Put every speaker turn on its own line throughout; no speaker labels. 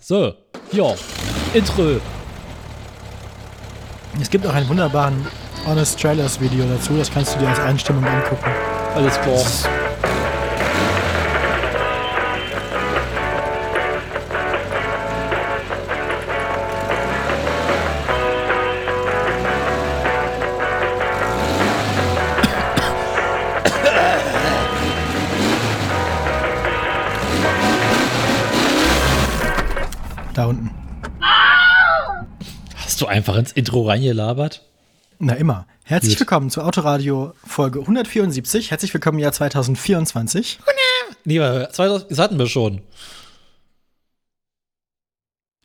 So, ja, Intro.
Es gibt auch einen wunderbaren Honest Trailers Video dazu, das kannst du dir als Einstimmung angucken.
Alles klar.
Da unten.
Hast du einfach ins Intro reingelabert?
Na immer. Herzlich
Gut.
willkommen zu Autoradio Folge 174. Herzlich willkommen im Jahr 2024.
Nee, weil 2000 das hatten wir schon.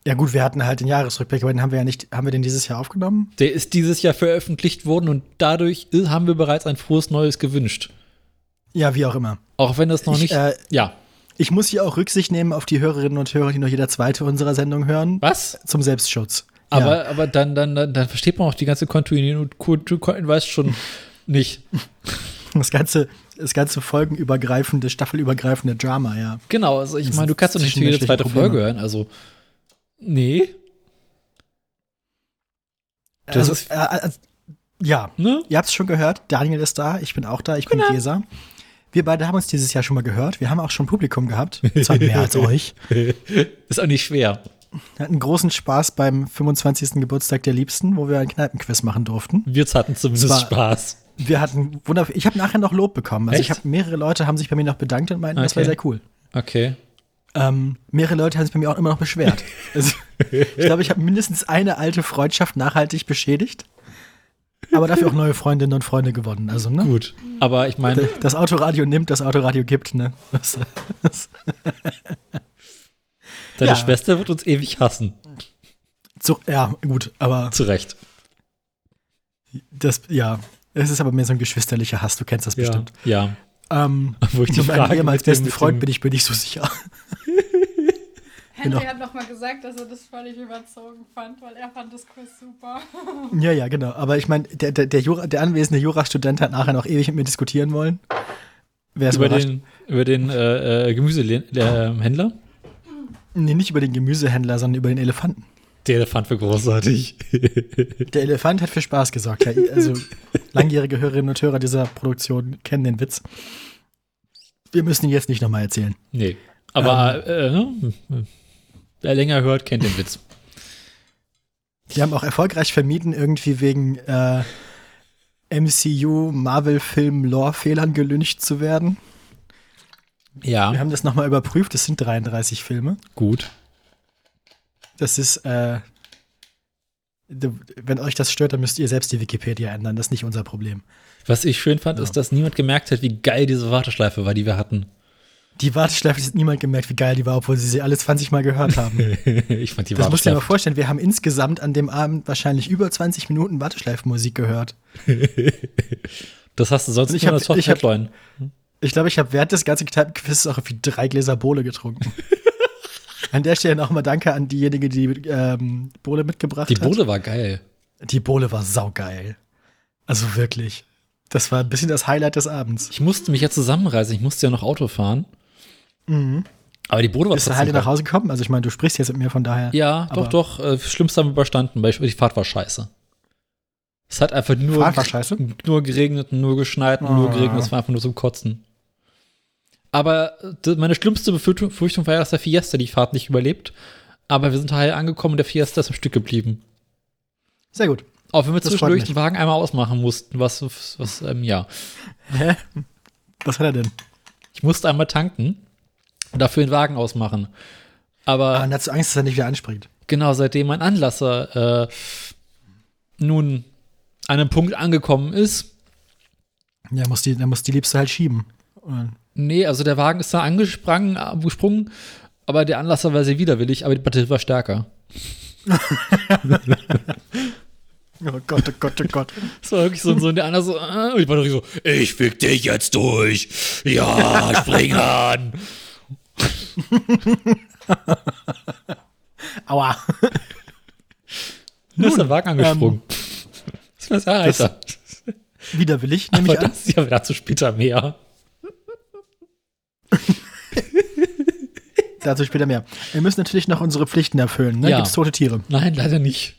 Ja gut, wir hatten halt den Jahresrückblick, aber den haben wir ja nicht, haben wir den dieses Jahr aufgenommen?
Der ist dieses Jahr veröffentlicht worden und dadurch i- haben wir bereits ein frohes Neues gewünscht.
Ja, wie auch immer.
Auch wenn das noch
Ich,
nicht.
äh,
ja.
Ich muss hier auch Rücksicht nehmen auf die Hörerinnen und Hörer, die nur jeder zweite unserer Sendung hören.
Was?
Zum Selbstschutz. ja.
Aber, aber dann, dann, dann, dann versteht man auch die ganze Kontinuität und weiß schon nicht.
das ganze, das ganze folgenübergreifende, staffelübergreifende Drama, ja.
Genau, also ich
Das
meine, du
sind
kannst doch nicht jede
zwischenmenschliche
zweite
Probleme.
Folge hören, also. Nee. Das
also,
ist-
äh, äh, ja,
Ne?
ihr habt es schon gehört, Daniel ist da, ich bin auch da, ich bin Gesa. Wir beide haben uns dieses Jahr schon mal gehört. Wir haben auch schon Publikum gehabt. Zwar mehr als euch.
Ist auch nicht schwer.
Wir hatten großen Spaß beim 25. Geburtstag der Liebsten, wo wir ein Kneipenquiz machen durften.
Wir hatten zumindest
Zwar-
Spaß.
Wir hatten wunderbar. Ich habe nachher noch Lob bekommen. Also ich
Echt?
habe mehrere Leute haben sich bei mir noch bedankt und meinten, das war
Okay.
sehr cool.
Okay.
Ähm, mehrere Leute haben sich bei mir auch immer noch beschwert. Also, ich glaube, ich habe mindestens eine alte Freundschaft nachhaltig beschädigt. Aber dafür auch neue Freundinnen und Freunde gewonnen. Also, ne?
Gut. Aber ich meine,
Das Autoradio nimmt, das Autoradio gibt, ne? Das, das.
deine
Ja.
Schwester wird uns ewig hassen.
So, ja, gut, aber
Zu Recht.
das, ja. Es ist aber mehr so ein geschwisterlicher Hass, du kennst das bestimmt.
Ja.
Ähm,
Wo ich die
mit meinem
Frage
ehemals
mit dem-
besten
mit dem-
Freund bin ich mir nicht so sicher.
Henry
Genau.
hat nochmal gesagt, dass er das völlig überzogen fand, weil er fand das Quiz super.
ja, ja, genau. Aber ich meine, der, der, der, Jura, der anwesende Jurastudent hat nachher noch ewig mit mir diskutieren wollen. Wer ist
Über
überrascht?
den, über den äh, äh, Gemüsehändler.
Nee, nicht über den Gemüsehändler, sondern über den Elefanten.
Der Elefant war großartig.
Der Elefant hat für Spaß gesorgt. Ja, also langjährige Hörerinnen und Hörer dieser Produktion kennen den Witz. Wir müssen ihn jetzt nicht nochmal erzählen.
nee. Aber äh, ne? wer länger hört, kennt den Witz.
Die haben auch erfolgreich vermieden, irgendwie wegen äh, MCU, Marvel-Film-Lore-Fehlern gelyncht zu werden. Wir
Ja,
haben das nochmal überprüft. Es sind 33 Filme.
gut.
Das ist, äh, de- wenn euch das stört, dann müsst ihr selbst die Wikipedia ändern. Das ist nicht unser Problem.
Was ich schön fand, ist, dass niemand gemerkt hat, wie geil diese Warteschleife war, die wir hatten.
Die Warteschleife hat niemand gemerkt, wie geil die war, obwohl sie sie alle 20 Mal gehört haben.
ich fand die
Das musst du dir mal
Warteschleife.
vorstellen. Wir haben insgesamt an dem Abend wahrscheinlich über 20 Minuten Warteschleifenmusik gehört.
Das hast du sonst
Und
nicht
ich
in
hab-
der Soft
ich hab-
Headline.
Ich glaube, ich habe während des ganzen Kneipenquizzes auch irgendwie drei Gläser Bohle getrunken. an der Stelle nochmal Danke an diejenige, die ähm, Bohle mitgebracht
Die
hat.
Bude war geil.
Die Bohle war saugeil. Also wirklich. Das war ein bisschen das Highlight des Abends.
Ich musste mich ja zusammenreißen, ich musste ja noch Auto fahren.
Mhm.
Aber die Bude war
Bist du
trotzdem
heile
geil.
nach Hause gekommen? Also ich meine, du sprichst jetzt mit mir von daher.
Ja,
Aber-
doch, doch. Äh, Schlimmste haben wir überstanden, weil ich, die Fahrt war scheiße. Es hat einfach nur,
Fahrt war scheiße?
nur geregnet, und nur geschneit, und nur
Ah.
geregnet. Es war einfach nur zum Kotzen. Aber d- meine schlimmste Befürchtung Befürchtung war ja, dass der Fiesta die Fahrt nicht überlebt. Aber wir sind daher angekommen und der Fiesta ist im Stück geblieben.
Sehr gut.
Auch wenn wir
Das freut
zwischendurch
mich.
den Wagen einmal ausmachen mussten, was, was ähm, ja.
Hä? Was hat er denn?
Ich musste einmal tanken und dafür den Wagen ausmachen. Aber
Ah, und hast du Angst, dass er nicht wieder anspringt?
Genau, seitdem mein Anlasser äh, nun an einem Punkt angekommen ist.
Ja, muss die, dann muss die Liebste halt schieben. Und
Nee, also der Wagen ist da angesprangen, gesprungen, aber der Anlasser war sehr widerwillig, aber die Batterie war stärker.
Oh Gott, oh Gott, oh Gott.
Es war wirklich so, so der Anlasser so, äh, und die Batterie so, ich fick dich jetzt durch. Ja, spring an.
Aua.
Nun, ist der Wagen angesprungen. das war sehr heißer.
Widerwillig, nehme
Aber
ich an.
das ja dazu später mehr.
Dazu später mehr. Wir müssen natürlich noch unsere Pflichten erfüllen. Ne?
Ja.
Gibt es tote Tiere?
Nein, leider nicht.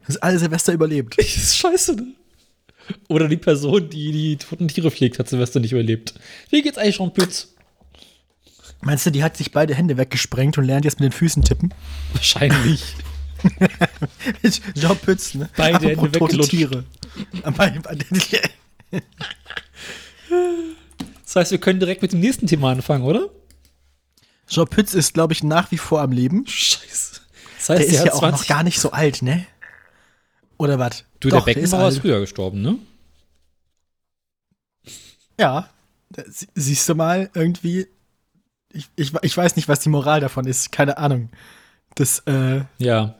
Das ist alle Silvester überlebt.
Das ist scheiße, ne? Oder die Person, die die toten Tiere pflegt, hat Silvester nicht überlebt. Wie geht's eigentlich schon Pütz?
Meinst du, die hat sich beide Hände weggesprengt und lernt jetzt mit den Füßen tippen?
Wahrscheinlich.
Jean Pütz, ne?
Beide Hände
Apropos tote
weggelutscht.
Tiere. Bei- bei-
Das heißt, wir können direkt mit dem nächsten Thema anfangen, oder?
Jean Pütz ist, glaube ich, nach wie vor am Leben.
Scheiße. Das
Der
heißt,
ist
der,
ja
hat
auch
20
noch gar nicht so alt, ne? Oder was?
Du,
Doch,
der
ist
Beckenbauer ist
alt.
früher gestorben, ne?
Ja, Da sie- siehst du mal, irgendwie, ich, ich, ich weiß nicht, was die Moral davon ist, keine Ahnung. Das, äh,
Ja.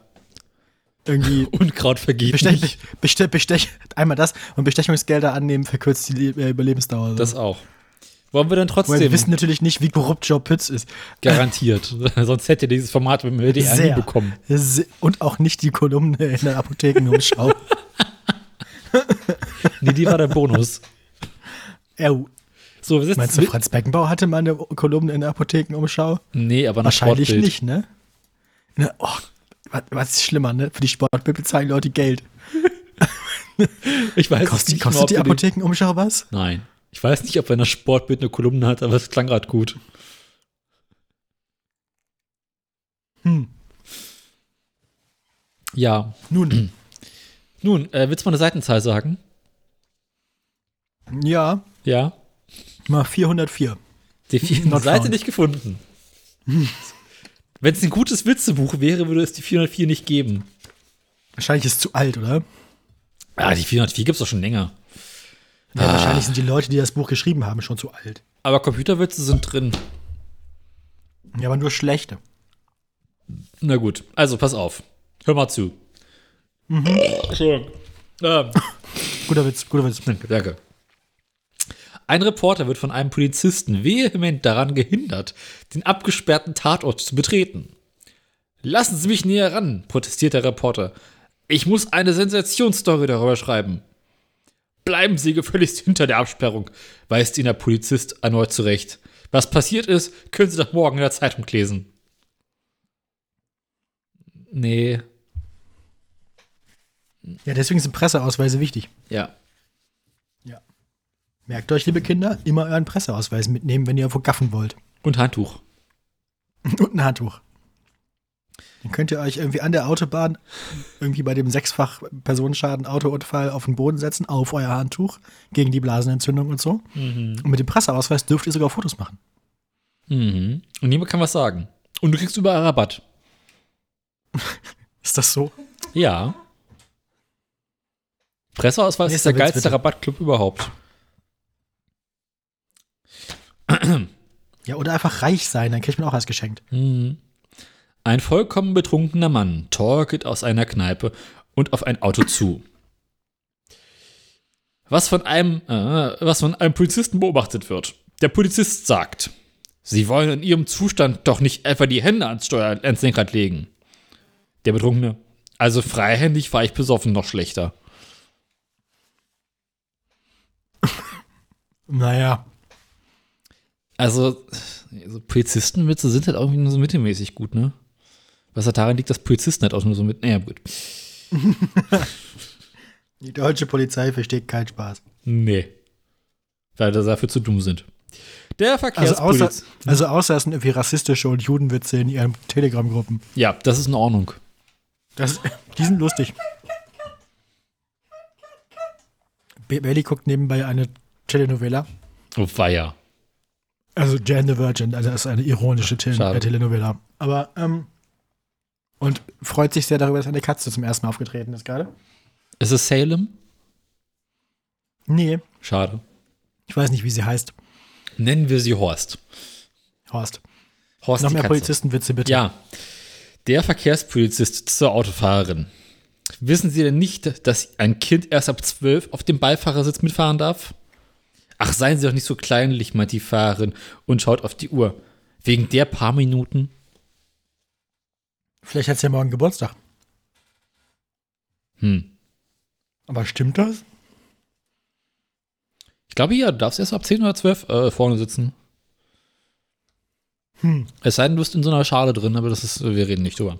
irgendwie,
Unkraut vergeht
bestech,
nicht.
bestech, bestech, einmal das und Bestechungsgelder annehmen verkürzt die Le- äh, Überlebensdauer. so.
Das auch. Wollen wir dann
Weil wir
trotzdem
wissen natürlich nicht, wie korrupt Joe Pütz ist.
garantiert. Sonst hätte dieses Format beim WDR nie
Sehr.
bekommen.
Se- Und auch nicht die Kolumne in der Apothekenumschau.
Nee, die war der Bonus.
ja,
So, wir sitzen.
meinst du, Franz Beckenbauer hatte mal eine Kolumne in der Apothekenumschau?
nee, aber nach
Wahrscheinlich
Sportbild.
nicht, ne? Na, oh, was, was ist schlimmer, ne? Für die Sportbild bezahlen Leute Geld.
Ich weiß
Kostet,
nicht
kostet die
ob er den-
Apothekenumschau was?
Nein. Ich weiß nicht, ob er in der Sportbild eine Kolumne hat, aber es klang gerade gut.
Hm.
Ja.
Nun,
Nun, äh, willst du mal eine Seitenzahl sagen?
ja,
Ja.
mal 404.
Die vierten
Not
Seite
found.
nicht gefunden. Wenn es ein gutes Witzebuch wäre, würde es die 404 nicht geben.
Wahrscheinlich ist es zu alt, oder?
Ah, die 404 gibt es doch schon länger.
Ja,
Ah.
Wahrscheinlich sind die Leute, die das Buch geschrieben haben, schon zu alt.
Aber Computerwitze sind drin.
Ja, aber nur schlechte.
Na gut, also pass auf. Hör mal zu.
Mhm.
Entschuldigung. Ähm,
Guter Witz, guter Witz.
danke, danke. Ein Reporter wird von einem Polizisten vehement daran gehindert, den abgesperrten Tatort zu betreten. Lassen Sie mich näher ran, protestiert der Reporter. Ich muss eine Sensationsstory darüber schreiben. Bleiben Sie gefälligst hinter der Absperrung, weist ihn der Polizist erneut zurecht. Was passiert ist, können Sie doch morgen in der Zeitung lesen. Nee,
Ja, deswegen sind Presseausweise wichtig.
ja.
Merkt euch, liebe Kinder, immer euren Presseausweis mitnehmen, wenn ihr irgendwo gaffen wollt.
Und Handtuch.
Und ein Handtuch. Dann könnt ihr euch irgendwie an der Autobahn, irgendwie bei dem sechsfach Personenschaden Autounfall auf den Boden setzen, auf euer Handtuch, gegen die Blasenentzündung und so. Und mit dem Presseausweis dürft ihr sogar Fotos machen.
Mhm. Und niemand kann was sagen. Und du kriegst überall Rabatt.
Ist das so?
Ja. Presseausweis ist
Nächster
der
Witz,
geilste
bitte.
Rabattclub überhaupt.
Ja, oder einfach reich sein, dann kriegt man auch was geschenkt.
Mhm. Ein vollkommen betrunkener Mann torkelt aus einer Kneipe und auf ein Auto zu. Was von einem, äh, was von einem Polizisten beobachtet wird. Der Polizist sagt, Sie wollen in Ihrem Zustand doch nicht etwa die Hände ans, Steuer, ans Lenkrad legen. Der Betrunkene, also freihändig war ich besoffen noch schlechter.
Naja.
Also, also Polizistenwitze sind halt irgendwie nur so mittelmäßig gut, ne? Was halt daran liegt, dass Polizisten halt auch nur so mit. Naja, gut.
Die deutsche Polizei versteht keinen Spaß.
Nee. Weil das dafür zu dumm sind. Der
Also außer,
Verkehrspoliz.
also außer es sind irgendwie rassistische und Judenwitze in ihren Telegram-Gruppen.
ja, das ist in Ordnung.
Das- Die sind lustig. Be- Belly guckt nebenbei eine Telenovela.
Oh, weia.
Also Jane the Virgin, also das ist eine ironische Tele
Schade.
äh, Telenovela. Aber, ähm, und freut sich sehr darüber, dass eine Katze zum ersten Mal aufgetreten ist gerade.
Ist es Salem?
Nee,
Schade.
ich weiß nicht, wie sie heißt.
Nennen wir sie Horst.
Horst.
Horst
Noch
die
mehr
Katze.
Polizistenwitze bitte.
Ja. Der Verkehrspolizist zur Autofahrerin. Wissen Sie denn nicht, dass ein Kind erst ab 12 auf dem Beifahrersitz mitfahren darf? Ach, seien Sie doch nicht so kleinlich, meint die Fahrerin und schaut auf die Uhr. Wegen der paar Minuten?
Vielleicht hat sie ja morgen Geburtstag.
Hm.
Aber stimmt das?
Ich glaube ja, du darfst erst ab 10 oder 12 äh, vorne sitzen. Es sei denn, du bist in so einer Schale drin, aber das ist, wir reden nicht drüber.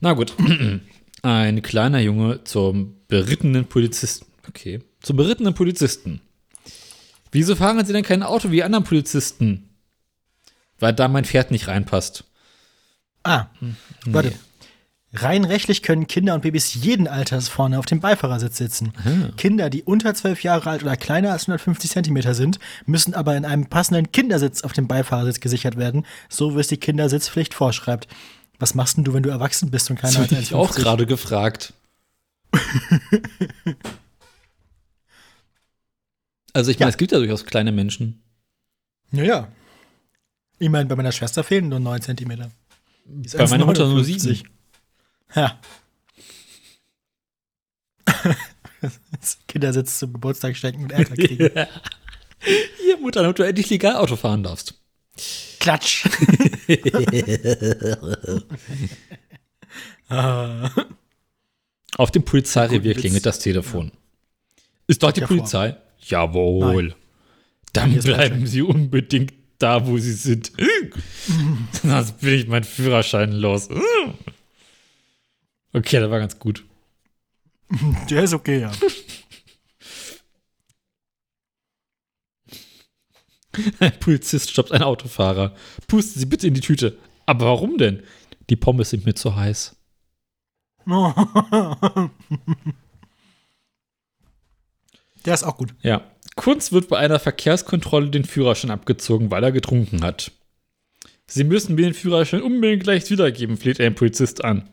Na gut. Ein kleiner Junge zum berittenen Polizisten. Okay. Zum berittenen Polizisten. Wieso fahren Sie denn kein Auto wie die anderen Polizisten? Weil da mein Pferd nicht reinpasst.
Ah, warte. Rein rechtlich können Kinder und Babys jeden Alters vorne auf dem Beifahrersitz sitzen. Kinder, die unter 12 Jahre alt oder kleiner als 150 Zentimeter sind, müssen aber in einem passenden Kindersitz auf dem Beifahrersitz gesichert werden, so wie es die Kindersitzpflicht vorschreibt. Was machst denn du, wenn du erwachsen bist und
Das
keiner als
habe ich auch
1,50?
gerade gefragt. also ich meine,
Ja.
es gibt ja durchaus kleine Menschen.
Ja, ja. Ich meine, bei meiner Schwester fehlen nur 9 Zentimeter. Die ist
Bei meiner Mutter nur
1,59. Ja. Kindersitz zum Geburtstag schenken und Ärger kriegen.
Hier, Mutter, damit du endlich legal Auto fahren darfst.
Klatsch. Ah.
Auf dem Polizeirevier
Guten Witz.
klingelt das Telefon. Ist dort die
Ja, vor.
Polizei? Jawohl. Dann
hier ist
bleiben Sie unbedingt da, wo Sie sind. Sonst bin ich meinen Führerschein los. Okay, das war ganz gut.
Der ist okay, ja.
Ein Polizist stoppt einen Autofahrer. Pusten Sie bitte in die Tüte. Aber warum denn? Die Pommes sind mir zu heiß.
Der ist auch gut.
Ja. Kunz wird bei einer Verkehrskontrolle den Führerschein abgezogen, weil er getrunken hat. Sie müssen mir den Führerschein unbedingt gleich wiedergeben, fleht er den Polizist an.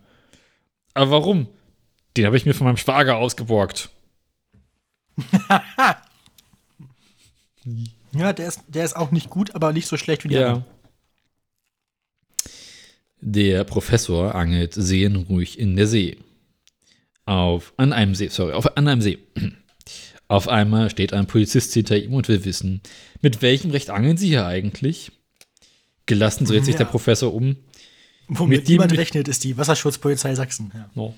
Aber warum? Den habe ich mir von meinem Schwager ausgeborgt.
Ja, der ist, der ist auch nicht gut, aber nicht so schlecht wie die anderen.
Der Professor angelt seelenruhig in der See. Auf, an einem See, sorry, auf, an einem See. Auf einmal steht ein Polizist hinter ihm und will wissen, mit welchem Recht angeln Sie hier eigentlich? Gelassen dreht sich
Ja.
der Professor um.
Womit
Mit dem-
niemand rechnet, ist die Wasserschutzpolizei Sachsen. Ja.
No.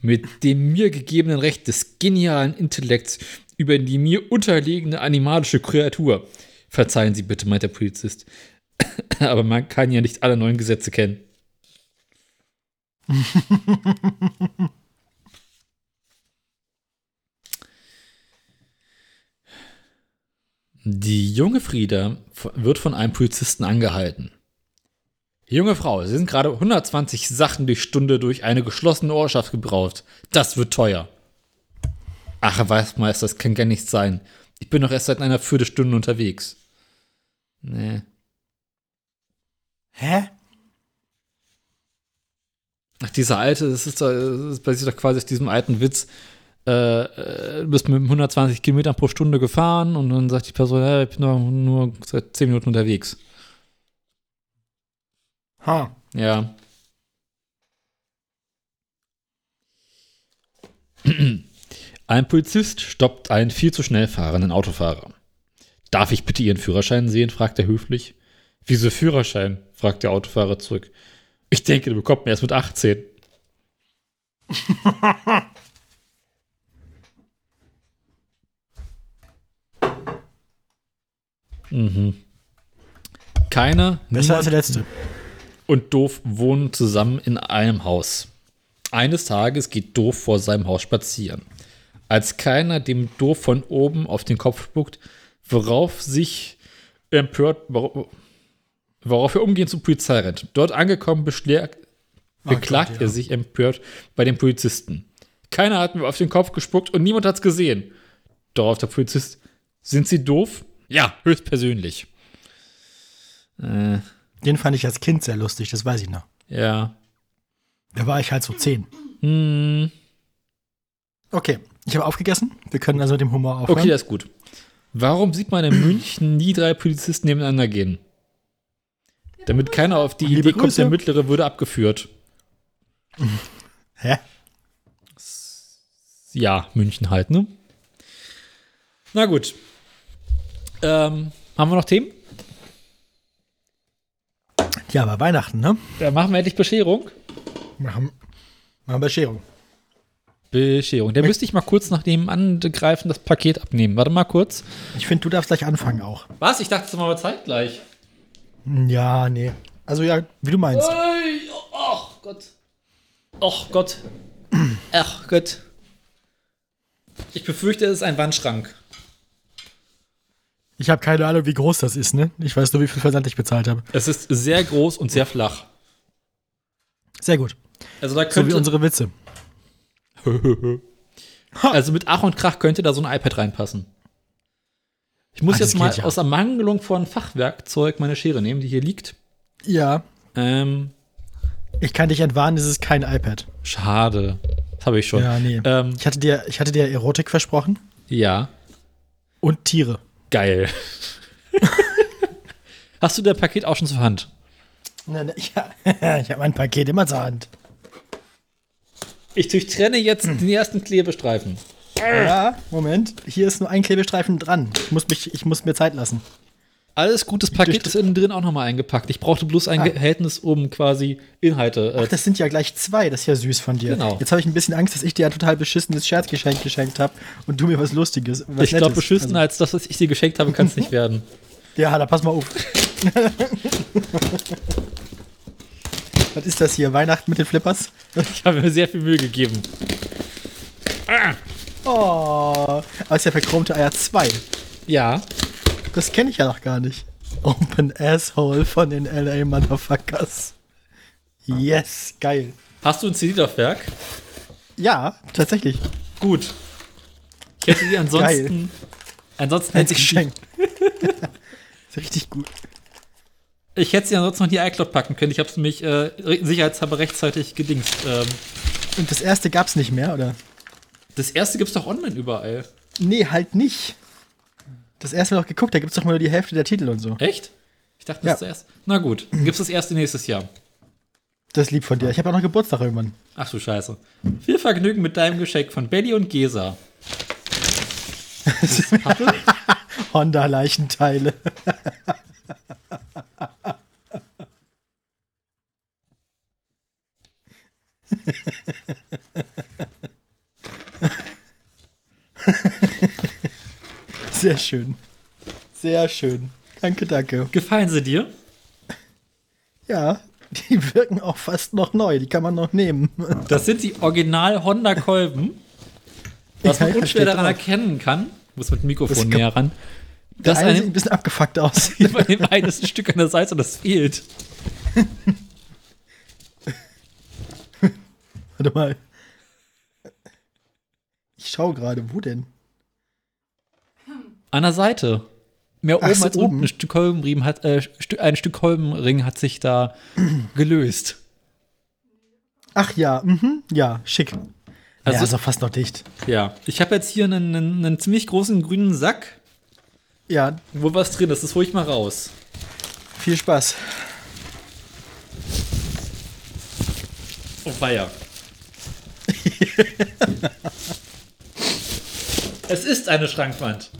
Mit dem mir gegebenen Recht des genialen Intellekts über die mir unterlegene animalische Kreatur. Verzeihen Sie bitte, meint der Polizist. Aber man kann ja nicht alle neuen Gesetze kennen. Die junge Frieda f- wird von einem Polizisten angehalten. Junge Frau, Sie sind gerade 120 Sachen die Stunde durch eine geschlossene Ortschaft gebraucht. Das wird teuer. Ach, Herr Weißmeister, das kann gar nicht sein. Ich bin noch erst seit einer Viertelstunde unterwegs. Nee.
Hä?
Ach, dieser alte, das ist, doch- das basiert doch quasi auf diesem alten Witz. Äh, äh, du bist mit 120 Kilometern pro Stunde gefahren und dann sagt die Person, ja, ich bin doch nur seit 10 Minuten unterwegs.
Ha.
Ja. Ein Polizist stoppt einen viel zu schnell fahrenden Autofahrer. Darf ich bitte Ihren Führerschein sehen? fragt er höflich. Wieso Führerschein? fragt der Autofahrer zurück. Ich denke, du bekommst ihn erst mit 18. mhm. Keiner,
Besser
niemand
als der letzte.
und Doof wohnen zusammen in einem Haus. Eines Tages geht Doof vor seinem Haus spazieren. Als keiner dem Doof von oben auf den Kopf spuckt, worauf sich empört, wor- worauf er umgehend zur Polizei rennt. Dort angekommen beschlägt, beklagt
Gott,
er sich empört bei den Polizisten. Keiner hat mir auf den Kopf gespuckt und niemand hat's gesehen. Darauf der Polizist, sind Sie doof? Ja, höchstpersönlich. Äh,
Den fand ich als Kind sehr lustig, das weiß ich noch.
ja.
Da war ich halt so zehn.
Hm.
Okay, ich habe aufgegessen. Wir können also mit dem Humor aufhören.
Okay, das ist gut. Warum sieht man in München nie drei Polizisten nebeneinander gehen? Damit keiner auf die
Liebe
Idee kommt,
Grüße.
der mittlere würde abgeführt.
Hä?
Ja, München halt, ne? Na gut. Ähm, haben wir noch Themen?
Ja, aber Weihnachten, ne?
Dann machen wir endlich Bescherung.
Wir haben, wir haben Bescherung.
Bescherung. Da müsste ich mal kurz nach dem Angreifen das Paket abnehmen. Warte mal kurz.
Ich finde, du darfst gleich anfangen auch.
Was? Ich dachte, das machen wir zeitgleich.
Ja, nee. Also ja, wie du meinst.
Ui, ach Gott. Ach Gott. Ach Gott. Ich befürchte, es ist ein Wandschrank.
Ich habe keine Ahnung, wie groß das ist, ne? Ich weiß nur, wie viel Versand ich bezahlt habe.
Es ist sehr groß und sehr flach.
Sehr gut.
Also da
So wie
könnte
unsere Witze.
also mit Ach und Krach könnte da so ein iPad reinpassen. Ich muss
Ah, das
jetzt mal
geht ja.
aus Ermangelung von Fachwerkzeug meine Schere nehmen, die hier liegt.
Ja.
Ähm,
Ich kann dich entwarnen, es ist kein iPad.
schade. Das habe ich schon.
Ja, nee.
Ähm,
Ich hatte dir, ich hatte dir Erotik versprochen
ja.
und Tiere.
Geil. Hast du dein Paket auch schon zur Hand?
Na, na, Ich, ich habe mein Paket immer zur Hand.
Ich durchtrenne jetzt den ersten Klebestreifen.
Ja, Moment. Hier ist nur ein Klebestreifen dran. Ich muss, mich, ich muss mir Zeit lassen.
Alles gutes Paket ist innen drin auch nochmal eingepackt. Ich brauchte bloß ein Behältnis, um quasi Inhalte. Äh,
Das sind ja gleich zwei. Das ist ja süß von dir.
Genau.
Jetzt habe ich ein bisschen Angst, dass ich dir ein total beschissenes Scherzgeschenk geschenkt habe und du mir was Lustiges. Was
ich glaube,
Nettes.
beschissen als das, was ich dir geschenkt habe, kann es nicht werden.
Also, ja, da pass mal auf. was ist das hier? Weihnachten mit den Flippers?
Ich habe mir sehr viel Mühe gegeben.
Oh. Aber es ist ja verchromte Eier 2.
Ja.
Das kenne ich ja noch gar nicht. Open Asshole von den LA Motherfuckers. Yes, geil.
Hast du ein CD-Laufwerk?
Ja, tatsächlich.
Gut. Ich hätte dir ansonsten. Ansonsten hätte ich, die-
Geschenk. ist richtig gut.
ich hätte sie ansonsten noch in die iCloud packen können. Ich habe es nämlich äh, re- sicherheitshalber rechtzeitig gedingst. Ähm,
Und das erste gab's nicht mehr, oder?
das erste gibt's doch online überall.
Nee, halt nicht. Das erste Mal noch geguckt, da gibt's doch mal nur die Hälfte der Titel und so.
Echt? Ich dachte,
Ja.
das ist zuerst. Na gut, gibt's das erste nächstes Jahr.
Das ist lieb von dir. Ich habe auch noch Geburtstag irgendwann.
Ach du Scheiße. Viel Vergnügen mit deinem Geschenk von Belly und Gesa.
Honda-Leichenteile. Sehr schön. Sehr schön. Danke, danke.
Gefallen sie dir?
Ja, die wirken auch fast noch neu. Die kann man noch nehmen.
Das sind die original Honda Kolben. Was man
Ja, ja,
unschwer
steht
daran
drauf.
erkennen kann, muss mit dem
Das
Mikrofon
kann-
näher ran,
Der
dass
eine sieht
einem,
ein bisschen abgefuckt aus.
bei dem einen ist ein Stück an der Seite und das fehlt.
Warte mal. Ich schaue gerade, wo denn?
An der Seite. Mehr
Ach
oben
so,
als unten.
oben.
Ein Stück, Kolbenriemen hat, äh, Stü- ein Stück Kolbenring hat sich da gelöst.
Ach ja, mhm, ja, schick.
Also-
ja, ist doch fast noch dicht.
Ja, ich habe jetzt hier einen, einen, einen ziemlich großen grünen Sack,
Ja,
wo was drin ist. Das hole ich mal raus.
viel Spaß.
Oh, weia. es ist eine Schrankwand.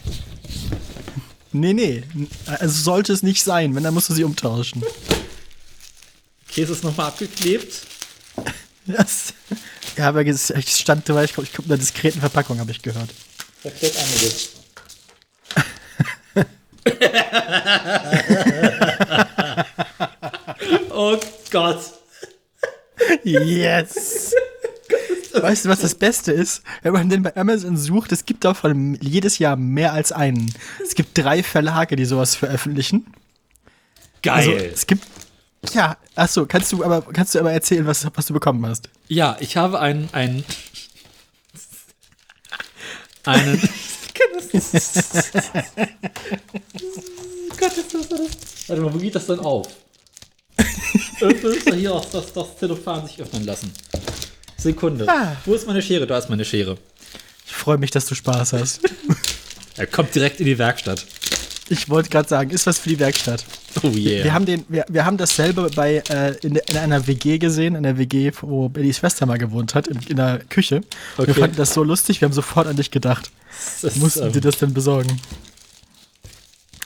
Nee, nee, n- also sollte es nicht sein, wenn, dann musst du sie umtauschen.
Käse ist nochmal abgeklebt.
Das, ja, aber es ich stand dabei, ich glaube, ich komme in einer diskreten Verpackung, habe ich gehört.
Erklärt einiges. oh Gott.
Yes! Weißt du, was das Beste ist? Wenn man denn bei Amazon sucht, es gibt davon jedes Jahr mehr als einen. Es gibt drei Verlage, die sowas veröffentlichen. Also, es gibt. Ja, achso, kannst du aber kannst du aber erzählen, was, was du bekommen hast?
ja, ich habe einen. einen einen. Ich kann das nicht. Gott, ist das, das. Warte mal, wo geht das denn auf? Öffnest du hier auch das, das Telefon sich öffnen lassen? Sekunde.
Ah.
Wo ist meine Schere? Da ist meine Schere.
Ich freue mich, dass du Spaß hast.
Er kommt direkt in die Werkstatt.
Ich wollte gerade sagen, ist was für die Werkstatt.
Oh yeah.
Wir haben den, wir, wir haben dasselbe bei äh, in, der- in einer WG gesehen, in der WG, wo Billys Schwester mal gewohnt hat, in, in der Küche. Wir
Okay.
fanden das so lustig, wir haben sofort an dich gedacht.
das,
Mussten
ähm,
dir das denn besorgen?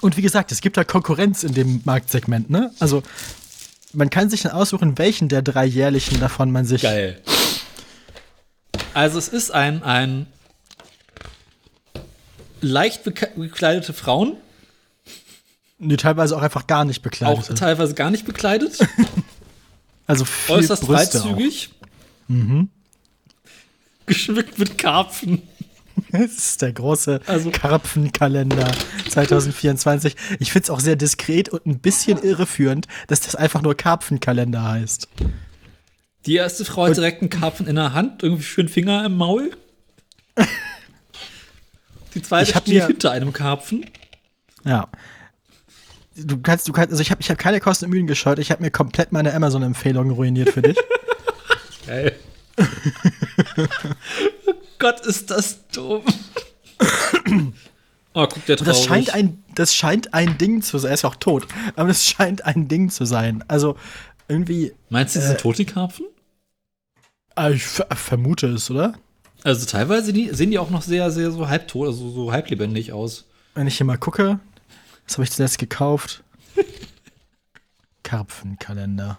Und wie gesagt, es gibt da Konkurrenz in dem Marktsegment, ne? Also man kann sich dann aussuchen, welchen der drei jährlichen davon man sich.
Geil. Also es ist ein, ein leicht beka- gekleidete Frauen.
Nee, teilweise auch einfach gar nicht
Auch
bekleidet. sind.
teilweise gar nicht bekleidet,
also viel
äußerst
Brüste Mhm.
freizügig. Geschmückt mit Karpfen.
Auch. Das ist der große
Also-
Karpfenkalender 2024. Ich find's auch sehr diskret und ein bisschen irreführend, dass das einfach nur Karpfenkalender heißt.
Die erste Frau hat direkt einen Karpfen in der Hand, irgendwie schön Finger im Maul. Die zweite
Ich hab
steht
mir-
hinter einem Karpfen.
Ja. Du kannst, du kannst, also ich habe ich hab keine Kosten und Mühen gescheut. Ich habe mir komplett meine Amazon-Empfehlung ruiniert für dich.
Geil. Gott, ist das dumm. Oh, guck der traurig.
Und das scheint ein, das scheint ein Ding zu sein. Er ist ja auch tot, aber das scheint ein Ding zu sein. Also irgendwie,
Meinst du, die sind tot, die Karpfen?
äh, ich ver- vermute es, oder?
Also teilweise die, sehen die auch noch sehr, sehr so halbtot, also so halblebendig aus.
Wenn ich hier mal gucke, was habe ich zuletzt gekauft? Karpfenkalender.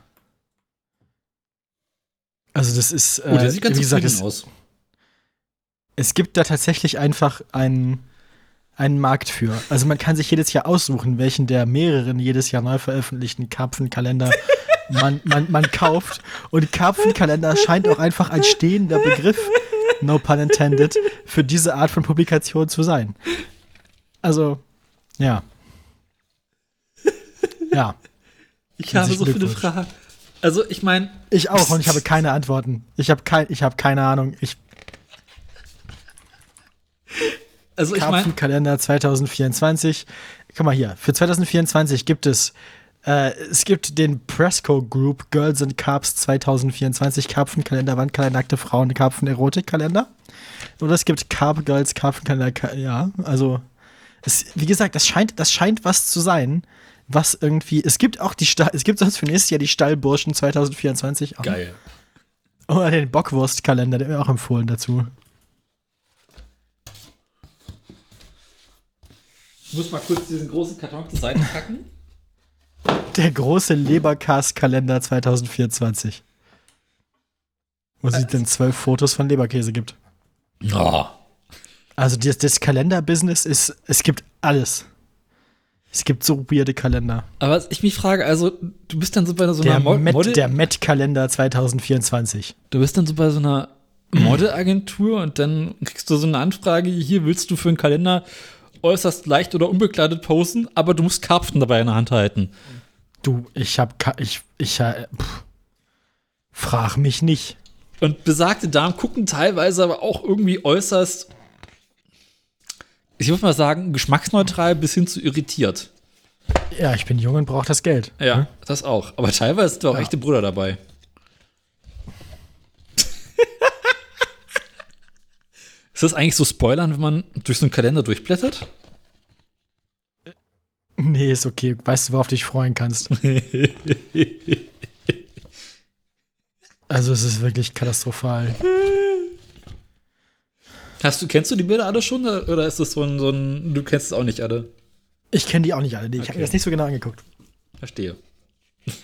Also das ist, äh,
Oh, der sieht ganz
wie gesagt,
zufrieden
es,
aus.
es gibt da tatsächlich einfach einen, einen Markt für. Also man kann sich jedes Jahr aussuchen, welchen der mehreren jedes Jahr neu veröffentlichten Karpfenkalender man, man, man kauft. Und Karpfenkalender scheint auch einfach ein stehender Begriff, no pun intended, für diese Art von Publikation zu sein. Also, ja. Ja,
Ich habe so
Herzlichen
viele
Glückwunsch.
Fragen. Also ich meine,
ich auch und ich habe keine Antworten. Ich habe kein, ich habe keine Ahnung. Ich
also ich meine,
Karpfenkalender 2024. Guck mal hier, für 2024 gibt es äh, es gibt den Presco Group Girls and Carps 2024 Karpfenkalender, Wandkalender, nackte Frauen, Karpfen, Erotikkalender. Oder es gibt Carp Girls Karpfenkalender, Ka- ja, also es, wie gesagt, das scheint, das scheint was zu sein, was irgendwie, es gibt auch die, Sta es gibt sonst für nächstes Jahr die Stallburschen 2024 auch.
geil.
Oder den Bockwurstkalender, der mir auch empfohlen dazu.
Ich muss mal kurz diesen großen Karton zur Seite packen.
Der große Leberkäse-Kalender 2024. Wo sie denn zwölf Fotos von Leberkäse gibt.
Oh.
Also das, das Kalender-Business ist, es gibt alles. Es gibt so weirde Kalender.
Aber was ich mich frage, also du bist dann so bei so
Der
einer Mo
Met- der
Model,
Met-Kalender 2024.
du bist dann so bei so einer Modelagentur und dann kriegst du so eine Anfrage, hier willst du für einen Kalender äußerst leicht oder unbekleidet posen, aber du musst Karpfen dabei in der Hand halten.
Du, ich hab, ka- ich, ich, äh, pff. frag mich nicht.
Und besagte Damen gucken teilweise aber auch irgendwie äußerst, ich würde mal sagen, geschmacksneutral bis hin zu irritiert.
Ja, ich bin jung und brauch das Geld.
Ja, das auch. Aber teilweise sind da auch echte Brüder dabei. Ist das eigentlich so Spoilern, wenn man durch so einen Kalender durchblättert?
Nee, ist okay. Weißt du, worauf du dich freuen kannst? also es ist wirklich katastrophal.
Hast du, kennst du die Bilder alle schon oder oder ist das so ein, so ein du kennst es auch nicht alle?
Ich kenne die auch nicht alle. Nee, ich habe
Okay.
mir das nicht so genau angeguckt.
Verstehe.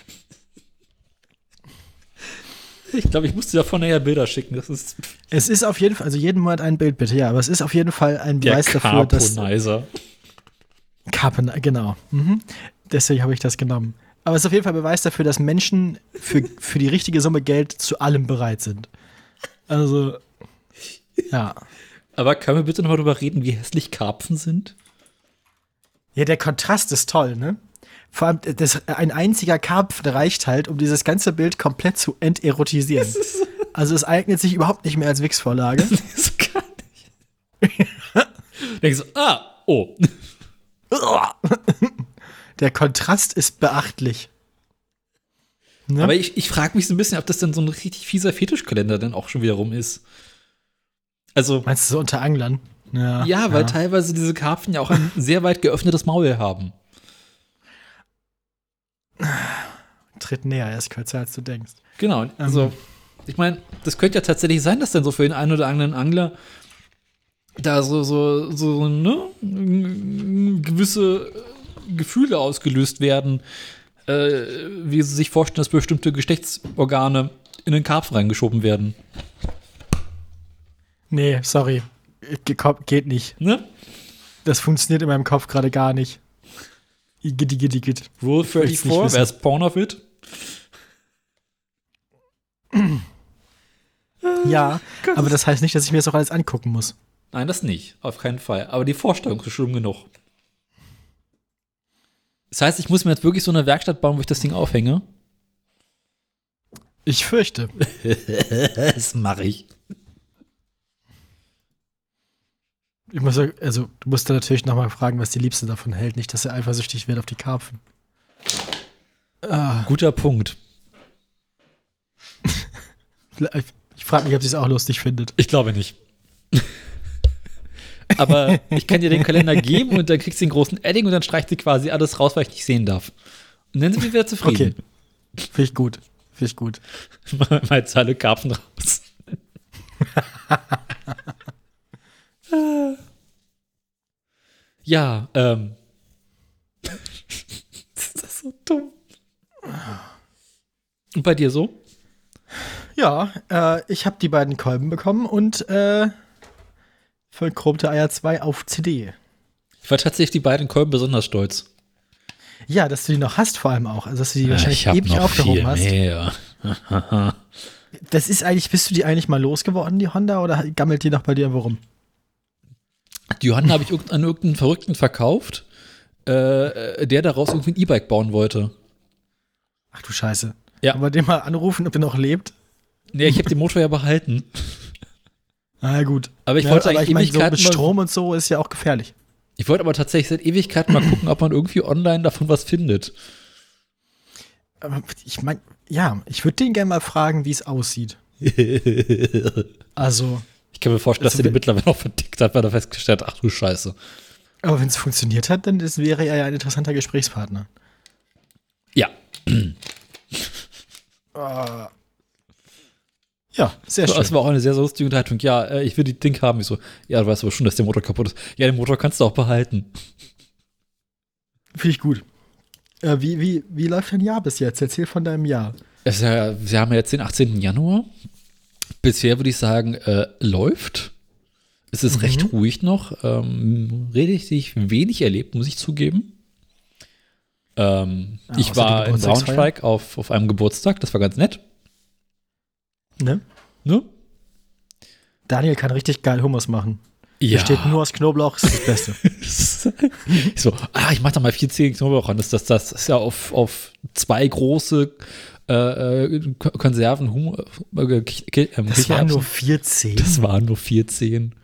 Ich glaube, ich muss dir davon nachher Bilder schicken. Das ist
Es ist auf jeden Fall, also jeden Monat ein Bild bitte, ja, aber es ist auf jeden Fall ein Beweis dafür, dass
Carbonizer.
Karpen, genau. Mhm. Deswegen habe ich das genommen. Aber es ist auf jeden Fall Beweis dafür, dass Menschen für, für die richtige Summe Geld zu allem bereit sind. Also, ja.
Aber können wir bitte nochmal darüber reden, wie hässlich Karpfen sind?
Ja, der Kontrast ist toll, ne? Vor allem, das, äh, ein einziger Karpfen reicht halt, um dieses ganze Bild komplett zu enterotisieren. Also es eignet sich überhaupt nicht mehr als Wix-Vorlage.
Das kann nicht. Denkst du, ah, oh.
Der Kontrast ist beachtlich. Ne?
Aber ich, ich frage mich so ein bisschen, ob das dann so ein richtig fieser Fetischkalender dann auch schon wieder rum ist. Also,
Meinst du so unter Anglern?
ja, weil teilweise diese Karpfen ja auch ein sehr weit geöffnetes Maul haben.
Tritt näher, er ist kürzer als du denkst.
Genau. Also, ich meine, das könnte ja tatsächlich sein, dass dann so für den einen oder anderen Angler da so, so, so, ne, gewisse äh, Gefühle ausgelöst werden, äh, wie sie sich vorstellen, dass bestimmte Geschlechtsorgane in den Karpfen reingeschoben werden.
Nee, sorry. Ge- ko- Geht nicht.
Ne?
Das funktioniert in meinem Kopf gerade gar nicht. Igitt, igitt, igitt.
Rule
will's nicht
34,
wissen.
wer ist Pornofit?
Ja, aber das heißt nicht, dass ich mir das auch alles angucken muss.
Nein, das nicht. Auf keinen Fall. Aber die Vorstellung ist schlimm genug. Das heißt, ich muss mir jetzt wirklich so eine Werkstatt bauen, wo ich das Ding aufhänge.
Ich fürchte.
das mache ich.
Ich muss, ja- also, du musst dann natürlich nochmal fragen, was die Liebste davon hält. Nicht, dass er eifersüchtig wird auf die Karpfen. Ah,
Guter Punkt.
vielleicht- ich frage mich, ob sie es auch lustig findet.
Ich glaube nicht. Aber ich kann dir den Kalender geben und dann kriegst du den großen Edding und dann streicht sie quasi alles raus, weil ich nicht sehen darf. Und dann sind wir wieder zufrieden.
Finde ich gut. Finde ich gut.
Okay. Mal zahle Karpfen raus. ja, ähm. ist das so dumm? Und bei dir so?
Ja, äh, ich habe die beiden Kolben bekommen und äh, verchromte Eier 2 auf CD.
Ich war tatsächlich auf die beiden Kolben besonders stolz.
Ja, dass du die noch hast vor allem auch. Also, dass du die
Äh,
wahrscheinlich ewig aufgehoben hast.
mehr.
Das ist eigentlich, bist du die eigentlich mal losgeworden, die Honda, oder gammelt die noch bei dir irgendwo rum?
Die Johanna habe ich irgend- an irgendeinen Verrückten verkauft, äh, äh, der daraus irgendwie ein E-Bike bauen wollte.
Ach du Scheiße.
Ja.
Aber den mal anrufen, ob er noch lebt.
Nee, ich habe den Motor ja behalten.
Na gut.
Aber ich
Ja,
wollte
aber
eigentlich
ich meine, so
Ewigkeiten
mit
mal-
Strom und so ist ja auch gefährlich.
Ich wollte aber tatsächlich seit Ewigkeiten mal gucken, ob man irgendwie online davon was findet.
Aber ich meine, ja, ich würde den gerne mal fragen, wie es aussieht.
ich
Also,
kann mir vorstellen, dass
Also
er den
wenn-
mittlerweile auch verdickt hat, weil er festgestellt hat, ach du Scheiße.
aber wenn es funktioniert hat, dann ist, wäre er ja ein interessanter Gesprächspartner.
Ja,
Ah. Ja, sehr schön.
das war auch eine sehr, sehr lustige Unterhaltung. Ja, äh, ich will die Ding haben. Ich so, ja, du weißt aber schon, dass der Motor kaputt ist. Ja, den Motor kannst du auch behalten.
Finde ich gut. Äh, wie, wie, wie läuft dein Jahr bis jetzt? Erzähl von deinem Jahr.
Es ist ja, wir haben ja jetzt den 18. Januar. Bisher würde ich sagen, äh, läuft. Es ist
Mhm.
recht ruhig noch. Ähm, richtig wenig erlebt, muss ich zugeben. Ähm,
Ja,
ich
außer
war
die
in
Geburtstagsfeier.
Braunschweig auf, auf einem Geburtstag, das war ganz nett.
Ne?
Ne?
Daniel kann richtig geil Hummus machen.
Ja.
Hier steht nur aus Knoblauch, das ist das Beste.
ich so, ah, ich mach da mal vier Zehen Knoblauch ran. Das, das, das ist ja auf, auf zwei große äh, äh, Ko- Konserven. Hum, äh, Ki- Ki- ähm,
Das
Kichererbsen.
waren nur 14.
das waren nur vier Zehen.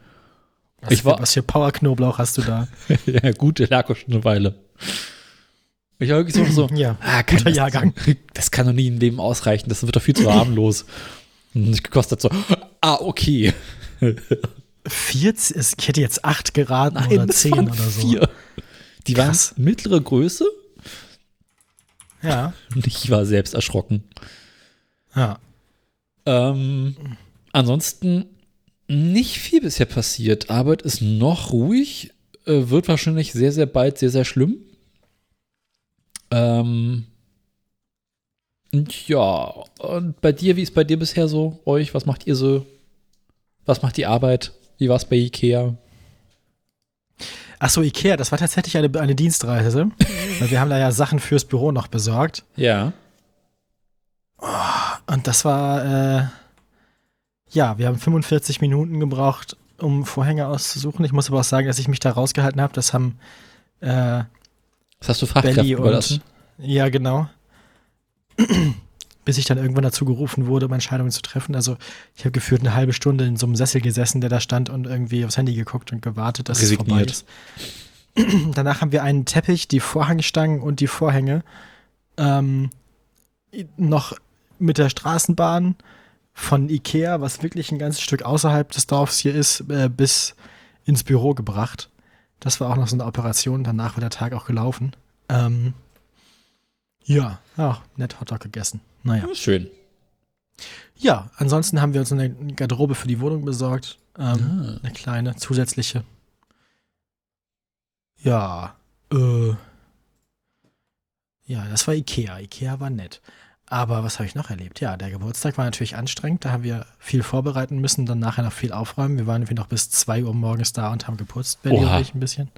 was,
ich war-
was für Power-Knoblauch hast du da?
ja, gut, der lag auch schon eine Weile. Ich habe wirklich so, so
Ja,
ah, kann
guter
das,
Jahrgang.
Das kann doch nie im Leben ausreichen, das wird doch viel zu harmlos. Und ich gekostet so, ah, okay.
14? Ich hätte jetzt 8 geraten oder
das
10
waren
oder so.
vier. Die
Krass.
waren mittlere Größe
Ja.
und ich war selbst erschrocken.
ja.
Ähm, ansonsten nicht viel bisher passiert. Arbeit ist noch ruhig, äh, wird wahrscheinlich sehr, sehr bald sehr, sehr schlimm. Ähm, und ja, und bei dir, wie ist bei dir bisher so? Euch, was macht ihr so? Was macht die Arbeit? Wie war es bei Ikea?
Achso, Ikea, das war tatsächlich eine, eine Dienstreise. weil wir haben da ja Sachen fürs Büro noch besorgt.
Ja.
Und das war, äh, ja, wir haben 45 Minuten gebraucht, um Vorhänge auszusuchen. Ich muss aber auch sagen, dass ich mich da rausgehalten habe. Das haben, äh,
Das hast du Fachkräften
Belly
überlassen.
und. Ja, genau. Bis ich dann irgendwann dazu gerufen wurde, um Entscheidungen zu treffen. Also, ich habe gefühlt eine halbe Stunde in so einem Sessel gesessen, der da stand und irgendwie aufs Handy geguckt und gewartet, dass
Resigniert.
es vorbei ist. Danach haben wir einen Teppich, die Vorhangstangen und die Vorhänge ähm, noch mit der Straßenbahn von Ikea, was wirklich ein ganzes Stück außerhalb des Dorfs hier ist, äh, bis ins Büro gebracht. Das war auch noch so eine Operation. Danach war der Tag auch gelaufen. Ähm, ja, ja, nett Hotdog gegessen. Naja.
Ja, Schön.
Ja, ansonsten haben wir uns eine Garderobe für die Wohnung besorgt.
Ah.
Ähm, Eine kleine, zusätzliche. Ja, äh. Ja, das war Ikea. Ikea war nett. Aber was habe ich noch erlebt? Ja, der Geburtstag war natürlich anstrengend. Da haben wir viel vorbereiten müssen, dann nachher noch viel aufräumen. Wir waren irgendwie noch bis 2 Uhr morgens da und haben geputzt, Benny
Oha.
und ich ein bisschen.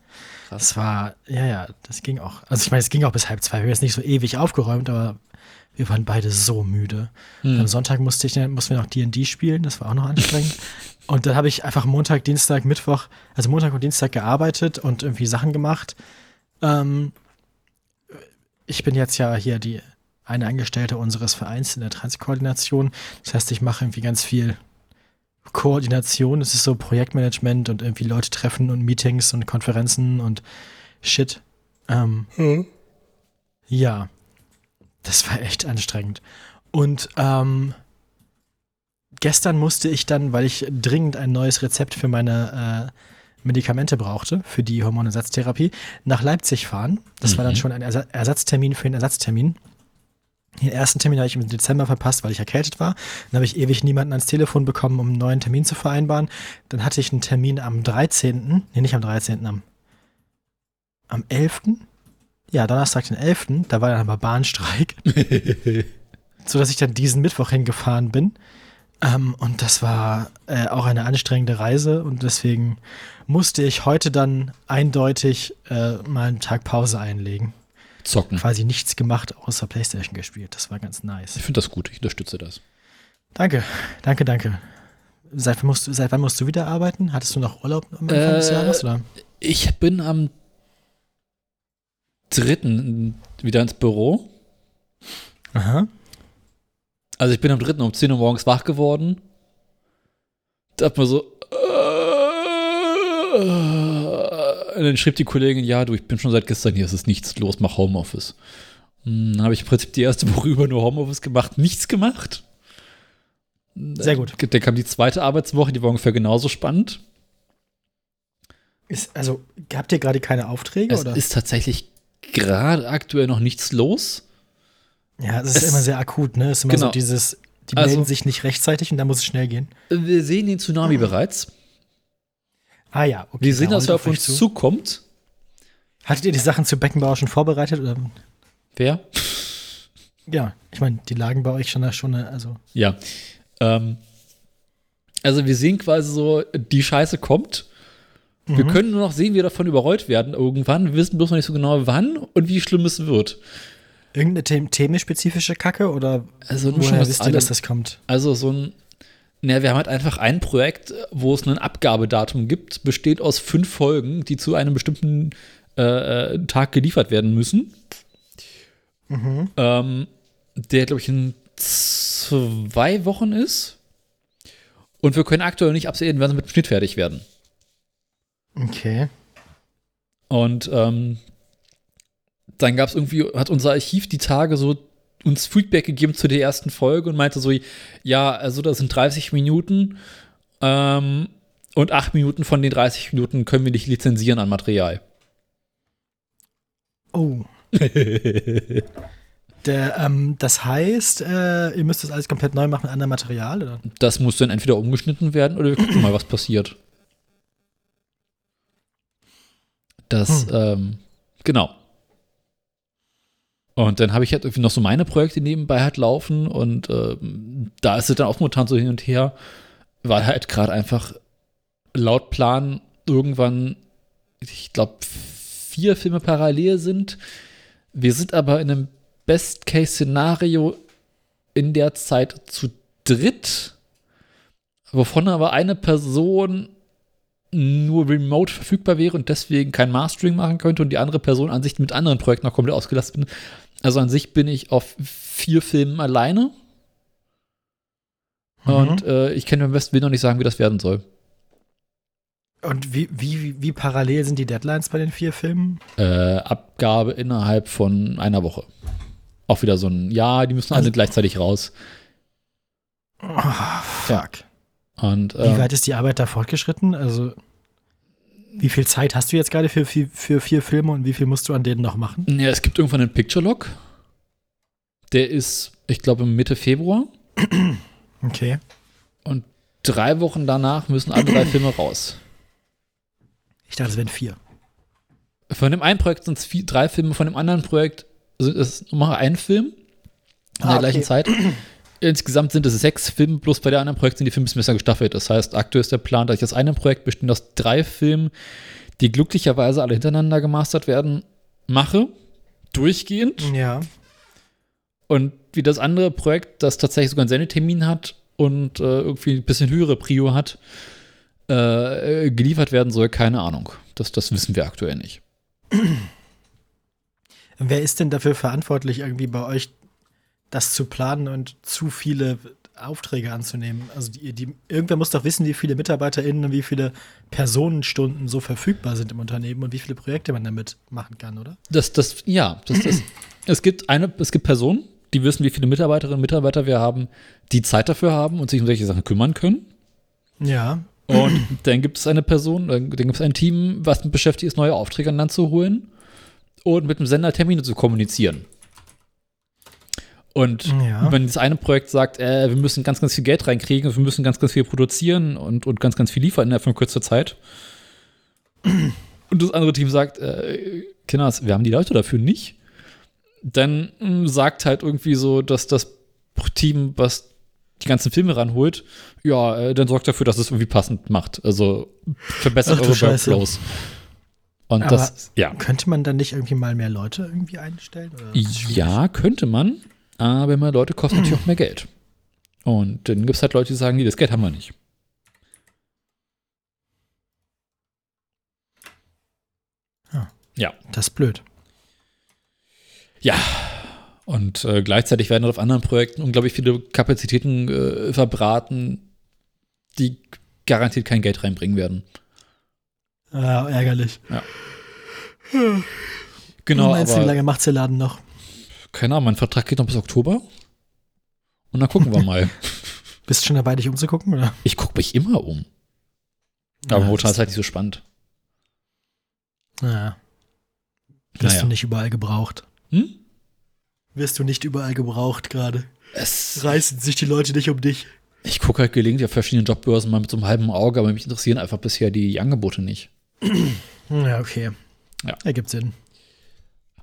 Das war, ja, ja, das ging auch. Also ich meine, es ging auch bis halb zwei. Wir haben jetzt nicht so ewig aufgeräumt, aber wir waren beide so müde. Am Sonntag musste ich, dann- mussten wir noch D&D spielen, das war auch noch anstrengend. und dann habe ich einfach Montag, Dienstag, Mittwoch, also Montag und Dienstag gearbeitet und irgendwie Sachen gemacht. Ähm, ich bin jetzt ja hier die eine Angestellte unseres Vereins in der Transkoordination. Das heißt, ich mache irgendwie ganz viel Koordination. Es ist so Projektmanagement und irgendwie Leute treffen und Meetings und Konferenzen und Shit. Ähm, Ja, das war echt anstrengend. Und ähm, gestern musste ich dann, weil ich dringend ein neues Rezept für meine äh, Medikamente brauchte, für die Hormonersatztherapie, nach Leipzig fahren. Das war dann schon ein Ersa Ersatztermin für den Ersatztermin. Den ersten Termin habe ich im Dezember verpasst, weil ich erkältet war. Dann habe ich ewig niemanden ans Telefon bekommen, um einen neuen Termin zu vereinbaren. Dann hatte ich einen Termin am 13., nee, nicht am 13., am, am 11., ja, Donnerstag den 11., da war dann aber Bahnstreik, sodass ich dann diesen Mittwoch hingefahren bin. Ähm, und das war äh, auch eine anstrengende Reise und deswegen musste ich heute dann eindeutig äh, mal einen Tag Pause einlegen.
Zocken.
Quasi nichts gemacht, außer Playstation gespielt. Das war ganz nice.
Ich finde das gut, ich unterstütze das.
Danke, danke, danke. Seit wann musst du, seit wann musst du wieder arbeiten? Hattest du noch Urlaub am Anfang des
Äh,
Jahres? Oder?
Ich bin am dritten wieder ins Büro.
Aha.
Also ich bin am dritten um 10 Uhr morgens wach geworden. Dachte mir so. äh, Und dann schrieb die Kollegin, ja, du, ich bin schon seit gestern hier, es ist nichts los, mach Homeoffice. Hm, Dann habe ich im Prinzip die erste Woche über nur Homeoffice gemacht, nichts gemacht.
Sehr gut.
Dann kam die zweite Arbeitswoche, die war ungefähr genauso spannend.
Ist, also, habt ihr gerade keine Aufträge?
Es
oder?
ist tatsächlich gerade aktuell noch nichts los.
ja, es ist
es-
immer sehr akut, ne? Es ist immer so
Genau.
dieses, die
Also-
melden sich nicht rechtzeitig und dann muss es schnell gehen.
Wir sehen den Tsunami bereits.
Ah ja, okay.
Wir sehen,
da
dass er
rollt
auf uns
zu.
zukommt.
Hattet ihr die Sachen zu Beckenbauer schon vorbereitet? Oder?
Wer?
Ja, ich meine, die lagen bei euch schon da schon, ne, also.
Ja. Ähm, also wir sehen quasi so, die Scheiße kommt. Wir
Mhm.
können nur noch sehen, wie wir davon überrollt werden irgendwann. Wir wissen bloß noch nicht so genau, wann und wie schlimm es wird.
Irgendeine them themenspezifische Kacke oder
Also nur schon
woher
was
wisst ihr, dass
alle-
das kommt?
Also so ein, na, wir haben halt einfach ein Projekt, wo es ein Abgabedatum gibt, besteht aus fünf Folgen, die zu einem bestimmten äh, äh, Tag geliefert werden müssen.
Mhm.
Ähm, der, glaube ich, in zwei Wochen ist. Und wir können aktuell nicht absehen, wann sie mit dem Schnitt fertig werden.
Okay.
Und ähm, dann gab es irgendwie, hat unser Archiv die Tage so uns Feedback gegeben zu der ersten Folge und meinte so, ja, also das sind 30 Minuten ähm, und 8 Minuten von den 30 Minuten können wir nicht lizenzieren an Material.
Oh. Der, ähm, das heißt, äh, ihr müsst das alles komplett neu machen mit anderem Material, oder?
Das muss dann entweder umgeschnitten werden oder wir gucken mal, was passiert. Das, ähm, genau. Und dann habe ich halt irgendwie noch so meine Projekte nebenbei halt laufen und ähm, da ist es dann auch momentan so hin und her, weil halt gerade einfach laut Plan irgendwann, ich glaube, vier Filme parallel sind. Wir sind aber in einem Best-Case-Szenario in der Zeit zu dritt wovon aber eine Person nur remote verfügbar wäre und deswegen kein Mastering machen könnte und die andere Person an sich mit anderen Projekten noch komplett ausgelastet bin. Also an sich bin ich auf vier Filmen alleine und äh, ich kann mir am besten Willen noch nicht sagen, wie das werden soll.
Und wie, wie, wie, wie parallel sind die Deadlines bei den vier Filmen?
Äh, Abgabe innerhalb von einer Woche. Auch wieder so ein, ja, die müssen alle
Also-
gleichzeitig raus.
fuck.
Und
Wie
äh,
weit ist die Arbeit da fortgeschritten? Also, wie viel Zeit hast du jetzt gerade für, für, für vier Filme und wie viel musst du an denen noch machen?
ja, es gibt irgendwann einen Picture Log. Der ist, ich glaube, Mitte Februar.
Okay.
Und drei Wochen danach müssen alle drei Filme raus.
Ich dachte, es wären vier.
Von dem einen Projekt sind es drei Filme, von dem anderen Projekt sind es nochmal ein Film. in der
Ah,
gleichen
okay.
Zeit. Insgesamt sind es sechs Filme, bloß bei der anderen Projekt sind die Filme ein bisschen gestaffelt. Das heißt, aktuell ist der Plan, dass das eine Projekt bestehend aus drei Filmen, die glücklicherweise alle hintereinander gemastert werden, mache, durchgehend.
Ja.
Und wie das andere Projekt, das tatsächlich sogar einen Sendetermin hat und äh, irgendwie ein bisschen höhere Prio hat, äh, äh, geliefert werden soll, keine Ahnung. Das, das wissen wir aktuell nicht.
Wer ist denn dafür verantwortlich, irgendwie bei euch das zu planen und zu viele Aufträge anzunehmen? Also die, die, irgendwer muss doch wissen, wie viele MitarbeiterInnen und wie viele Personenstunden so verfügbar sind im Unternehmen und wie viele Projekte man damit machen kann, oder?
Das, das, ja, das, das, es gibt eine, es gibt Personen, die wissen, wie viele Mitarbeiterinnen und Mitarbeiter wir haben, die Zeit dafür haben und sich um solche Sachen kümmern können.
Ja.
Und dann gibt es eine Person, dann gibt es ein Team, was mit beschäftigt ist, neue Aufträge an Land zu holen und mit dem Sender Termine zu kommunizieren. Und
Ja.
wenn das eine Projekt sagt, äh, wir müssen ganz, ganz viel Geld reinkriegen und wir müssen ganz, ganz viel produzieren und, und ganz, ganz viel liefern innerhalb von kurzer Zeit. Und das andere Team sagt, äh, Kinders, wir haben die Leute dafür nicht. Dann mh, sagt halt irgendwie so, dass das Team, was die ganzen Filme ranholt, ja, äh, dann sorgt dafür, dass es irgendwie passend macht. Also verbessert
Ach du
eure
Scheiße.
Workflows. Und das, ja.
Könnte man dann nicht irgendwie mal mehr Leute irgendwie einstellen? Oder?
Ja, könnte man, aber immer Leute kosten natürlich auch mehr Geld. Und dann gibt es halt Leute, die sagen, nee, das Geld haben wir nicht.
Ah.
Ja,
Das ist blöd.
ja. Und äh, gleichzeitig werden auf anderen Projekten unglaublich viele Kapazitäten äh, verbraten, die garantiert kein Geld reinbringen werden.
Ah, ärgerlich.
Genau,
meinst du,
aber
wie Hm, lange macht's der Laden noch?
keine Ahnung, mein Vertrag geht noch bis Oktober. Und dann gucken wir mal.
Bist du schon dabei, dich umzugucken, oder?
Ich gucke mich immer um. Aber
Ja,
momentan
das-
ist halt nicht so spannend.
Ja. Wirst
Naja.
du nicht überall gebraucht.
Hm?
Wirst du nicht überall gebraucht gerade.
Es,
Reißen sich die Leute nicht um dich.
ich gucke halt gelegentlich auf verschiedenen Jobbörsen mal mit so einem halben Auge, aber mich interessieren einfach bisher die Angebote nicht.
Hm, Ja, okay.
Ja.
Ergibt Sinn.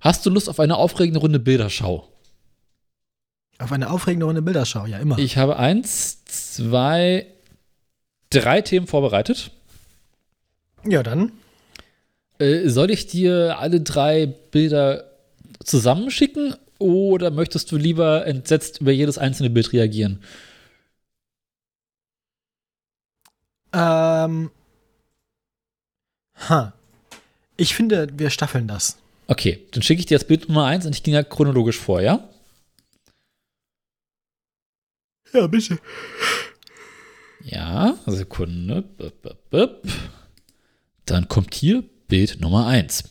Hast du Lust auf eine aufregende Runde Bilderschau?
Auf eine aufregende Runde Bilderschau, ja, immer.
Ich habe eins, zwei, drei Themen vorbereitet.
ja, dann.
Äh, soll ich dir alle drei Bilder zusammenschicken oder möchtest du lieber entsetzt über jedes einzelne Bild reagieren?
Ähm. Ha. Ich finde, wir staffeln das.
Okay, dann schicke ich dir jetzt Bild Nummer eins und ich ging ja chronologisch vor, ja?
Ja, bitte.
Ja, Sekunde. Bup, bup, bup. Dann kommt hier Bild Nummer 1.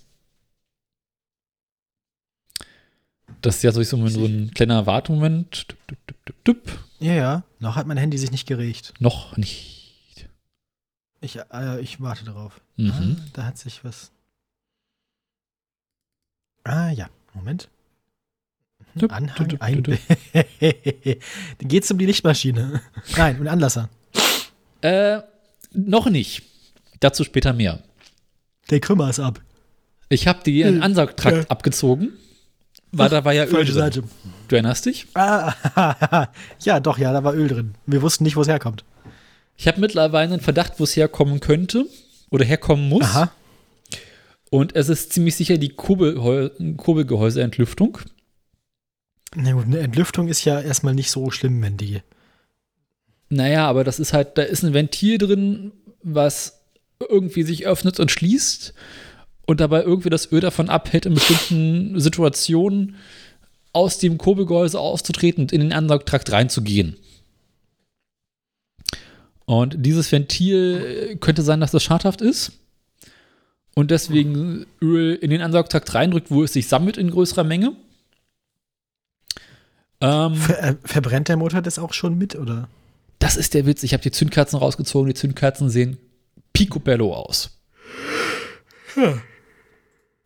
Das ist ja sowieso immer so ein kleiner Wartemoment. Dup, dup, dup, dup, dup.
Ja, ja. Noch hat mein Handy sich nicht geregt.
Noch nicht.
Ich, äh, ich warte darauf.
Mhm.
Ah, da hat sich was. Ah, ja. Moment.
Dup, dup,
Ah, Anhang,
dup,
ein
dup, dup.
Bild. Dann geht's um die Lichtmaschine. Nein, um den Anlasser.
Äh, noch nicht. Dazu später mehr.
Der Krümmer ist ab.
Ich habe dir einen
Hm.
Ansaugtrakt
Ja.
abgezogen, weil da war ja Öl
Falsche
drin.
Seite.
Du erinnerst dich?
Ah, ja, doch, ja, da war Öl drin. Wir wussten nicht, wo es herkommt.
Ich habe mittlerweile einen Verdacht, wo es herkommen könnte oder herkommen muss.
Aha.
Und es ist ziemlich sicher die Kurbelheu Kurbelgehäuseentlüftung.
Na gut, eine Entlüftung ist ja erstmal nicht so schlimm, wenn die.
Naja, aber das ist halt, da ist ein Ventil drin, was irgendwie sich öffnet und schließt und dabei irgendwie das Öl davon abhält, in bestimmten Situationen aus dem Kurbelgehäuse auszutreten und in den Ansaugtrakt reinzugehen. Und dieses Ventil äh, könnte sein, dass das schadhaft ist und deswegen Öl in den Ansaugtrakt reindrückt, wo es sich sammelt in größerer Menge. Ähm,
Ver äh, verbrennt der Motor das auch schon mit, oder?
das ist der Witz. Ich habe die Zündkerzen rausgezogen. Die Zündkerzen sehen picobello aus.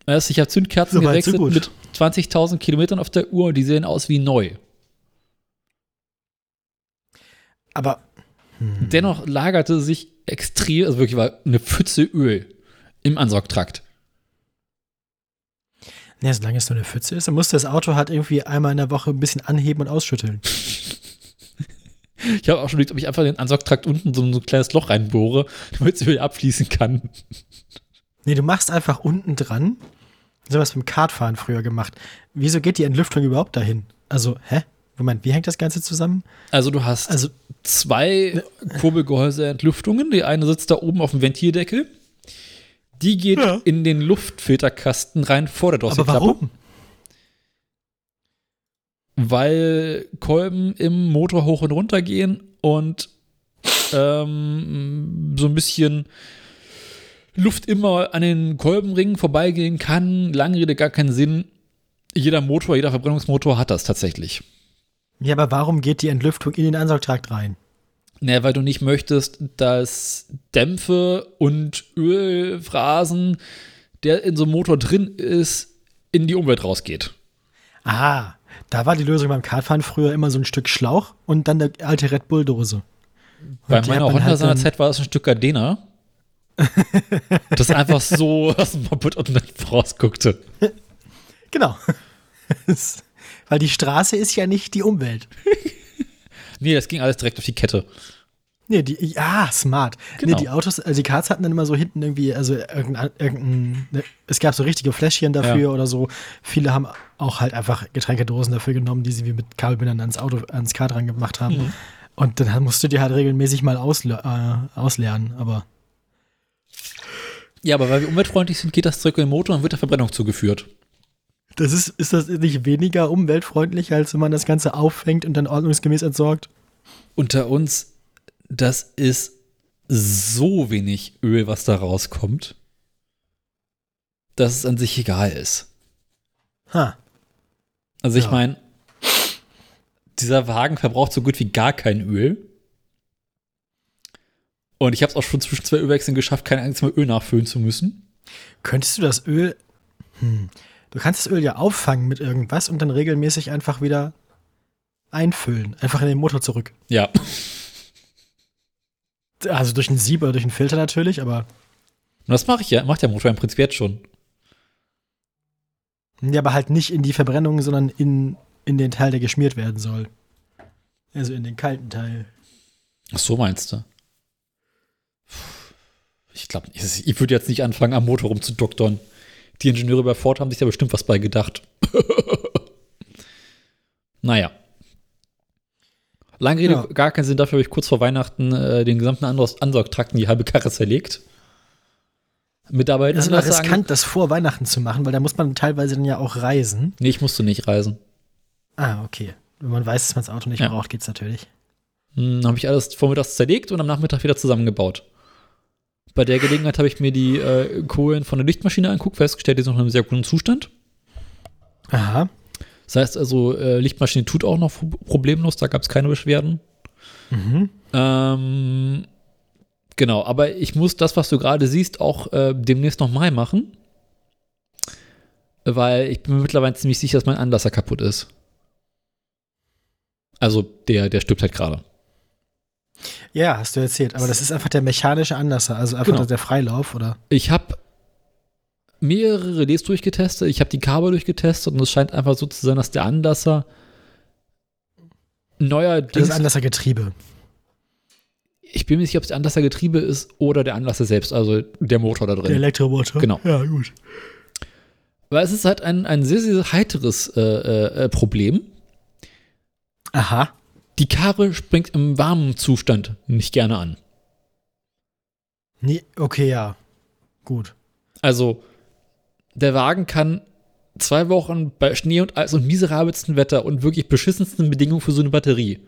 Also ich habe Zündkerzen
So weit, so
gewechselt
gut.
mit 20.000 Kilometern auf der Uhr und die sehen aus wie neu.
Aber hm.
Dennoch lagerte sich extrem, also wirklich war eine Pfütze Öl im Ansaugtrakt.
Ja, solange es nur eine Pfütze ist, dann musst du das Auto halt irgendwie einmal in der Woche ein bisschen anheben und ausschütteln.
Ich habe auch schon überlegt, ob ich einfach den Ansaugtrakt unten so ein, so ein kleines Loch reinbohre, damit es wieder abfließen kann.
Nee, du machst einfach unten dran. So haben wir es beim Kartfahren früher gemacht. Wieso geht die Entlüftung überhaupt dahin? Also, hä? Moment, wie hängt das Ganze zusammen?
Also du hast
Also- ne.
zwei Kurbelgehäuseentlüftungen. Die eine sitzt da oben auf dem Ventildeckel. Die geht
Ja.
in den Luftfilterkasten rein vor der
Aber
Drosselklappe.
warum?
Weil Kolben im Motor hoch und runter gehen und ähm, so ein bisschen Luft immer an den Kolbenringen vorbeigehen kann. Lange Rede, gar keinen Sinn. Jeder Motor, jeder Verbrennungsmotor hat das tatsächlich.
Ja, aber warum geht die Entlüftung in den Ansaugtrakt rein?
Naja, Ne, weil du nicht möchtest, dass Dämpfe und Ölphrasen, der in so einem Motor drin ist, in die Umwelt rausgeht.
Ah, da war die Lösung beim Kartfahren früher immer so ein Stück Schlauch und dann eine alte Red Bull-Dose.
Bei
die hat
meiner
man
Honda
halt
seiner
dann-
Zeit war es ein Stück Gardena. das einfach so aus dem Puppet und dann rausguckte.
Genau. Weil die Straße ist ja nicht die Umwelt.
Nee, das ging alles direkt auf die Kette.
Nee, die, ja, smart.
Genau.
Nee, die Autos, also die Karts hatten dann immer so hinten irgendwie, also irgendein, irgendein ne, es gab so richtige Fläschchen dafür
Ja.
oder so. Viele haben auch halt einfach Getränkedosen dafür genommen, die sie wie mit Kabelbindern ans Auto, ans Kart dran gemacht haben.
Mhm.
Und dann musst du die halt regelmäßig mal ausle äh, ausleeren, aber
Ja, aber weil wir umweltfreundlich sind, geht das zurück in den Motor und wird der Verbrennung zugeführt.
Das ist, ist das nicht weniger umweltfreundlich, als wenn man das Ganze auffängt und dann ordnungsgemäß entsorgt?
Unter uns, das ist so wenig Öl, was da rauskommt, dass es an sich egal ist.
Ha.
Also ich
Ja.
meine, dieser Wagen verbraucht so gut wie gar kein Öl. Und ich habe es auch schon zwischen zwei Ölwechseln geschafft, kein einziges Mal Öl nachfüllen zu müssen.
Könntest du das Öl. Hm. Du kannst das Öl ja auffangen mit irgendwas und dann regelmäßig einfach wieder einfüllen. Einfach in den Motor zurück.
Ja,
Also durch einen Sieb oder durch einen Filter natürlich, aber.
und das mache ich ja, macht der Motor im Prinzip jetzt schon.
Ja, aber halt nicht in die Verbrennung, sondern in, in den Teil, der geschmiert werden soll. Also in den kalten Teil.
Ach so meinst du? Ich glaube, ich würde jetzt nicht anfangen, am Motor rumzudoktern. Die Ingenieure bei Ford haben sich da bestimmt was bei gedacht. naja. Lange Rede,
Ja.
gar keinen Sinn. Dafür habe ich kurz vor Weihnachten äh, den gesamten Anlauf- Ansaugtrakt in die halbe Karre zerlegt. Mitarbeiter
Das ist
haben
aber
das sagen,
Also riskant, das vor Weihnachten zu machen, weil da muss man teilweise dann ja auch reisen.
nee, ich musste nicht reisen.
Ah, okay. Wenn man weiß, dass man das Auto nicht
Ja.
braucht, geht's natürlich.
Hm, habe ich alles vormittags zerlegt und am Nachmittag wieder zusammengebaut. Bei der Gelegenheit habe ich mir die äh, Kohlen von der Lichtmaschine angeguckt, festgestellt, die sind noch in einem sehr guten Zustand.
Aha.
Das heißt also, äh, Lichtmaschine tut auch noch pro- problemlos, da gab es keine Beschwerden. Ähm, genau, aber ich muss das, was du gerade siehst, auch äh, demnächst nochmal machen. Weil ich bin mir mittlerweile ziemlich sicher, dass mein Anlasser kaputt ist. Also der, der stirbt halt gerade.
Ja, hast du erzählt. Aber das ist einfach der mechanische Anlasser, also einfach
Genau.
der Freilauf, oder?
Ich habe mehrere Relais durchgetestet, ich habe die Kabel durchgetestet und es scheint einfach so zu sein, dass der Anlasser
Das
neuerdings
ist Anlassergetriebe.
Ich bin mir nicht sicher, ob es der Anlassergetriebe ist oder der Anlasser selbst, also der Motor da
Der
drin.
Elektromotor.
Genau.
Ja, gut.
Weil es ist halt ein, ein sehr, sehr heiteres äh, äh, äh, Problem.
Aha.
Die Karre springt im warmen Zustand nicht gerne an.
Nee, okay, ja. Gut.
Also, der Wagen kann zwei Wochen bei Schnee und Eis und miserabelsten Wetter und wirklich beschissensten Bedingungen für so eine Batterie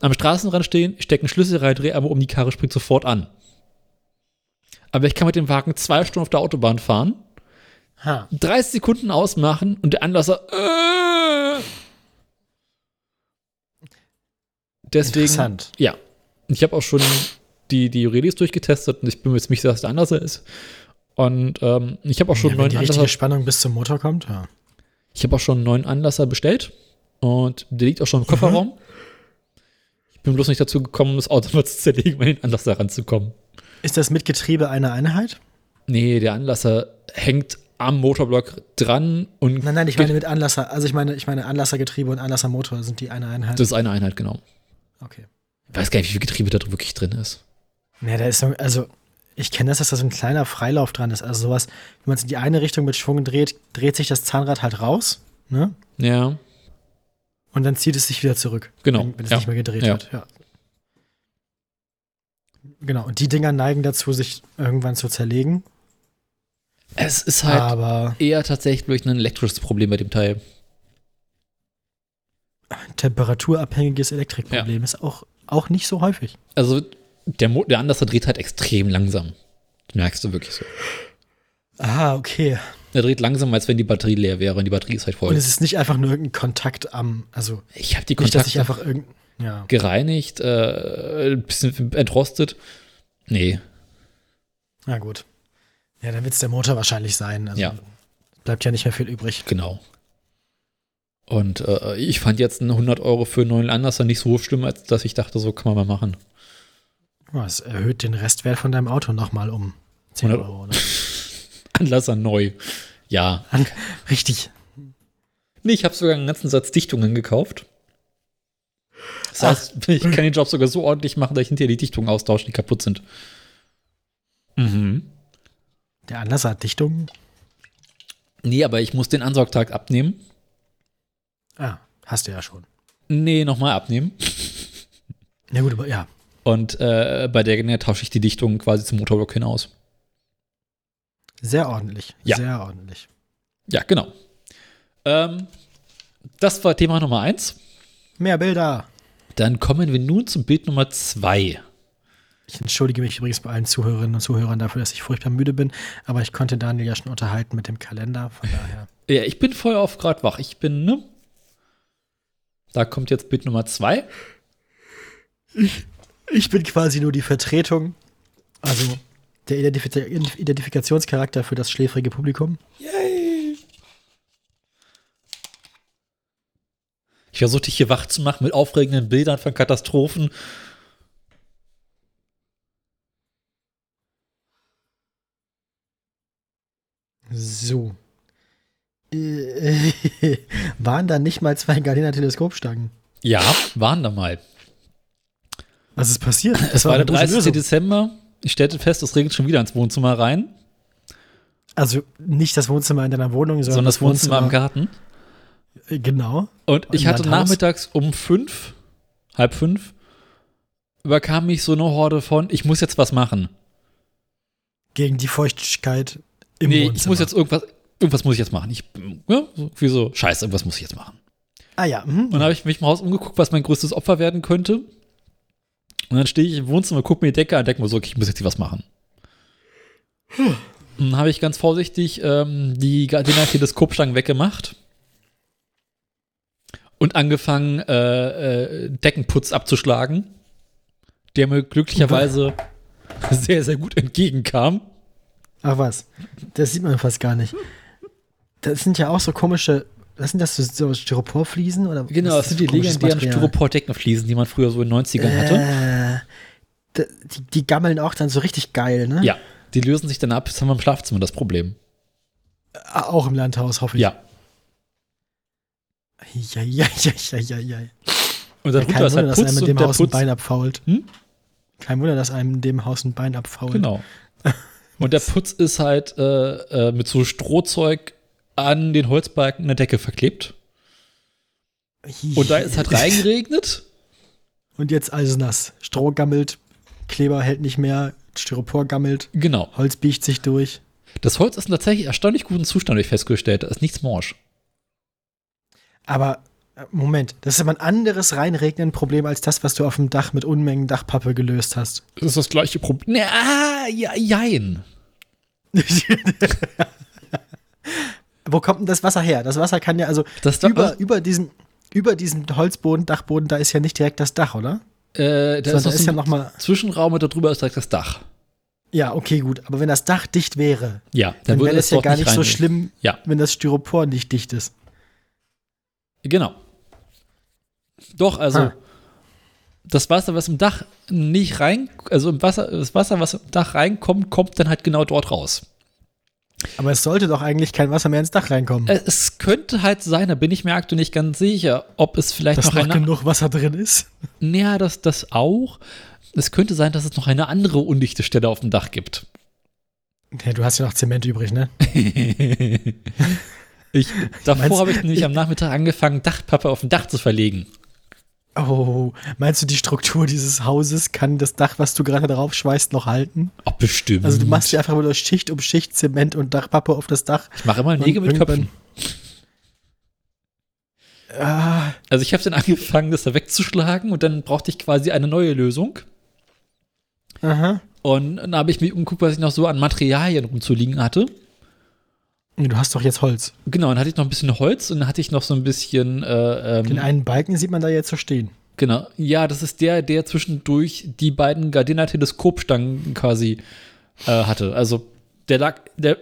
am Straßenrand stehen, stecken Schlüssel rein, dreh einmal um, die Karre springt sofort an. Aber ich kann mit dem Wagen zwei Stunden auf der Autobahn fahren
Ha.
30 Sekunden ausmachen und der Anlasser. Äh, deswegen.
Interessant.
Ja. Ich habe auch schon die, die Relais durchgetestet und ich bin mir ziemlich sicher, dass der Anlasser ist. Und ähm, ich habe auch schon
Ja, wenn
neuen
die
Anlasser.
richtige Spannung bis zum Motor kommt, ja.
Ich habe auch schon einen neuen Anlasser bestellt und der liegt auch
Mhm.
schon im Kofferraum. Ich bin bloß nicht dazu gekommen, das Auto mal zu zerlegen, um an den Anlasser ranzukommen.
Ist das mit Getriebe eine Einheit?
Nee, der Anlasser hängt am Motorblock dran und
Nein, nein, ich meine mit Anlasser. Also ich meine, ich meine Anlassergetriebe und Anlassermotor sind die eine Einheit.
das ist eine Einheit, genau.
okay.
Ich weiß gar nicht, wie viel Getriebe da wirklich drin ist.
Ja, da ist so, also ich kenne das, dass da so ein kleiner Freilauf dran ist. Also sowas, wenn man es in die eine Richtung mit Schwung dreht, dreht sich das Zahnrad halt raus, ne?
Ja,
Und dann zieht es sich wieder zurück.
Genau,
Wenn, wenn es
ja.
nicht mehr gedreht
Ja.
wird. Ja. Genau, und die Dinger neigen dazu, sich irgendwann zu zerlegen.
es ist halt
Aber
eher tatsächlich glaub ich, ein elektrisches Problem bei dem Teil.
temperaturabhängiges Elektrikproblem ist auch, auch nicht so häufig.
Also der, Mo der Anlasser dreht halt extrem langsam. Das merkst du wirklich so.
Ah, okay.
Er dreht langsam, als wenn die Batterie leer wäre und die Batterie ist halt
Und
voll.
es ist nicht einfach nur irgendein Kontakt am, also
Ich habe die
nicht, dass ich
Kontakte
einfach irgendein, ja.
gereinigt, äh, ein bisschen entrostet. Nee,
Na gut. Ja, dann wird es der Motor wahrscheinlich sein. Also
Ja.
Bleibt ja nicht mehr viel übrig.
genau. Und äh, ich fand jetzt einen 100 Euro für einen neuen Anlasser nicht so schlimm, als dass ich dachte, so kann man mal machen.
Ja, es erhöht den Restwert von deinem Auto nochmal um 10
100
Euro. Ne?
Anlasser neu. Ja.
Richtig.
Nee, ich habe sogar einen ganzen Satz Dichtungen gekauft. Das heißt, ich kann den Job sogar so ordentlich machen, dass ich hinterher die Dichtungen austausche, die kaputt sind. Mhm.
Der Anlasser hat Dichtungen.
Nee, aber ich muss den Ansaugtag abnehmen.
Ah, hast du ja schon.
Nee, nochmal abnehmen.
Ja gut, aber ja.
Und äh, bei der Gelegenheit tausche ich die Dichtungen quasi zum Motorblock hinaus.
Sehr ordentlich.
Ja.
Sehr ordentlich.
Ja, genau. Ähm, das war Thema Nummer eins.
Mehr Bilder.
Dann kommen wir nun zum Bild Nummer zwei.
Ich entschuldige mich übrigens bei allen Zuhörerinnen und Zuhörern dafür, dass ich furchtbar müde bin, aber ich konnte Daniel ja schon unterhalten mit dem Kalender, von daher.
Ja, ich bin voll auf grad wach. Ich bin, ne? Da kommt jetzt Bild Nummer zwei.
Ich bin quasi nur die Vertretung, also der Identif Identifikationscharakter für das schläfrige Publikum.
Ich versuche dich hier wach zu machen mit aufregenden Bildern von Katastrophen.
So. Äh, Waren da nicht mal zwei Gardiner Teleskopstangen?
Ja, waren da mal.
Was ist passiert? Das
Es war der
eine gute
30.
Lösung.
Dezember. Ich stellte fest, es regnet schon wieder ins Wohnzimmer rein,
Also nicht das Wohnzimmer in deiner Wohnung, sondern,
sondern das Wohnzimmer im Garten.
Garten. Genau.
Und ich
Im
hatte
Landhaus.
nachmittags um fünf, halb fünf, überkam mich so eine Horde von, ich muss jetzt was machen.
Gegen die Feuchtigkeit im
nee,
Wohnzimmer.
ich muss jetzt irgendwas, irgendwas muss ich jetzt machen. Ich, ja, so, wie so, scheiße, irgendwas muss ich jetzt machen.
Ah ja. mhm.
Und dann habe ich mich im Haus umgeguckt, was mein größtes Opfer werden könnte. Und dann stehe ich im Wohnzimmer, gucke mir die Decke an, denke mir so, okay, ich muss jetzt hier was machen. Und Dann habe ich ganz vorsichtig ähm, die Gardiner Teleskopstangen weggemacht und angefangen, äh, äh, Deckenputz abzuschlagen, der mir glücklicherweise sehr, sehr gut entgegenkam.
Ach was. Das sieht man fast gar nicht. Das sind ja auch so komische. Was sind das so, so Styroporfliesen oder?
Genau, das
was
sind die
für komisches
legendären
Material?
Styropor-Deckenfliesen, die man früher so in den 90ern hatte.
Äh, da- die, die gammeln auch dann so richtig geil, ne?
Ja, die lösen sich dann ab, das haben wir im Schlafzimmer das Problem.
Auch im Landhaus, hoffe ich.
Ja.
Ja, ja, ja, ja, ja, ja.
Und dann
Kein
Router ist
Wunder,
halt
dass einem
putzt
in dem
und der
Haus ein
putzt.
Bein abfault.
Hm?
Kein Wunder, dass einem in dem Haus ein Bein abfault.
Genau. Und der Putz ist halt äh, äh, mit so Strohzeug an den Holzbalken in der Decke verklebt. Und da ist halt reingeregnet.
Und jetzt alles nass. Stroh gammelt, Kleber hält nicht mehr, Styropor gammelt,
Genau.
Holz biegt sich durch.
Das Holz ist in tatsächlich erstaunlich guten Zustand, habe ich festgestellt. Da ist nichts morsch.
Aber äh, Moment, das ist aber ein anderes reinregnen Problem als das, was du auf dem Dach mit Unmengen Dachpappe gelöst hast.
Das ist das gleiche Problem. Ne, ah, ja, jein.
Wo kommt denn das Wasser her? Das Wasser kann ja also
Das Dach-
über, über diesen über diesen Holzboden, Dachboden, da ist ja nicht direkt das Dach, oder?
Äh, da
Sondern
ist, noch
da ist
so
ja
ein
noch mal-
Zwischenraum und darüber ist direkt das Dach.
Ja, okay, gut. Aber wenn das Dach dicht wäre,
Ja,
dann wäre
würde
das ja
dort
gar nicht so
reinregnen.
schlimm,
Ja,
wenn das Styropor nicht dicht ist.
genau. Doch, also
Ha.
das Wasser, was im Dach nicht rein, also im Wasser, das Wasser, was im Dach reinkommt, kommt dann halt genau dort raus.
Aber es sollte doch eigentlich kein Wasser mehr ins Dach reinkommen.
Es- Äh, Es könnte halt sein, da bin ich mir aktuell nicht ganz sicher, ob es vielleicht
dass
noch
noch
eine
genug Wasser drin ist.
Naja, das, das auch. Es könnte sein, dass es noch eine andere undichte Stelle auf dem Dach gibt.
Ja, du hast ja noch Zement übrig, ne?
ich, davor
Meinst-
habe ich nämlich am Nachmittag angefangen, Dachpappe auf dem Dach zu verlegen.
Oh, meinst du, die Struktur dieses Hauses kann das Dach, was du gerade drauf schweißt, noch halten?
Oh, bestimmt.
Also du machst ja einfach nur Schicht um Schicht Zement und Dachpappe auf das Dach.
ich mache immer Nägel mit
irgendwann-
Köpfen.
Ah,
Also ich habe dann angefangen, das da wegzuschlagen und dann brauchte ich quasi eine neue Lösung.
aha.
Und dann habe ich mich umgeguckt, was ich noch so an Materialien rumzuliegen hatte.
Ja, Du hast doch jetzt Holz.
Genau, dann hatte ich noch ein bisschen Holz und dann hatte ich noch so ein bisschen äh, ähm,
Den einen Balken sieht man da jetzt so stehen.
Genau. Ja, das ist der, der zwischendurch die beiden Gardena-Teleskopstangen quasi äh, hatte. Also der lag, der,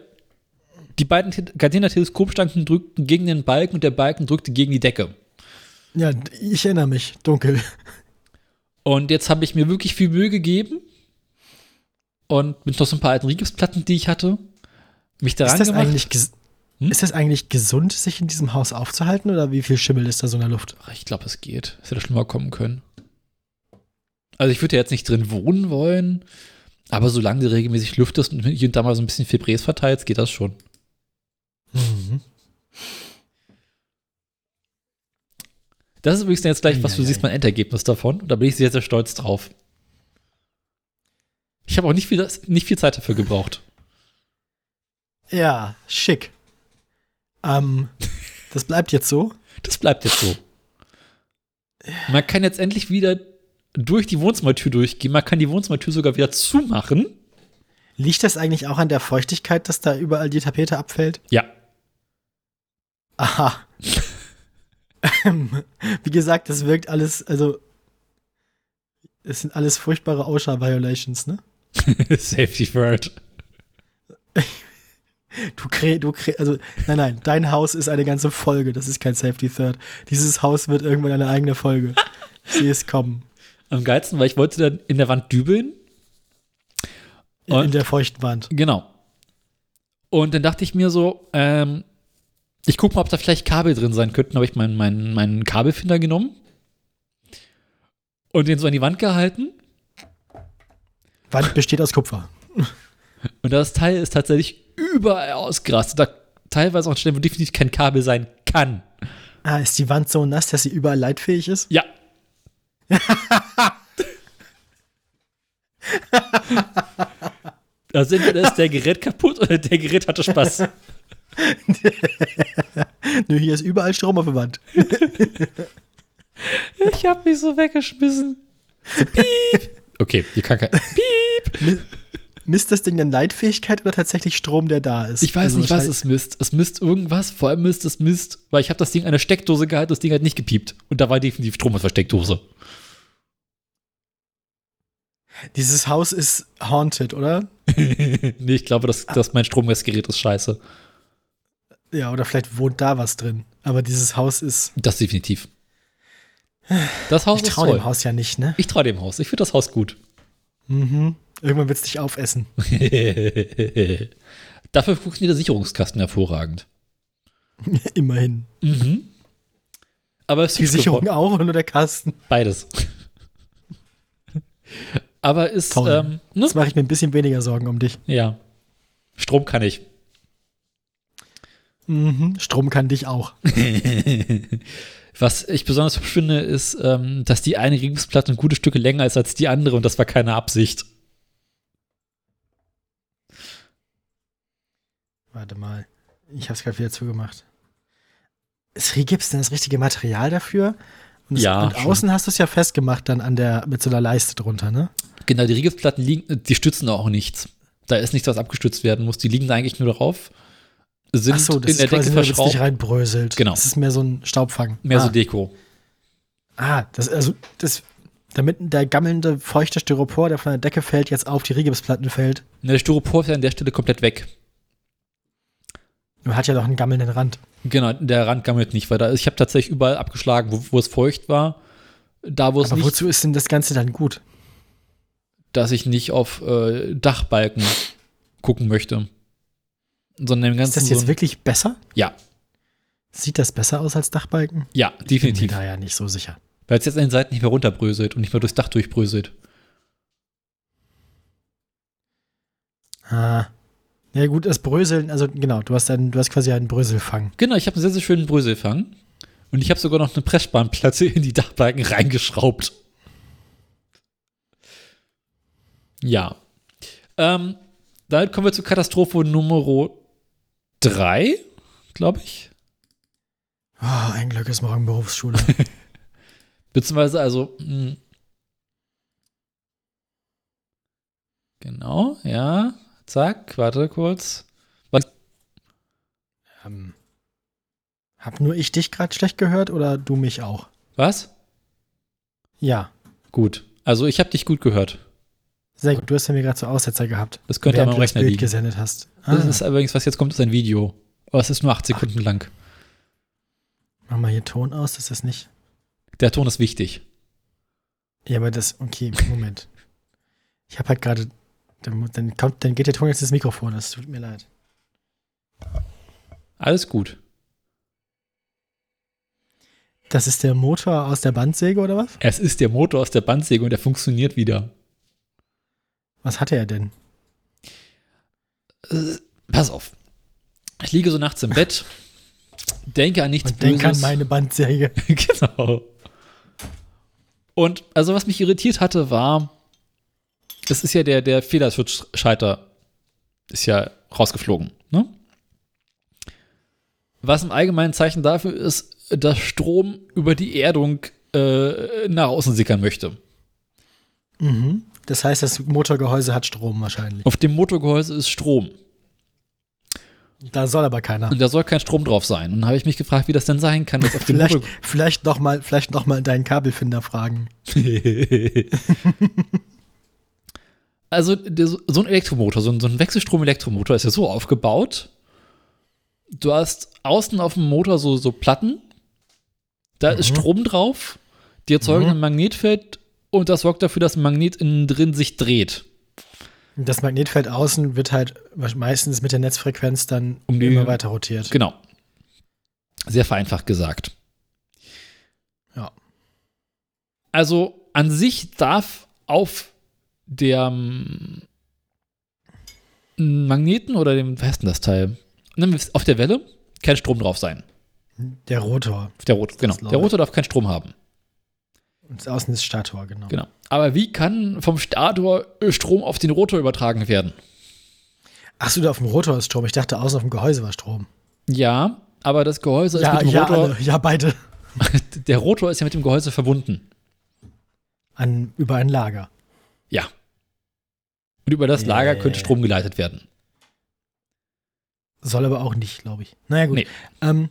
die beiden Te- Gardena-Teleskopstangen drückten gegen den Balken und der Balken drückte gegen die Decke.
Ja, ich erinnere mich. Dunkel.
Und jetzt habe ich mir wirklich viel Mühe gegeben und mit noch so ein paar alten Rigipsplatten, die ich hatte, mich daran
Ist das,
gemacht.
eigentlich ges-
Hm?
ist das eigentlich gesund, sich in diesem Haus aufzuhalten oder wie viel Schimmel ist da so in der Luft?
Ach, ich glaube, es geht. Es hätte schlimmer kommen können. Also ich würde ja jetzt nicht drin wohnen wollen, aber solange du regelmäßig lüftest und hier und da mal so ein bisschen Fibres verteilst, geht das schon. Das ist übrigens jetzt gleich, was du
Eieiei.
siehst, mein Endergebnis davon. Und Da bin ich sehr, sehr stolz drauf. Ich habe auch nicht viel, nicht viel Zeit dafür gebraucht.
Ja, schick. Ähm, das bleibt jetzt so.
Das bleibt jetzt so. Man kann jetzt endlich wieder durch die Wohnzimmertür durchgehen. Man kann die Wohnzimmertür sogar wieder zumachen.
Liegt das eigentlich auch an der Feuchtigkeit, dass da überall die Tapete abfällt?
Ja,
Aha. Ähm, Wie gesagt, das wirkt alles, also es sind alles furchtbare OSHA-Violations, ne?
Safety Word.
Du kre, du kre, also nein, nein, dein Haus ist eine ganze Folge, das ist kein Safety Third. Dieses Haus wird irgendwann eine eigene Folge. Ich sehe es kommen.
Am geilsten, weil ich wollte dann in der Wand dübeln.
In,
Und?
in der feuchten Wand.
Genau. Und dann dachte ich mir so, ähm, ich gucke mal, ob da vielleicht Kabel drin sein könnten. Habe ich meinen meinen meinen Kabelfinder genommen und den so an die Wand gehalten.
Wand besteht aus Kupfer.
Und das Teil ist tatsächlich überall ausgerastet. Da teilweise auch an Stellen, wo definitiv kein Kabel sein kann.
Ah, ist die Wand so nass, dass sie überall leitfähig ist?
Ja. Da sind wir, ist der Gerät kaputt oder der Gerät hatte Spaß.
Nö, hier ist überall Strom auf der Wand.
Ich hab mich so weggeschmissen. So, piep. Okay, hier kann kein. Piep.
Misst das Ding denn Leitfähigkeit oder tatsächlich Strom, der da ist?
Ich weiß
Also
nicht, was
wahrscheinlich-
es misst. Es misst irgendwas, vor allem misst es Mist, weil ich habe das Ding an der Steckdose gehalten, das Ding hat nicht gepiept. Und da war definitiv Strom aus der Steckdose.
Dieses Haus ist haunted, oder?
nee, ich glaube,
Ah.
dass, dass mein Strommessgerät ist scheiße.
Ja, oder vielleicht wohnt da was drin. Aber dieses Haus ist.
Das definitiv. Das Haus
Ich
ist
traue
toll.
dem Haus ja nicht, ne?
Ich traue dem Haus. Ich finde das Haus gut.
Mhm. Irgendwann wird es dich aufessen.
Dafür funktioniert der Sicherungskasten hervorragend.
Immerhin.
Mhm. Aber es ist
Die
hübsch geworden.
Sicherung auch und nur der Kasten.
Beides. Aber ist,
Toll.
ähm, ne?
Jetzt mache ich mir ein bisschen weniger Sorgen um dich.
Ja. Strom kann ich.
Mhm. Strom kann dich auch.
Was ich besonders hübsch finde, ist, ähm, dass die eine Regungsplatte ein gutes Stück länger ist als die andere und das war keine Absicht.
Warte mal. Ich habe es gerade wieder zugemacht. Es gibt's denn das richtige Material dafür? Und, das,
Ja,
und
schon.
außen hast du es ja festgemacht dann an der mit so einer Leiste drunter, ne?
Genau, die Regungsplatten liegen, die stützen auch nichts. Da ist nichts, was abgestützt werden muss. Die liegen da eigentlich nur drauf, sind
Ach so, das
in der
ist quasi
Decke
nur, damit es nicht
verschraubt.
reinbröselt.
Genau.
Das ist mehr so ein Staubfang.
Mehr
ah.
so Deko.
Ah, das, also, das, damit der gammelnde, feuchte Styropor, der von der Decke fällt, jetzt auf die Rigipsplatten fällt,
Na, Der Styropor ist ja an der Stelle komplett weg.
hat ja noch einen gammelnden Rand.
Genau, der Rand gammelt nicht, weil da, ich habe tatsächlich überall abgeschlagen, wo, wo es feucht war. Da, wo es
Aber
nicht
wozu ist denn das Ganze dann gut?
dass ich nicht auf äh, Dachbalken gucken möchte. sondern dem
Ist
ganzen
das jetzt
so,
wirklich besser?
Ja,
Sieht das besser aus als Dachbalken?
ja,
Ich bin
definitiv.
da ja nicht so sicher.
Weil es jetzt an den Seiten nicht mehr runterbröselt und nicht mehr durchs Dach durchbröselt.
Ah. Ja gut, das Bröseln, also genau, du hast, einen, du hast quasi einen Bröselfang.
Genau, ich habe einen sehr, sehr schönen Bröselfang. Und ich habe sogar noch eine Pressspannplatte in die Dachbalken reingeschraubt. Ja. Ähm, damit kommen wir zur Katastrophe Nummer 3, glaube ich.
Oh, ein Glück ist morgen Berufsschule.
Beziehungsweise, also. Mh. Genau, ja. Zack, warte kurz.
ähm, hab nur ich dich gerade schlecht gehört oder du mich auch?
Was?
Ja,
Gut. Also, ich habe dich gut gehört.
sehr gut. Du hast ja mir gerade so Aussetzer gehabt.
Das könnte
während
an meinem
du das
Rechner
Bild
liegen.
gesendet hast. Ah,
Das ist übrigens, was jetzt kommt, ist ein Video. Aber es ist nur acht Sekunden lang.
mach mal hier Ton aus, dass das nicht.
Der Ton ist wichtig.
Ja, aber das, okay, Moment. ich habe halt gerade, dann, mu- dann, kommt, dann geht der Ton jetzt ins Mikrofon, das tut mir leid.
Alles gut.
Das ist der Motor aus der Bandsäge oder was?
Es ist der Motor aus der Bandsäge und der funktioniert wieder.
Was hatte er denn?
Pass auf. Ich liege so nachts im Bett, denke an nichts
Und denk an
Böses.
meine Bandsäge.
genau. Und also was mich irritiert hatte, war, es ist ja der, der Federschutzscheiter ist ja rausgeflogen. Ne? Was im allgemeinen Zeichen dafür ist, dass Strom über die Erdung äh, nach außen sickern möchte.
Mhm. Das heißt, das Motorgehäuse hat Strom wahrscheinlich.
Auf dem Motorgehäuse ist Strom.
Da soll aber keiner.
Und da soll kein Strom drauf sein. Und dann habe ich mich gefragt, wie das denn sein kann, dass auf dem
Vielleicht,
Motor.
vielleicht nochmal noch mal deinen Kabelfinder fragen.
also, der, so so ein Elektromotor, so ein, so ein Wechselstrom-Elektromotor ist ja so aufgebaut. Du hast außen auf dem Motor so, so Platten, da ist Strom drauf, die erzeugen ein Magnetfeld und das sorgt dafür, dass ein Magnet innen drin sich dreht.
Das Magnetfeld außen wird halt wasch- meistens mit der Netzfrequenz dann
Um die-
immer weiter rotiert.
Genau. Sehr vereinfacht gesagt.
Ja.
Also an sich darf auf der ähm, Magneten oder dem, was heißt denn das Teil? Nehmen wir es- Auf der Welle kein Strom drauf sein.
Der Rotor.
Auf der Rotor, genau.
läuft.
Der Rotor darf keinen Strom haben.
Und das außen ist Stator, genau.
Genau. Aber wie kann vom Stator äh, Strom auf den Rotor übertragen werden?
Ach so, da auf dem Rotor ist Strom. Ich dachte, außen auf dem Gehäuse war Strom.
Ja, aber das Gehäuse ist
Ja,
mit dem
ja,
Rotor.
alle, ja, beide.
Der Rotor ist ja mit dem Gehäuse verbunden.
An, über ein Lager.
Ja. Und über das Lager
Yeah.
könnte Strom geleitet werden.
Soll aber auch nicht, glaube ich. Naja, gut.
Nee.
Ähm,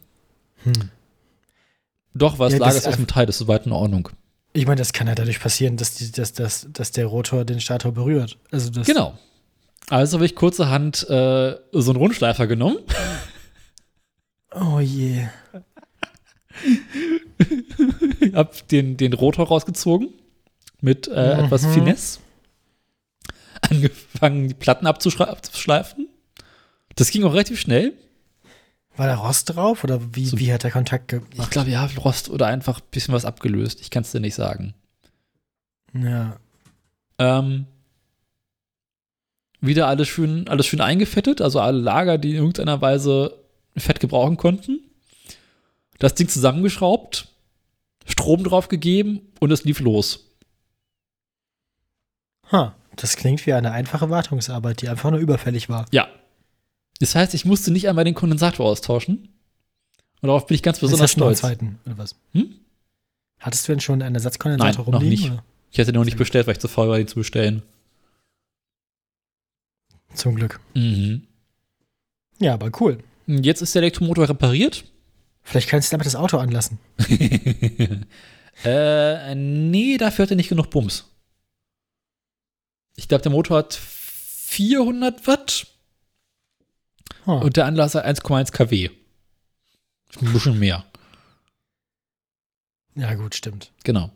hm.
Doch, weil das
Ja, das
Lager
ist
ist aus dem Teil, das ist soweit in Ordnung.
Ich meine, das kann ja dadurch passieren, dass, die, dass, dass, dass der Rotor den Stator berührt. Also das,
Genau. Also habe ich kurzerhand äh, so einen Rundschleifer genommen,
Oh je.
habe den, den Rotor rausgezogen mit äh,
Mhm.
etwas Finesse, angefangen, die Platten abzuschra- abzuschleifen. Das ging auch relativ schnell.
War da Rost drauf oder wie, wie hat der Kontakt
Ich
gemacht?
glaube, ja, Rost oder einfach ein bisschen was abgelöst. Ich kann es dir nicht sagen.
Ja.
Ähm, wieder alles schön, alles schön eingefettet, also alle Lager, die in irgendeiner Weise Fett gebrauchen konnten. Das Ding zusammengeschraubt, Strom draufgegeben und es lief los.
Ha, das klingt wie eine einfache Wartungsarbeit, die einfach nur überfällig war.
Ja. Das heißt, ich musste nicht einmal den Kondensator austauschen. Und darauf bin ich ganz besonders
Jetzt hast du noch einen
stolz.
zweiten, oder was?
Hm?
Hattest du denn schon einen Ersatzkondensator
Nein, noch
rumliegen?
nicht. Ich hätte den noch nicht bestellt, weil ich zu faul war, den zu bestellen.
Oder? Zum Glück.
Mhm.
Ja, aber cool.
Jetzt ist der Elektromotor repariert.
Vielleicht kannst du damit das Auto anlassen.
Äh, nee, dafür hat er nicht genug Bums. Ich glaube, der Motor hat 400 Watt
Ha.
und der Anlasser 1,1 kW. Ist Ein bisschen mehr,
ja, gut, stimmt.
genau.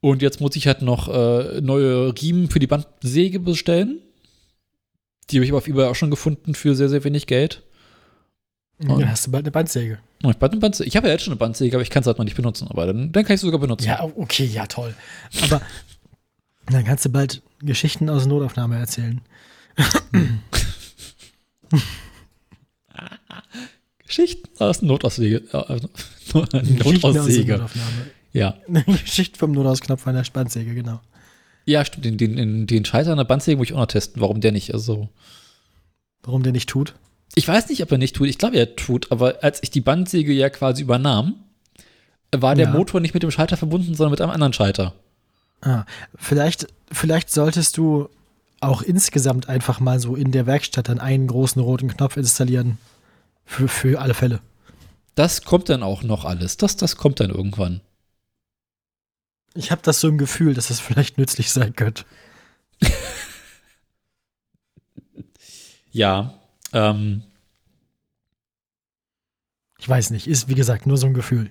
Und jetzt muss ich halt noch äh, neue Riemen für die Bandsäge bestellen. Die habe ich aber auf eBay auch schon gefunden für sehr, sehr wenig Geld.
Und dann hast du bald eine Bandsäge.
Oh, Ich, hab eine Bandsäge- ich habe ja jetzt schon eine Bandsäge, aber ich kann es halt noch nicht benutzen. Aber dann, dann kann ich es sogar benutzen.
Ja, okay, ja, toll. Aber dann kannst du bald Geschichten aus Notaufnahme erzählen.
Geschichten aus Notaussäge. Äh,
Geschichten aus der
Notaussäge.
Notaufnahme.
Ja.
Geschichten vom Notausknopf an der Bandsäge, genau.
ja, stimmt. Den, den- den, den Scheiß an der Bandsäge muss ich auch noch testen. Warum der nicht? Also,
Warum der nicht tut.
ich weiß nicht, ob er nicht tut. Ich glaube, er tut. Aber als ich die Bandsäge ja quasi übernahm, war der
Ja.
Motor nicht mit dem Schalter verbunden, sondern mit einem anderen Schalter.
Ah, vielleicht, vielleicht solltest du auch insgesamt einfach mal so in der Werkstatt dann einen großen roten Knopf installieren. Für, für alle Fälle.
Das kommt dann auch noch alles. Das, das kommt dann irgendwann.
Ich habe das so im Gefühl, dass das vielleicht nützlich sein könnte.
Ja. Ähm,
Ich weiß nicht, ist wie gesagt nur so ein Gefühl.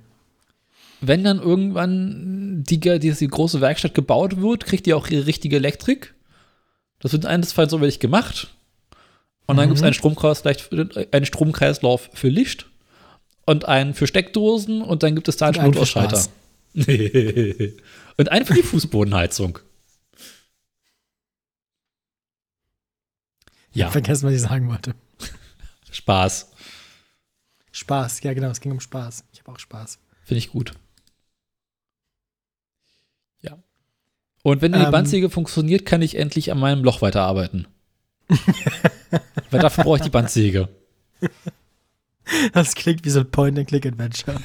wenn dann irgendwann die, die, die große Werkstatt gebaut wird, kriegt die auch ihre richtige Elektrik. Das wird einesfalls so wenig gemacht. Und dann
Mhm.
gibt es einen, Stromkreis, vielleicht einen Stromkreislauf für Licht und einen für Steckdosen und dann gibt es da einen
Und einen für
Notausschalter.
Spaß.
und einen für die Fußbodenheizung. Ja,
Vergessen, was ich sagen wollte.
Spaß.
Spaß, ja genau, es ging um Spaß. Ich habe auch Spaß.
Finde ich gut. Ja. Und wenn die
Ähm.
Bandsäge funktioniert, kann ich endlich an meinem Loch weiterarbeiten. Weil dafür brauche ich die Bandsäge.
Das klingt wie so ein Point-and-Click-Adventure.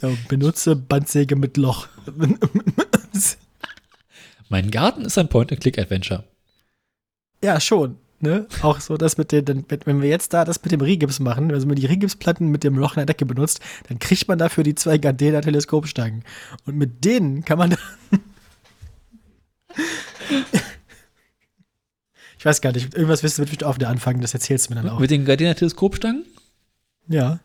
so, benutze Bandsäge mit Loch.
Mein Garten ist ein Point-and-Click-Adventure.
ja, schon. Ne? Auch so, dass mit den, dann- wenn- wenn wir jetzt da das mit dem Rigips machen, also wenn man die Rigipsplatten mit dem Loch in der Decke benutzt, dann kriegt man dafür die zwei Gardena Teleskopstangen. Und mit denen kann man dann. ich weiß gar nicht, irgendwas wissen wird auf der anfangen, das erzählst du mir dann auch.
Mit den Gardena-Teleskopstangen?
Ja.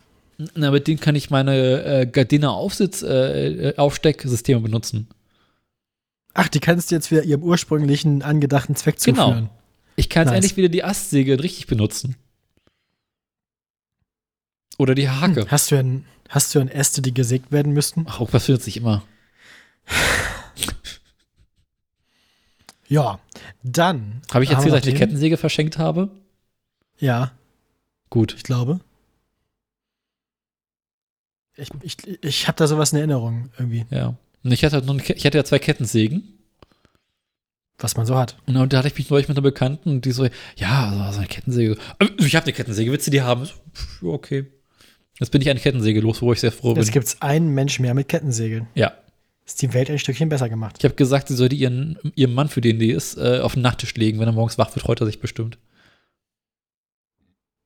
Na, mit denen kann ich meine äh, Gardena-Aufsitz-Aufstecksysteme benutzen.
Ach, die kannst du jetzt wieder ihrem ursprünglichen angedachten Zweck
Genau.
zuführen.
Ich kann jetzt
Nice.
endlich wieder die Astsäge richtig benutzen. Oder die Hake.
Hast du denn, hast du denn Äste, die gesägt werden müssten?
Ach, was findet sich immer?
Ja. Dann.
Habe ich jetzt
haben wir
gesagt, die
den-
Kettensäge verschenkt habe?
Ja,
Gut.
ich glaube. Ich, ich, ich habe da sowas in Erinnerung irgendwie,
Ja. Und ich hatte, halt noch eine, Ke- ich hatte ja zwei Kettensägen.
was man so hat.
Und da hatte ich mich neulich mit einer Bekannten und die so, ja, also so eine Kettensäge. Ähm, Ich habe eine Kettensäge, willst du die haben? Ich so, pff, ja, Okay. Jetzt bin ich eine Kettensäge los, wo ich sehr froh bin.
Jetzt gibt es einen Mensch mehr mit Kettensägeln.
Ja.
Ist die Welt ein Stückchen besser gemacht.
Ich habe gesagt, sie sollte ihren, ihren Mann, für den die ist, äh, auf den Nachttisch legen. Wenn er morgens wach wird, freut er sich bestimmt.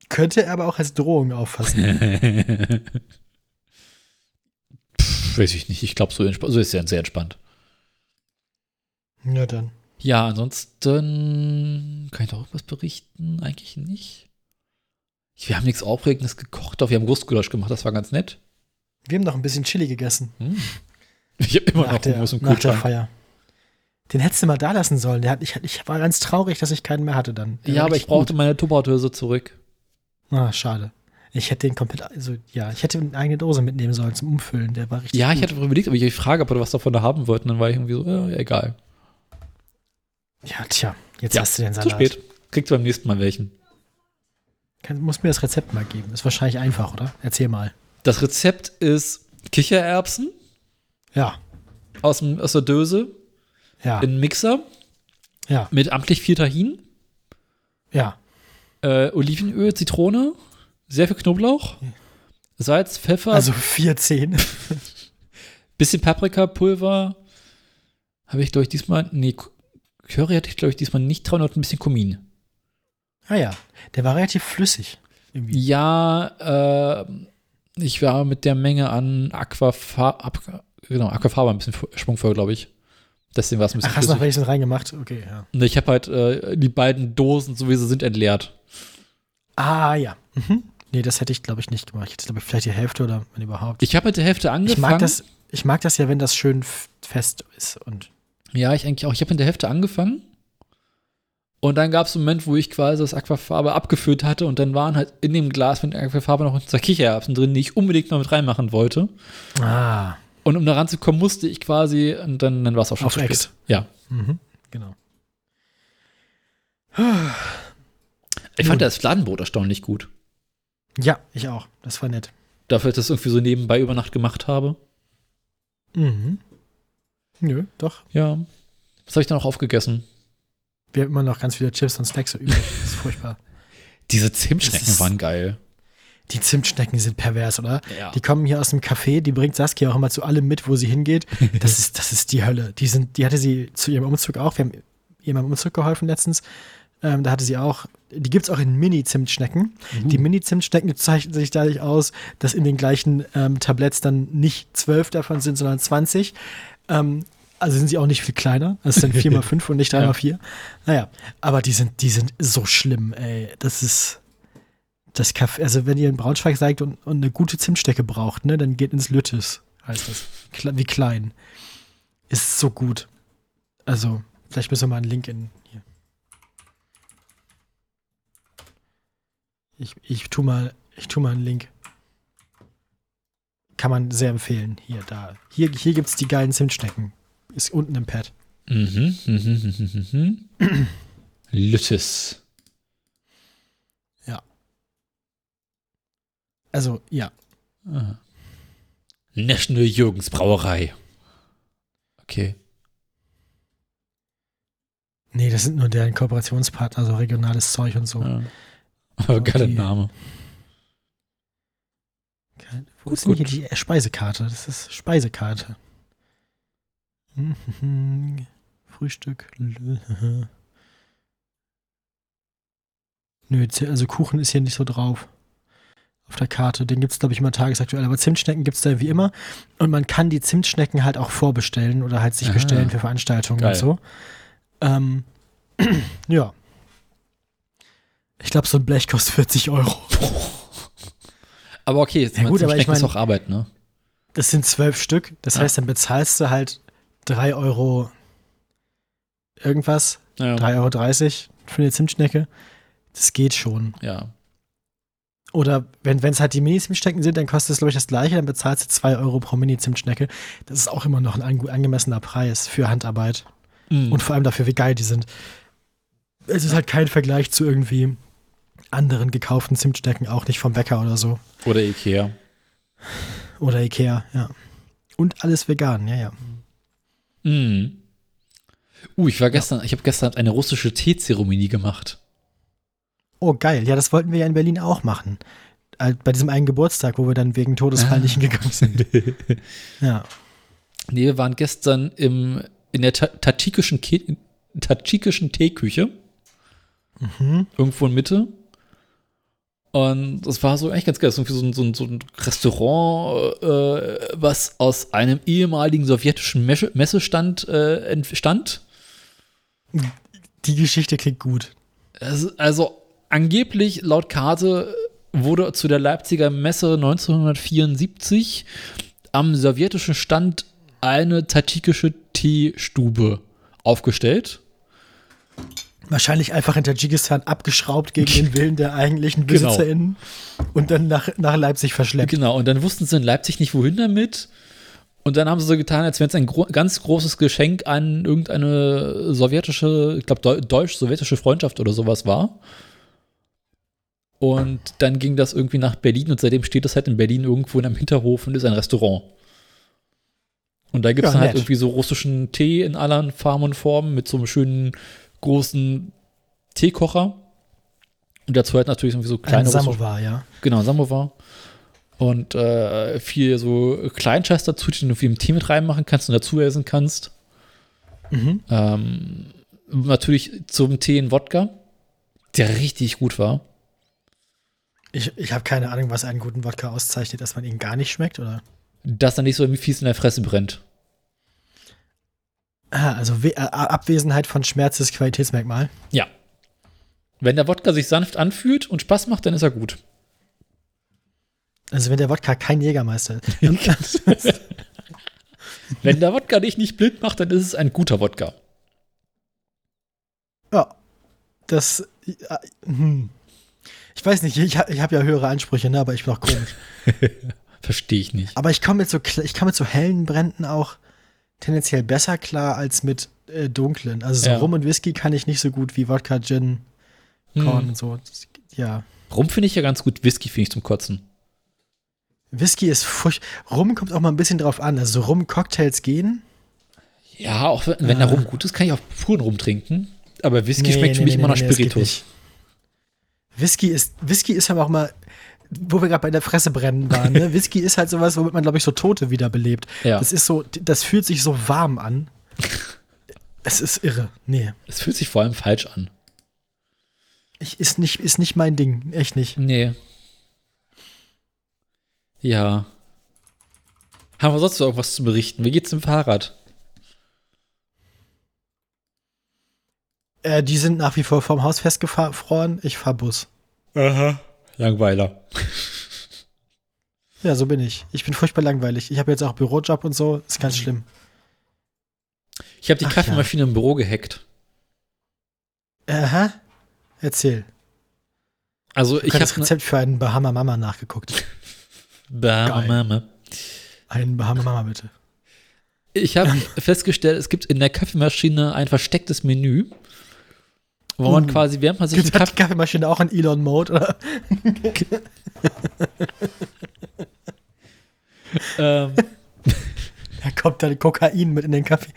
Könnte er aber auch als Drohung auffassen.
Pff, weiß ich nicht. Ich glaube, so, entspa- so ist er sehr entspannt.
Na dann.
Ja, ansonsten kann ich doch was berichten? Eigentlich nicht. Wir haben nichts Aufregendes gekocht, doch wir haben Wurstgulasch gemacht, das war ganz nett.
Wir haben noch ein bisschen Chili gegessen.
Hm. Ich habe immer noch
nach
einen
der,
Wurst im
nach der
Kühlschrank.
Feier. Den hättest du mal da lassen sollen. Der hat, ich, ich war ganz traurig, dass ich keinen mehr hatte dann. Der
Ja,
war
aber ich
richtig gut.
brauchte meine Tupperhöse zurück.
Ah, schade. Ich hätte den komplett, also ja, ich hätte eine eigene Dose mitnehmen sollen zum Umfüllen. Der war richtig.
Ja,
gut.
ich hatte überlegt, ob ich euch frage, ob ihr was davon da haben wollt. Und dann war ich irgendwie so, ja, egal.
Ja, tja, jetzt
Ja,
hast du den Salat.
Zu spät. Kriegt beim nächsten Mal welchen.
Kann, muss mir das Rezept mal geben. Ist wahrscheinlich einfach, oder? Erzähl mal.
Das Rezept ist Kichererbsen
Ja,
aus, dem, aus der Döse
ja,
in einen Mixer
ja,
mit amtlich viel Tahin,
ja.
äh, Olivenöl, Zitrone, sehr viel Knoblauch, Salz, Pfeffer,
Also 14.
Bisschen Paprikapulver habe ich, glaube ich, diesmal. Nee, K- Curry hatte ich, glaube ich, diesmal nicht dran und ein bisschen Kumin.
ah ja, der war relativ flüssig. Irgendwie.
Ja, äh, ich war mit der Menge an Aquafaba, Aqu genau, Aquafaba ein bisschen fu- schwungvoll, glaube ich. Deswegen war es ein bisschen.
Ach, hast du noch
flüssig.
welchen reingemacht? Okay, ja.
Und ich habe halt äh, die beiden Dosen, so wie sie sind, entleert.
Ah ja. Mhm. Nee, das hätte ich, glaube ich, nicht gemacht. Ich hätte, glaube ich, vielleicht die Hälfte oder wenn überhaupt.
Ich habe mit der Hälfte
Ich
angefangen.
mag das, ich mag das ja, wenn das schön f- fest ist und
Ja, ich eigentlich auch. Ich habe mit der Hälfte angefangen. Und dann gab es einen Moment, wo ich quasi das Aquafarbe abgefüllt hatte und dann waren halt in dem Glas mit der Aquafarbe noch zwei Kichererbsen drin, die ich unbedingt noch mit reinmachen wollte.
Ah,
Und um da ranzukommen, musste ich quasi, und dann, dann war es auch schon
Auf
zu spät.
Ex.
Ja.
genau.
Ich fand das Fladenbrot erstaunlich gut.
Ja, ich auch. Das war nett.
Dafür, dass ich das irgendwie so nebenbei über Nacht gemacht habe.
Mhm. Nö, doch.
Ja. Was habe ich dann auch aufgegessen?
Wir haben immer noch ganz viele Chips und Snacks so übrig. Das ist furchtbar.
Diese
Das
Zimtschnecken
ist-
waren geil.
Die Zimtschnecken sind pervers, oder?
Ja.
Die kommen hier aus dem Café, die bringt Saskia auch immer zu allem mit, wo sie hingeht. Das ist, das ist die Hölle. Die, sind, die hatte sie zu ihrem Umzug auch. Wir haben ihr beim Umzug geholfen letztens. Ähm, da hatte sie auch, die gibt es auch in Mini-Zimtschnecken. Die Mini-Zimtschnecken zeichnen sich dadurch aus, dass in den gleichen ähm, Tabletts dann nicht zwölf davon sind, sondern 20. Ähm, also sind sie auch nicht viel kleiner. Das sind 4x5 und nicht 3x4. Naja, aber die sind, die sind so schlimm, ey. Das ist das Kaffee, also wenn ihr in Braunschweig seid und, und eine gute Zimtstecke braucht, ne, dann geht ins Lüttes, heißt das. Kle wie klein. Ist so gut. Also, vielleicht müssen wir mal einen Link in hier. Ich, ich tu mal, ich tu mal einen Link. Kann man sehr empfehlen. Hier, da. Hier, hier gibt's die geilen Zimtstecken. Ist unten im Pad.
Mhm, mhm, mhm, mhm, mhm. Lüttes.
Also, ja.
Ah. National Jürgens Brauerei. Okay.
Nee, das sind nur deren Kooperationspartner, so regionales Zeug und so.
Ja. Aber geiler
Okay.
Name.
Kein, wo
Gut,
ist denn
gut.
hier die Speisekarte? Das ist Speisekarte. Mhm. Frühstück. Lö. Nö, Z- also Kuchen ist hier nicht so drauf. Auf der Karte. Den gibt es, glaube ich, immer tagesaktuell. Aber Zimtschnecken gibt es da wie immer. Und man kann die Zimtschnecken halt auch vorbestellen oder halt sich
Ah.
bestellen für Veranstaltungen
Geil.
und so. Ähm, ja. Ich glaube, so ein Blech kostet 40 Euro.
Aber okay, jetzt
Ja, gut, aber ich
Zimtschnecken ist
mein-
auch Arbeit, ne?
Das sind zwölf Stück. Das
Ja.
heißt, dann bezahlst du halt 3 Euro irgendwas,
Ja.
3,30 Euro für eine Zimtschnecke. Das geht schon.
ja.
Oder wenn es halt die Mini-Zimtschnecken sind, dann kostet es, glaube ich, das gleiche, dann bezahlst du 2 Euro pro Mini-Zimtschnecke. Das ist auch immer noch ein ange angemessener Preis für Handarbeit.
Mhm.
Und vor allem dafür, wie geil die sind. Es ist halt kein Vergleich zu irgendwie anderen gekauften Zimtschnecken, auch nicht vom Bäcker oder so.
Oder Ikea.
Oder Ikea, ja. Und alles vegan, ja, ja.
Mhm. Uh, ich war gestern, ich habe gestern eine russische Teezeremonie gemacht.
Oh, geil. Ja, das wollten wir ja in Berlin auch machen. Äh, Bei diesem einen Geburtstag, wo wir dann wegen Todesfall
Ah.
nicht hingegangen sind. Ja.
Nee, wir waren gestern im, in der ta- tatschikischen Ke- tatschikischen Teeküche. Irgendwo in Mitte. Und das war so eigentlich ganz geil. Das ist irgendwie so ein, so ein, so ein Restaurant, äh, was aus einem ehemaligen sowjetischen Mesche- Messestand äh, entstand.
Die Geschichte klingt gut.
Es- Also angeblich laut Karte wurde zu der Leipziger Messe 1974 am sowjetischen Stand eine tatschikische Teestube aufgestellt.
Wahrscheinlich einfach in Tadschikistan abgeschraubt gegen den Willen der eigentlichen
Genau.
BesitzerInnen und dann nach, nach Leipzig verschleppt.
Genau, und dann wussten sie in Leipzig nicht, wohin damit. Und dann haben sie so getan, als wäre es ein gro ganz großes Geschenk an irgendeine sowjetische, ich glaube, deutsch-sowjetische Freundschaft oder sowas war. Und dann ging das irgendwie nach Berlin und seitdem steht das halt in Berlin irgendwo in einem Hinterhof und ist ein Restaurant. Und da gibt es
Ja,
dann halt
nett.
irgendwie so russischen Tee in allen Farben und Formen mit so einem schönen großen Teekocher. Und dazu halt natürlich irgendwie so
Ein
kleine russische
Samovar, ja.
Genau, Samovar. Und äh, viel so Kleinscheiß dazu, den du irgendwie im Tee mit reinmachen kannst und dazu essen kannst.
Mhm.
Ähm, natürlich zum Tee in Wodka, der richtig gut war.
Ich, ich habe keine Ahnung, was einen guten Wodka auszeichnet, dass man ihn gar nicht schmeckt, oder?
Dass er nicht so fies in der Fresse brennt.
Ah, also We äh, Abwesenheit von Schmerz ist Qualitätsmerkmal.
Ja. Wenn der Wodka sich sanft anfühlt und Spaß macht, dann ist er gut.
Also wenn der Wodka kein Jägermeister ist.
Wenn der Wodka dich nicht blind macht, dann ist es ein guter Wodka.
ja. das. ja, hm. Ich weiß nicht, ich, ha- ich habe ja höhere Ansprüche, ne, aber ich bin auch komisch.
Verstehe ich nicht.
Aber ich komme mit so kle- ich komme mit so hellen Bränden auch tendenziell besser klar als mit äh, dunklen. Also so
Ja.
Rum und Whisky kann ich nicht so gut wie Wodka, Gin, Korn
Hm.
und so. Das- Ja.
Rum finde ich ja ganz gut, Whisky finde ich zum Kotzen.
Whisky ist furcht. Rum kommt auch mal ein bisschen drauf an. Also so Rum-Cocktails gehen.
Ja, auch wenn, wenn der Rum gut ist, kann ich auch puren Rum trinken. Aber Whisky schmeckt für mich immer nach
das geht
Spiritus.
nicht. Whisky ist, Whisky ist aber auch mal, wo wir gerade bei der Fresse brennen waren. Ne? Whisky ist halt sowas, womit man, glaube ich, so Tote wiederbelebt.
Ja.
Das ist so, das fühlt sich so warm an. Es ist irre. Nee.
Es fühlt sich vor allem falsch an.
Ich, ist, nicht, ist nicht mein Ding. Echt nicht.
Nee. Ja. Haben wir sonst noch irgendwas zu berichten? Wie geht's dem Fahrrad?
Äh, die sind nach wie vor vorm Haus festgefroren. Ich fahr Bus.
Aha. Langweiler.
Ja, so bin ich. Ich bin furchtbar langweilig. Ich habe jetzt auch Bürojob und so. Ist ganz schlimm.
Ich habe die
Ach
Kaffeemaschine im Büro gehackt.
Aha. Erzähl.
Also
Ich
ich
habe das
habe
Rezept für einen Bahama Mama nachgeguckt. Geil.
ne
Einen Bahama Mama bitte.
Ich habe festgestellt, es gibt in der Kaffeemaschine ein verstecktes Menü, wo man
Uh.
quasi, während man sich einen
Gibt, hat die
Kaffee,
Kaffeemaschine auch einen Elon Mode? Oder?
ähm,
Da kommt dann Kokain mit in den Kaffee.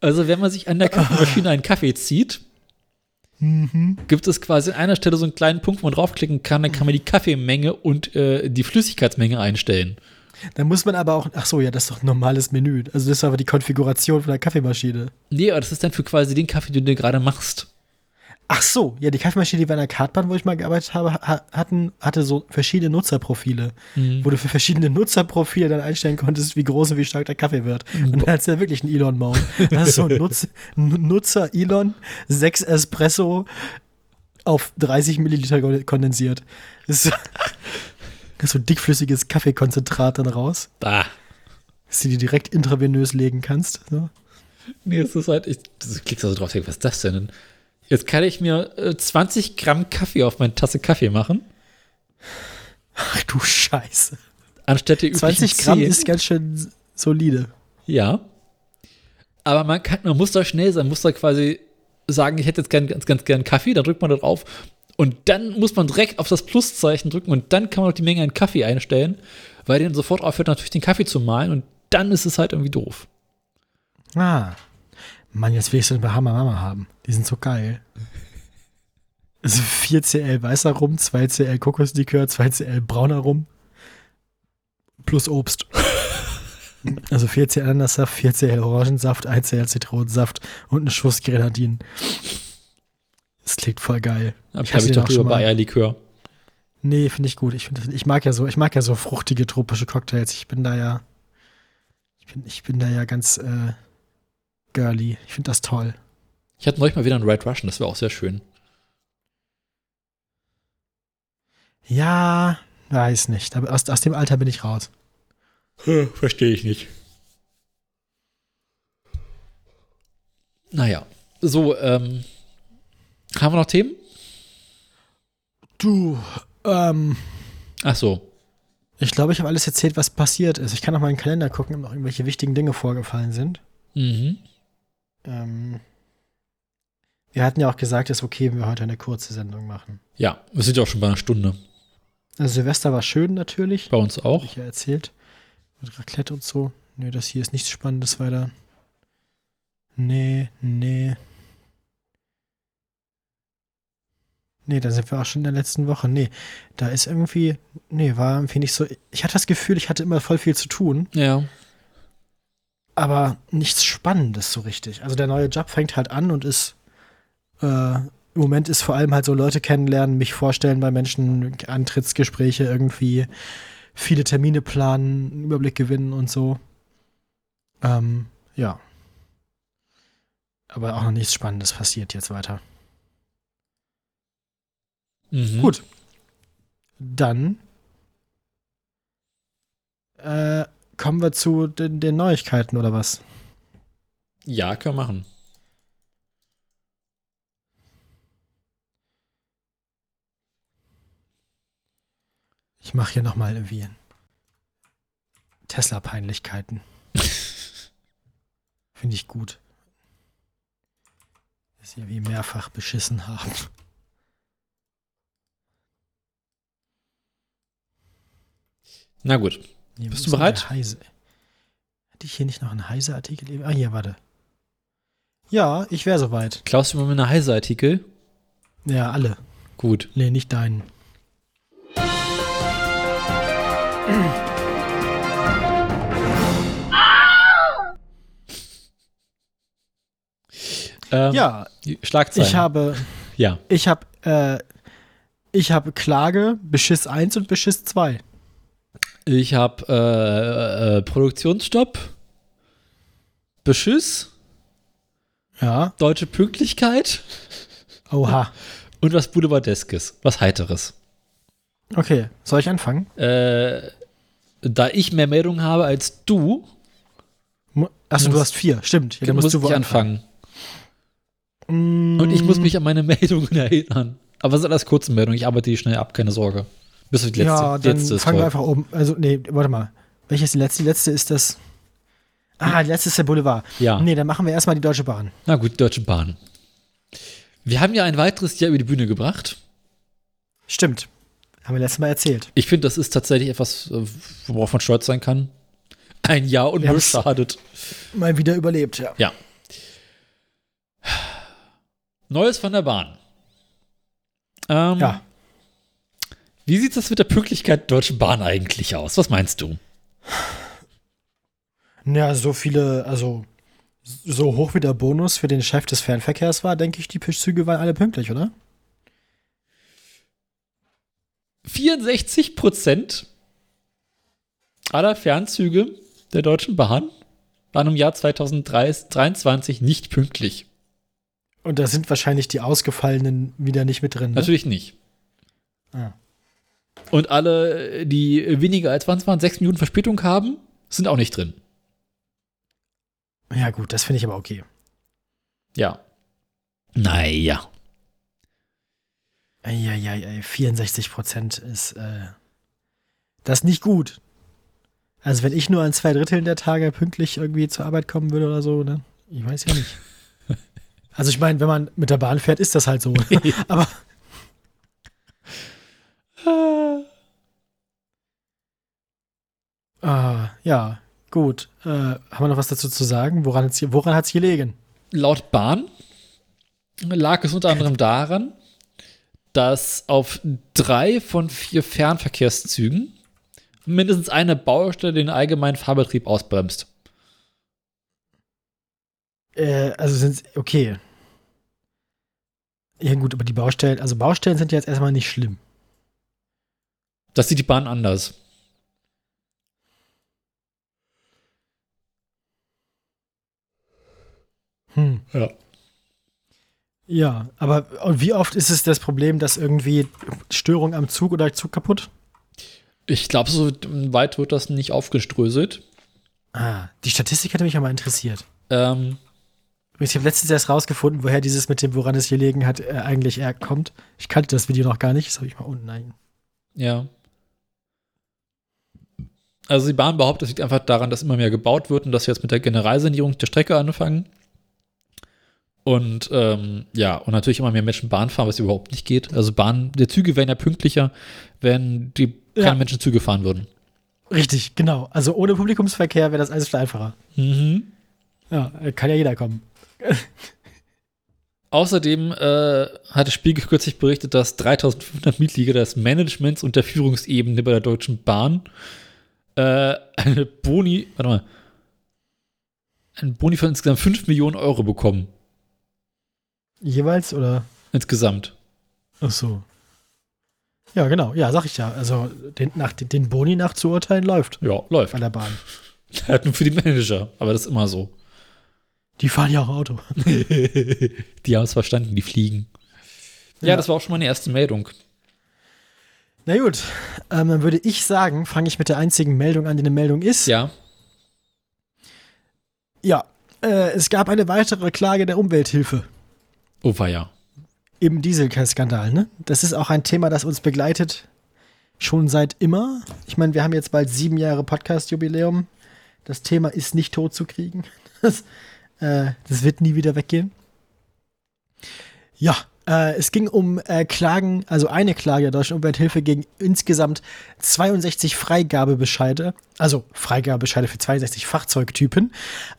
also während man sich an der
Ah.
Kaffeemaschine einen Kaffee zieht,
Mhm.
gibt es quasi an einer Stelle so einen kleinen Punkt, wo man draufklicken kann, dann kann man die Kaffeemenge und äh, die Flüssigkeitsmenge einstellen.
Dann muss man aber auch. Ach so, ja, das ist doch ein normales Menü. Also das ist aber die Konfiguration von der Kaffeemaschine.
Nee, aber das ist dann für quasi den Kaffee, den du gerade machst.
Ach so, ja, die Kaffeemaschine, die wir an der Kartbahn, wo ich mal gearbeitet habe, ha- hatten, hatte so verschiedene Nutzerprofile, wo du für verschiedene Nutzerprofile dann einstellen konntest, wie groß und wie stark der Kaffee wird. Und dann hat ja wirklich einen Elon Mode. Das ist so ein Nutz, N- Nutzer Elon, sechs Espresso auf 30 Milliliter kon- kondensiert. Das ist, das ist so dickflüssiges Kaffeekonzentrat dann raus,
Da.
dass du dir direkt intravenös legen kannst. So.
Nee, es ist halt, ich du klickst also drauf, denk, was ist das denn? Und Jetzt kann ich mir äh, 20 Gramm Kaffee auf meine Tasse Kaffee machen,
Ach du Scheiße.
anstatt der üblichen
20 Gramm
10.
ist ganz schön solide.
Ja. Aber man, kann, man muss da schnell sein, muss da quasi sagen, ich hätte jetzt gern, ganz, ganz gern Kaffee, dann drückt man da drauf. Und dann muss man direkt auf das Pluszeichen drücken und dann kann man noch die Menge an Kaffee einstellen, weil der dann sofort aufhört, natürlich den Kaffee zu malen und dann ist es halt irgendwie doof.
Ah. Mann, jetzt will ich so eine Bahama Mama haben. Die sind so geil. Also 4cl weißer Rum, 2cl Kokoslikör, 2cl brauner Rum. Plus Obst. Also 4cl Ananassaft, 4cl Orangensaft, 1cl Zitronensaft und einen Schuss Grenadin. Das klingt voll geil.
Hab ich,
hatte
ich
den
doch
auch schon
lieber bei
mal.
Eierlikör.
Nee, finde ich gut. Ich, find, das- ich mag ja so, ich mag ja so fruchtige tropische Cocktails. Ich bin da ja, ich bin, ich bin da ja ganz äh, girly. Ich finde das toll.
Ich hatte neulich mal wieder einen Red Russian, das war auch sehr schön.
Ja, weiß nicht. Aber aus, aus dem Alter bin ich raus.
Verstehe ich nicht. Naja, so, ähm, haben wir noch Themen?
Du, ähm,
Ach so,
ich glaube, ich habe alles erzählt, was passiert ist. Ich kann noch mal in den Kalender gucken, ob noch irgendwelche wichtigen Dinge vorgefallen sind.
mhm.
Ähm, wir hatten ja auch gesagt, es ist okay, wenn wir heute eine kurze Sendung machen.
Ja, wir sind ja auch schon bei einer Stunde.
Also Silvester war schön natürlich.
Bei uns
Hab
auch.
ich ja erzählt. Mit Raclette und so. Nee, das hier ist nichts Spannendes weiter. Nee, nee. Nee, da sind wir auch schon in der letzten Woche. Nee, da ist irgendwie. Nee, war irgendwie nicht so. Ich hatte das Gefühl, ich hatte immer voll viel zu tun,
Ja.
aber nichts Spannendes so richtig. Also der neue Job fängt halt an und ist. Äh, Im Moment ist vor allem halt so Leute kennenlernen, mich vorstellen bei Menschen, Antrittsgespräche irgendwie viele Termine planen, einen Überblick gewinnen und so. Ähm, ja. Aber auch noch nichts Spannendes passiert jetzt weiter.
Mhm.
Gut. Dann äh, kommen wir zu den, den Neuigkeiten oder was?
Ja, können wir machen.
Ich mache hier nochmal irgendwie Tesla-Peinlichkeiten. Finde ich gut. Dass sie wie mehrfach beschissen haben.
Na gut.
Hier, wo
Bist du
ist denn
bereit?
der Heise? Hatte ich hier nicht noch einen Heise-Artikel? eben? Ah, hier, warte. Ja, ich wäre soweit.
Klaus, wir mal einen Heise-Artikel.
Ja, alle.
Gut.
Nee, nicht deinen.
Ähm,
Ja,
die Schlagzeilen.
ich habe,
Ja.
ich habe, äh, ich habe Klage, Beschiss 1 und Beschiss 2.
Ich habe äh, äh, Produktionsstopp, Beschiss,
Ja,
deutsche Pünktlichkeit
oha.
und was Boulevardeskes, was Heiteres.
Okay, soll ich anfangen?
Äh, da ich mehr Meldungen habe als du,
Mu- Achso, du
Muss-
hast vier, stimmt. Ja, dann
muss
musst du Mm,
ich
wohl
anfangen.
anfangen.
Und ich muss mich an meine Meldungen erinnern. Aber es sind alles kurze Meldungen, ich arbeite die schnell ab, keine Sorge. Bis auf die letzte.
Ja, dann
letzte ist
fangen wir
toll.
einfach oben. Also, nee, warte mal. Welche ist die letzte? Die letzte ist das. Ah, die letzte ist der Boulevard.
Ja.
Nee, dann machen wir erstmal die Deutsche Bahn.
Na gut, Deutsche Bahn. Wir haben ja ein weiteres Jahr über die Bühne gebracht.
Stimmt. Haben wir letztes Mal erzählt.
Ich finde, das ist tatsächlich etwas, äh, worauf man stolz sein kann. Ein Jahr
Ja, das-
unbeschadet.
Mal wieder überlebt, ja.
Ja. Neues von der Bahn. Ähm,
Ja.
Wie sieht das mit der Pünktlichkeit der Deutschen Bahn eigentlich aus? Was meinst du?
Naja, so viele, also so hoch wie der Bonus für den Chef des Fernverkehrs war, denke ich, die Züge waren alle pünktlich, oder?
64 Prozent aller Fernzüge der Deutschen Bahn waren im Jahr 2023 nicht pünktlich.
Und da sind wahrscheinlich die ausgefallenen wieder nicht mit drin. Ne?
Natürlich nicht.
Ah.
Und alle, die weniger als 20 waren, 6 Minuten Verspätung haben, sind auch nicht drin.
Ja, gut, das finde ich aber okay.
Ja. Naja.
Eieiei, 64 Prozent ist äh, das ist nicht gut. Also wenn ich nur an zwei Dritteln der Tage pünktlich irgendwie zur Arbeit kommen würde oder so, ne? Ich weiß ja nicht. Also ich meine, wenn man mit der Bahn fährt, ist das halt so. Aber ah, ja, gut. Äh, haben wir noch was dazu zu sagen? Woran hat's hier, woran hat's gelegen?
Laut Bahn lag es unter anderem daran, dass auf drei von vier Fernverkehrszügen mindestens eine Baustelle den allgemeinen Fahrbetrieb ausbremst.
Äh, also sind okay. Ja gut, aber die Baustellen, also Baustellen sind ja jetzt erstmal nicht schlimm.
Das sieht die Bahn anders.
Hm.
Ja.
Ja, aber und wie oft ist es das Problem, dass irgendwie Störung am Zug oder Zug kaputt?
Ich glaube, so weit wird das nicht aufgeströselt.
Ah, die Statistik hätte mich ja mal interessiert.
Ähm,
Übrigens, Ich habe letztens erst rausgefunden, woher dieses mit dem, woran es hier liegen hat, äh, eigentlich äh, kommt. Ich kannte das Video noch gar nicht, das habe ich mal unten ein.
Ja. Also die Bahn behauptet, es liegt einfach daran, dass immer mehr gebaut wird und dass wir jetzt mit der Generalsanierung der Strecke anfangen. Und ähm, ja, und natürlich immer mehr Menschen Bahn fahren, was überhaupt nicht geht. Also Bahn, die Züge wären ja pünktlicher, wenn die keine
Ja.
Menschen Züge fahren würden.
Richtig, genau. Also ohne Publikumsverkehr wäre das alles viel einfacher.
Mhm.
Ja, äh, kann ja jeder kommen.
Außerdem äh, hatte Spiegel kürzlich berichtet, dass 3500 Mitglieder des Managements und der Führungsebene bei der Deutschen Bahn äh, eine Boni, warte mal, einen Boni von insgesamt 5 Millionen Euro bekommen.
Jeweils oder?
Insgesamt.
Ach so. Ja, genau. Ja, sag ich ja. Also den, nach, den Boni nachzuurteilen läuft
Ja, läuft.
bei der Bahn.
Halt nur für die Manager, aber das ist immer so.
Die fahren ja auch Auto.
die haben es verstanden, die fliegen. Ja,
Ja.
das war auch schon meine erste Meldung.
Na gut, ähm, dann würde ich sagen, fange ich mit der einzigen Meldung an, die eine Meldung ist.
Ja,
Ja, Äh, es gab eine weitere Klage der Umwelthilfe
Oh, war ja.
im Dieselskandal. Ne? Das ist auch ein Thema, das uns begleitet schon seit immer. Ich meine, wir haben jetzt bald sieben Jahre Podcast-Jubiläum. Das Thema ist nicht tot zu kriegen. Das, äh, das wird nie wieder weggehen. Ja, äh, es ging um äh, Klagen, also eine Klage der Deutschen Umwelthilfe gegen insgesamt 62 Freigabebescheide, also Freigabebescheide für 62 Fahrzeugtypen.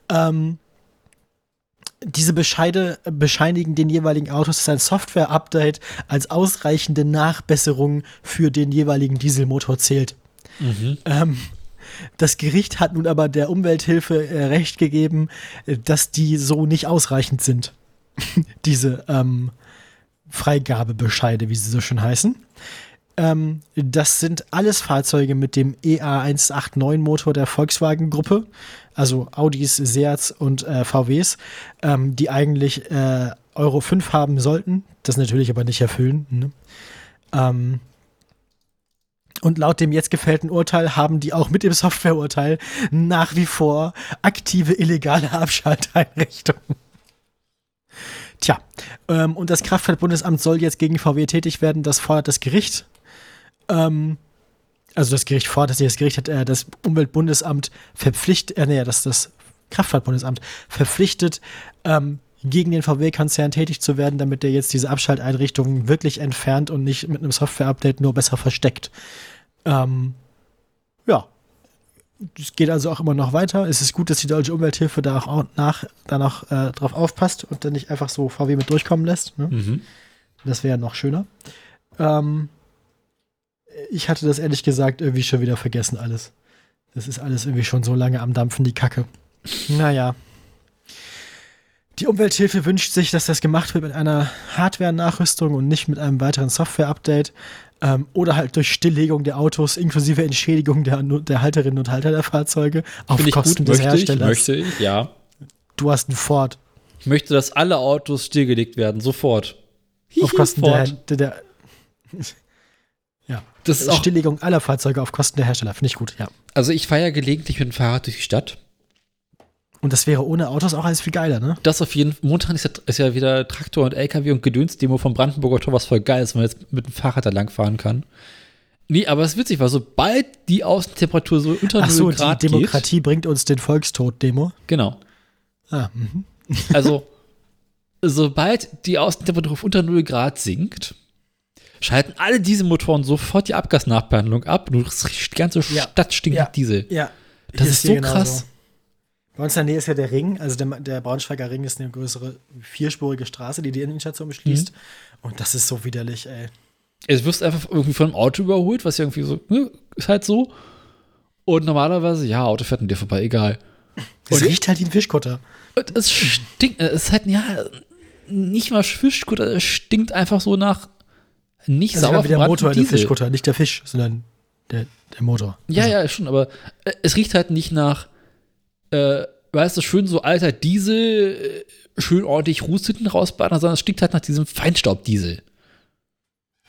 Ähm, diese Bescheide bescheinigen den jeweiligen Autos, dass ein Software-Update als ausreichende Nachbesserung für den jeweiligen Dieselmotor zählt. Ähm, das Gericht hat nun aber der Umwelthilfe äh, recht gegeben, äh, dass die so nicht ausreichend sind, diese ähm, Freigabebescheide, wie sie so schön heißen. Ähm, das sind alles Fahrzeuge mit dem E EA189-Motor der Volkswagen-Gruppe, also Audis, Seats und äh, VWs, ähm, die eigentlich äh, Euro 5 haben sollten, das natürlich aber nicht erfüllen. Ne? Ähm, und laut dem jetzt gefällten Urteil haben die auch mit dem Softwareurteil nach wie vor aktive illegale Abschalteinrichtungen. Tja, ähm, und das Kraftfahrtbundesamt soll jetzt gegen VW tätig werden, das fordert das Gericht. Ähm, also das Gericht fordert, das Gericht hat äh, das Umweltbundesamt verpflichtet, äh, nee, das, das Kraftfahrtbundesamt verpflichtet, ähm, gegen den VW-Konzern tätig zu werden, damit der jetzt diese Abschalteinrichtungen wirklich entfernt und nicht mit einem Software-Update nur besser versteckt. Ähm, ja, es geht also auch immer noch weiter. Es ist gut, dass die deutsche Umwelthilfe da auch nach, danach äh, drauf aufpasst und dann nicht einfach so VW mit durchkommen lässt. Ne?
Mhm.
Das wäre ja noch schöner. Ähm, ich hatte das ehrlich gesagt irgendwie schon wieder vergessen alles. Das ist alles irgendwie schon so lange am Dampfen, die Kacke. Naja. Die Umwelthilfe wünscht sich, dass das gemacht wird mit einer Hardware-Nachrüstung und nicht mit einem weiteren Software-Update ähm, oder halt durch Stilllegung der Autos inklusive Entschädigung der, der Halterinnen und Halter der Fahrzeuge auf
Finde ich
Kosten
gut,
des
möchte ich,
Herstellers.
möchte ich, ja.
Du hast einen Ford.
Ich möchte, dass alle Autos stillgelegt werden, sofort.
Auf
Hihi,
Kosten der,
fort.
der, der ja.
Das ist auch,
Stilllegung aller Fahrzeuge auf Kosten der Hersteller. Finde ich gut, ja.
also ich fahre ja gelegentlich mit dem Fahrrad durch die Stadt.
Und das wäre ohne Autos auch alles viel geiler, ne?
Das auf jeden Fall. Montag ist ja, ist ja wieder Traktor und LKW und Gedöns-Demo vom Brandenburger Tor, was voll geil ist, wenn man jetzt mit dem Fahrrad da langfahren kann. Nee, aber es ist witzig, weil sobald die Außentemperatur so unter
Ach
0
so, die
Grad
Demokratie bringt uns den Volkstod-Demo.
geht. Genau.
Ah, mhm.
Also, sobald die Außentemperatur auf unter 0 Grad sinkt, schalten alle diese Motoren sofort die Abgasnachbehandlung ab. Nur die ganze
Ja.
Stadt stinkt
Ja.
nach Diesel.
ja. genau
Das ist so krass.
Bei uns in der Nähe ist ja der Ring, also der, der Braunschweiger Ring ist eine größere vierspurige Straße, die die Innenstation beschließt. Und das ist so widerlich, ey.
Es wirst einfach irgendwie von einem Auto überholt, was ja irgendwie so, ne, ist halt so. Und normalerweise, ja, Auto fährt an dir vorbei, egal.
Es
Und-
riecht halt wie ein Fischkutter.
Und es stinkt, äh, es ist halt, ja, nicht mal Fischkutter, es stinkt einfach so nach nicht
Also
sauber
immer wie der
verbrannten
Motor in dem
Diesel.
Fischkutter, nicht der Fisch, sondern der, der Motor.
Ja, ja, schon, aber äh, es riecht halt nicht nach, äh, weißt du, schön so alter Diesel, äh, schön ordentlich Ruß hinten rausballern, sondern es stinkt halt nach diesem Feinstaubdiesel.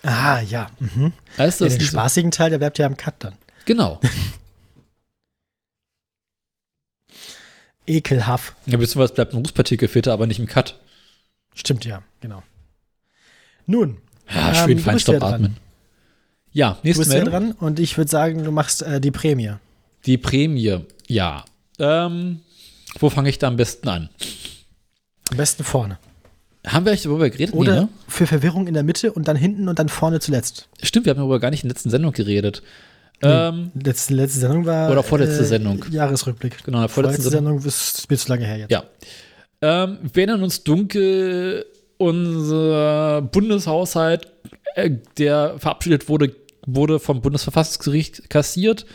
Ah, ja. Mhm.
Weißt du,
Ja,
es
den
ist so,
spaßigen Teil, der bleibt ja am Cut dann.
genau.
Ekelhaft.
Ja, beziehungsweise bleibt ein Rußpartikelfilter, aber nicht im Cut.
Stimmt, ja, genau. Nun,
Ja,
Ähm,
schön
du bist
Feinstaub
ja dran.
atmen. Ja,
du
nächste
bist ja
Meldung.
dran und ich würde sagen, du machst äh, die Prämie.
Die Prämie, ja. Ähm, wo fange ich da am besten an?
Am besten vorne.
Haben wir eigentlich darüber geredet?
Oder
nee, ne?
für Verwirrung in der Mitte und dann hinten und dann vorne zuletzt.
Stimmt, wir haben darüber gar nicht in der letzten Sendung geredet. Ähm,
Letzte, letzte Sendung war. äh,
Oder vorletzte Sendung.
Jahresrückblick.
Genau, vorletzte
vorletzte Sendung ist mir zu lange her jetzt.
ja. Ähm, wir erinnern uns dunkel, unser Bundeshaushalt, äh, der verabschiedet wurde, wurde vom Bundesverfassungsgericht kassiert,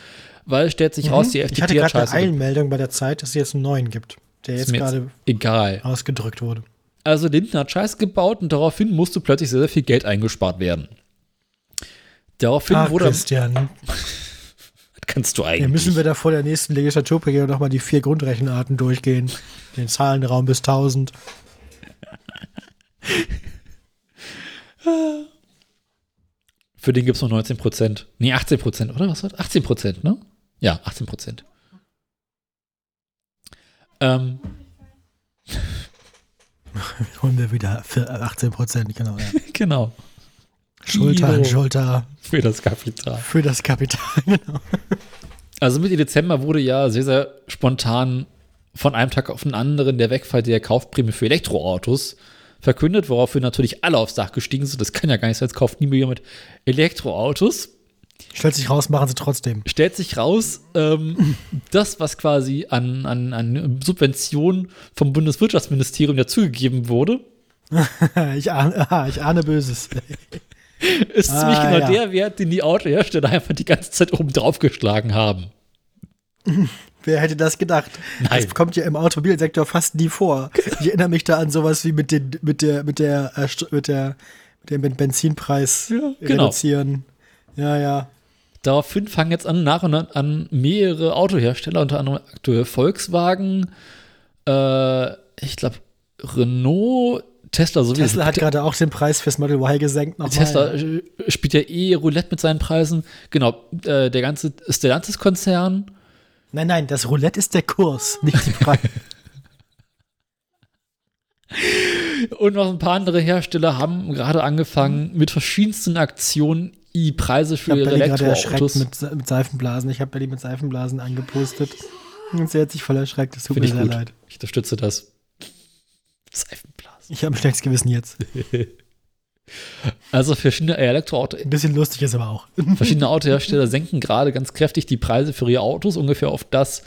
weil stellt sich raus, die
Mhm. ich hatte
FDP hat
gerade eine
Scheiße.
Eilmeldung bei der Zeit, dass es jetzt einen neuen gibt, der
Ist
jetzt
mir jetzt
gerade
egal.
ausgedrückt wurde.
Also Lindner hat Scheiß gebaut und daraufhin musste plötzlich sehr, sehr viel Geld eingespart werden. Daraufhin
Ach,
wurde.
Ah, Christian,
Kannst du
ja,
eigentlich.
müssen wir da vor der nächsten Legislaturperiode nochmal die vier Grundrechenarten durchgehen. Den Zahlenraum bis 1000.
Für den gibt es noch 19 Prozent. Nee, 18 Prozent, oder? Was war das? 18 Prozent, ne? Ja, 18 Prozent. Ähm,
Holen wir wieder für 18 Prozent, genau. Ja.
genau.
Schulter an
Kilo
Schulter
Für das Kapital.
für das Kapital, genau.
Also Mitte Dezember wurde ja sehr, sehr spontan von einem Tag auf den anderen der Wegfall der Kaufprämie für Elektroautos verkündet, woraufhin natürlich alle aufs Dach gestiegen sind. Das kann ja gar nicht sein, jetzt kauft niemand jemand Elektroautos.
Stellt sich raus, machen sie trotzdem.
Stellt sich raus, ähm, das, was quasi an, an, an Subventionen vom Bundeswirtschaftsministerium dazugegeben wurde,
Ich ahne, ah, ich ahne Böses.
ist
Ah,
ziemlich genau
ja.
der Wert, den die Autohersteller einfach die ganze Zeit oben draufgeschlagen haben.
Wer hätte das gedacht?
Nein.
Das kommt ja im Automobilsektor fast nie vor. Ich erinnere mich da an sowas wie mit, den, mit der, mit der, äh, St- mit der, mit dem Ben- Benzinpreis
Ja, genau.
reduzieren. Ja, ja.
Daraufhin fangen jetzt an, nach und an, an mehrere Autohersteller, unter anderem aktuell Volkswagen, äh, ich glaube Renault, Tesla sowieso.
Tesla hat ne? gerade auch den Preis fürs Model Y gesenkt nochmal.
Tesla äh, spielt ja eh Roulette mit seinen Preisen. Genau, äh, der ganze Stellantis-Konzern.
Nein, nein, das Roulette ist der Kurs, nicht die Preis.
Und noch ein paar andere Hersteller haben gerade angefangen mit verschiedensten Aktionen die Preise
Mhm. Ich
für
habe
ihre
Berlin gerade erschreckt
Elektroautos.
mit, Se- mit Seifenblasen. Ich habe Berlin mit Seifenblasen angepustet. Und sie hat sich voll erschreckt. Es tut
Finde ich
mir sehr
gut.
leid.
Ich unterstütze das. Seifenblasen.
Ich habe ein schlechtes Gewissen jetzt.
Also für verschiedene Elektroautos
Ein bisschen lustig ist aber auch.
Verschiedene Autohersteller senken gerade ganz kräftig die Preise für ihre Autos ungefähr auf das,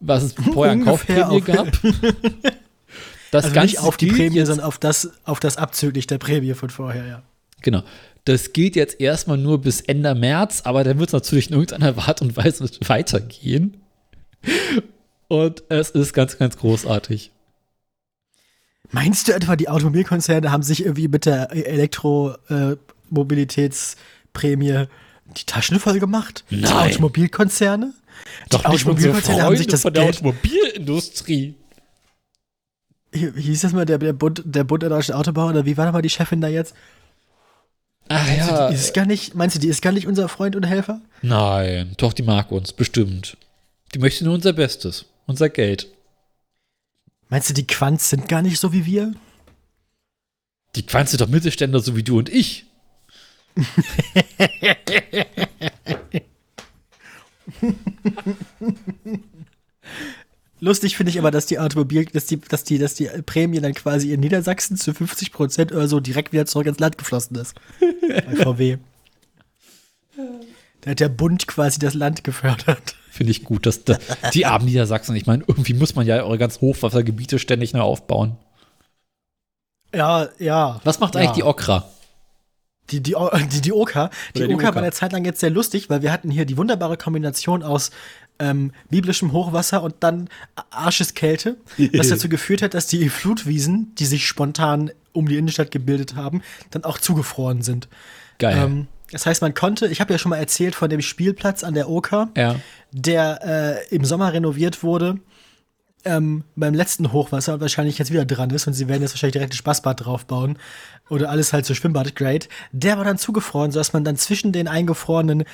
was es vorher an
Ungefähr
Kaufprämie
auf-
gab. Das
Also
Ganze
nicht auf die
gilt
Prämie,
jetzt,
sondern auf das, auf das abzüglich der Prämie von vorher, ja.
Genau. Das gilt jetzt erstmal nur bis Ende März, aber dann wird es natürlich in irgendeiner Art und Weise weitergehen. Und es ist ganz, ganz großartig.
Meinst du etwa, die Automobilkonzerne haben sich irgendwie mit der Elektromobilitätsprämie die Taschen voll gemacht? Die
Nein.
Automobilkonzerne?
Doch
die
nicht unsere
Automobilkonzerne haben sich
Freunde
das
von der
Geld.
Automobilindustrie.
Wie hieß das mal der, der, Bund, der Bund der deutschen Autobauer oder wie war da mal die Chefin da jetzt?
Ach ja,
Also Die ist gar nicht, meinst du, die ist gar nicht unser Freund und Helfer?
nein, doch, die mag uns, bestimmt. Die möchte nur unser Bestes, unser Geld.
Meinst du, die Quants sind gar nicht so wie wir?
Die Quanz sind doch Mittelständler, so wie du und ich.
Lustig finde ich aber, dass die Automobil, dass die, dass die, dass die Prämie dann quasi in Niedersachsen zu 50 Prozent oder so direkt wieder zurück ins Land geflossen ist. Bei VW. Da hat der Bund quasi das Land gefördert.
Finde ich gut, dass da, die armen Niedersachsen, ich meine, irgendwie muss man ja eure ganz Hochwassergebiete ständig neu aufbauen.
Ja, ja.
Was macht eigentlich die Okra?
Die, die, O- die, die Oka. Die,
Oder die
Oka
Oka.
war eine Zeit lang jetzt sehr lustig, weil wir hatten hier die wunderbare Kombination aus ähm, biblischem Hochwasser und dann Arscheskälte, was dazu geführt hat, dass die Flutwiesen, die sich spontan um die Innenstadt gebildet haben, dann auch zugefroren sind.
Geil.
Ähm, das heißt, man konnte, ich habe ja schon mal erzählt von dem Spielplatz an der Oker,
ja.
der äh, im Sommer renoviert wurde, ähm, beim letzten Hochwasser und wahrscheinlich jetzt wieder dran ist und sie werden jetzt wahrscheinlich direkt ein Spaßbad draufbauen oder alles halt so Schwimmbad-Grade. Der war dann zugefroren, sodass man dann zwischen den eingefrorenen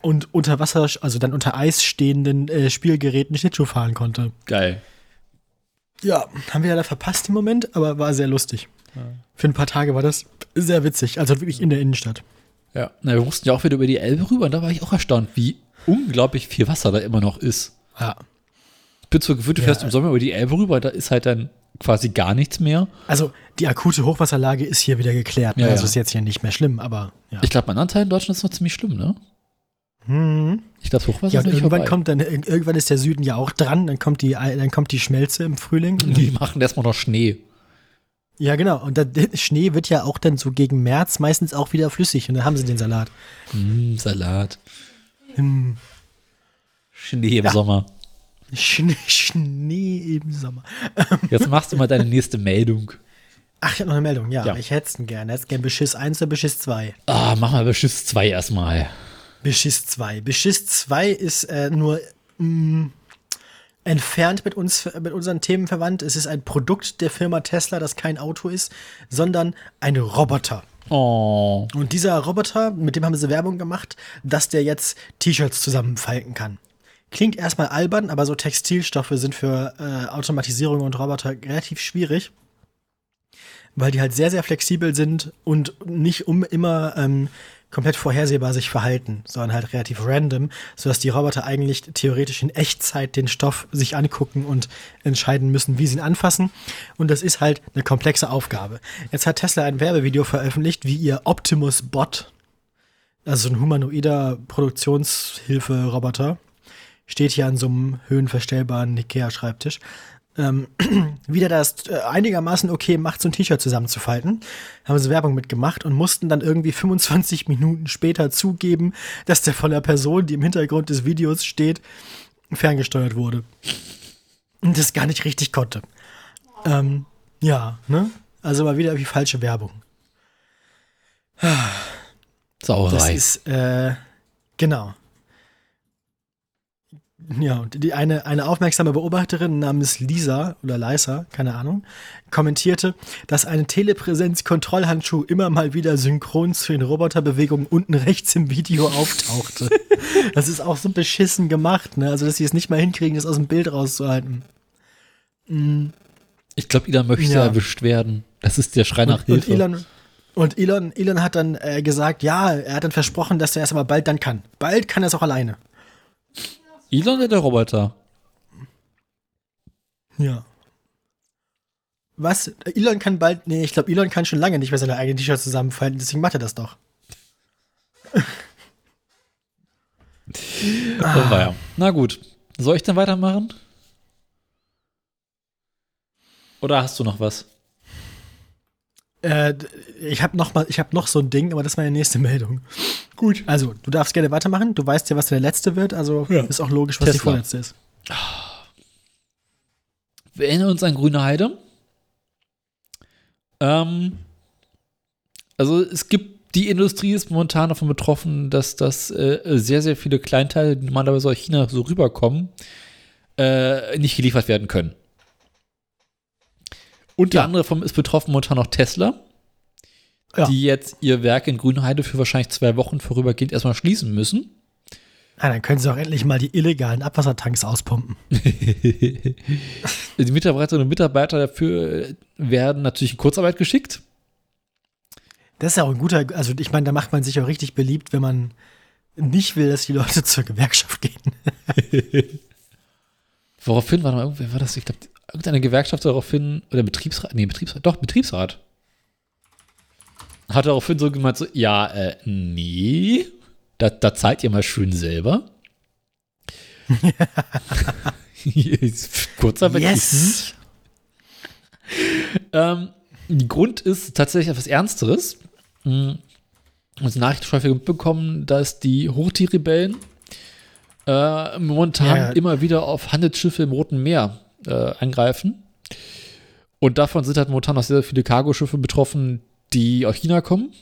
und unter Wasser, also dann unter Eis stehenden äh, Spielgeräten Schlittschuh fahren konnte.
Geil.
Ja, haben wir leider verpasst im Moment, aber war sehr lustig. Für ein paar Tage war das sehr witzig, also wirklich in der Innenstadt.
Ja. Na, wir mussten ja auch wieder über die Elbe rüber und da war ich auch erstaunt, wie unglaublich viel Wasser da immer noch ist.
Ja.
Ich bin so gewöhnt, du fährst im Sommer über die Elbe rüber, da ist halt dann quasi gar nichts mehr.
Also die akute Hochwasserlage ist hier wieder geklärt. ne?
Ja,
also
ja.
ist jetzt hier nicht mehr schlimm, aber ja.
Ich glaube, mein Anteil in Deutschland ist noch ziemlich schlimm, ne?
Hm.
Ich glaube, Hochwasser
ja
ist noch
und
nicht
irgendwann
vorbei.
kommt dann ir- irgendwann ist der Süden ja auch dran, dann kommt die Ei- dann kommt die Schmelze im Frühling. Und
Die machen erstmal noch Schnee.
ja genau und dann, der Schnee wird ja auch dann so gegen März meistens auch wieder flüssig und dann haben sie den Salat.
Mm, Salat.
Hm.
Schnee im Sommer.
Schnee, Schnee im Sommer.
Jetzt machst du mal deine nächste Meldung.
Ach, ich habe noch eine Meldung. Ja,
Ja.
ich hätte es gerne. Hätte gern Beschiss 1 oder Beschiss 2.
Ah, mach mal Beschiss 2 erstmal.
Beschiss 2. Beschiss 2 ist äh, nur mh, entfernt mit uns, mit unseren Themen verwandt. Es ist ein Produkt der Firma Tesla, das kein Auto ist, sondern ein Roboter.
Oh.
Und dieser Roboter, mit dem haben sie Werbung gemacht, dass der jetzt T-Shirts zusammenfalten kann. Klingt erstmal albern, aber so Textilstoffe sind für äh, Automatisierung und Roboter relativ schwierig. weil die halt sehr, sehr flexibel sind und nicht um immer ähm, komplett vorhersehbar sich verhalten, sondern halt relativ random, sodass die Roboter eigentlich theoretisch in Echtzeit den Stoff sich angucken und entscheiden müssen, wie sie ihn anfassen. Und das ist halt eine komplexe Aufgabe. Jetzt hat Tesla ein Werbevideo veröffentlicht, wie ihr Optimus Bot, also so ein humanoider Produktionshilfe-Roboter, steht hier an so einem höhenverstellbaren Ikea-Schreibtisch, ähm, wieder das äh, einigermaßen okay macht, so ein T-Shirt zusammenzufalten. Haben sie Werbung mitgemacht und mussten dann irgendwie 25 Minuten später zugeben, dass der von der Person, die im Hintergrund des Videos steht, ferngesteuert wurde. Und das gar nicht richtig konnte. Ähm, ja, ne? Also mal wieder wie falsche Werbung. Das
Sauerei.
ist, äh, genau. Ja, und die eine, eine aufmerksame Beobachterin namens Lisa oder Leisa, keine Ahnung, kommentierte, dass ein Telepräsenz-Kontrollhandschuh immer mal wieder synchron zu den Roboterbewegungen unten rechts im Video auftauchte. das ist auch so beschissen gemacht, ne? Also, dass sie es nicht mal hinkriegen, das aus dem Bild rauszuhalten.
Ich glaube, Elon möchte
Ja.
erwischt werden. Das ist der Schrei nach
Und
Hilfe.
Elon, und Elon, Elon hat dann äh, gesagt, ja, er hat dann versprochen, dass er es aber bald dann kann. Bald kann er es auch alleine.
Elon oder der Roboter?
Ja. Was? Elon kann bald. Nee, ich glaube, Elon kann schon lange nicht mehr seine eigenen T-Shirts zusammenfalten, deswegen macht er das doch. Ah.
Oh, weia. Na gut. Soll ich dann weitermachen? Oder hast du noch was?
Äh, d- ich habe noch mal, ich habe noch so ein Ding, aber das ist meine nächste Meldung. Gut. Also, du darfst gerne weitermachen. Du weißt ja, was der letzte wird, also
Ja.
ist auch logisch, was die
Tesla.
vorletzte ist.
Wir erinnern uns an Grüne Heide. Ähm, also es gibt, die Industrie ist momentan davon betroffen, dass das äh, sehr, sehr viele Kleinteile, die normalerweise aus China so rüberkommen, äh, nicht geliefert werden können. Unter anderem ist betroffen momentan auch Tesla,
Ja.
die jetzt ihr Werk in Grünheide für wahrscheinlich zwei Wochen vorübergehend erstmal schließen müssen.
Ah, dann können sie auch endlich mal die illegalen Abwassertanks auspumpen.
die Mitarbeiterinnen und Mitarbeiter dafür äh, werden natürlich in Kurzarbeit geschickt.
Das ist ja auch ein guter, also ich meine, da macht man sich auch richtig beliebt, wenn man nicht will, dass die Leute zur Gewerkschaft gehen.
Woraufhin war noch irgendwer, war das, ich glaube, irgendeine Gewerkschaft daraufhin, oder Betriebsrat, nee, Betriebsrat, doch, Betriebsrat. Hat daraufhin so gemeint, so, ja, äh, nee, da, da zahlt ihr mal schön selber. Kurzarbeit. Ähm, Grund ist tatsächlich etwas Ernsteres. Hm, Uns Nachrichten schon häufig mitbekommen, dass die Houthi-Rebellen äh, momentan
Ja.
immer wieder auf Handelsschiffe im Roten Meer äh, angreifen. Und davon sind halt momentan noch sehr, sehr viele Cargoschiffe betroffen, die aus China kommen.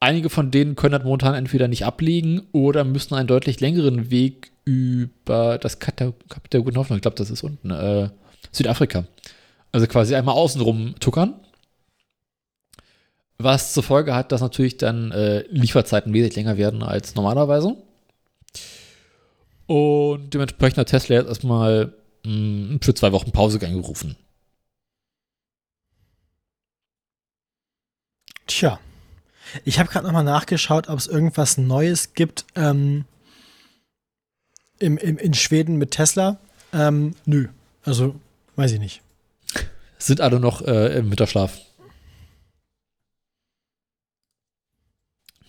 Einige von denen können halt momentan entweder nicht ablegen oder müssen einen deutlich längeren Weg über das Kap der Kap der Guten Hoffnung, ich glaube, das ist unten, äh, Südafrika. Also quasi einmal außenrum tuckern. Was zur Folge hat, dass natürlich dann äh, Lieferzeiten wesentlich länger werden als normalerweise. Und dementsprechend hat Tesla jetzt erstmal mh, für zwei Wochen Pause eingerufen.
Tja, ich habe gerade nochmal nachgeschaut, ob es irgendwas Neues gibt ähm, im, im, in Schweden mit Tesla. Ähm, nö, also weiß ich nicht.
Sind alle noch äh, im Winterschlaf.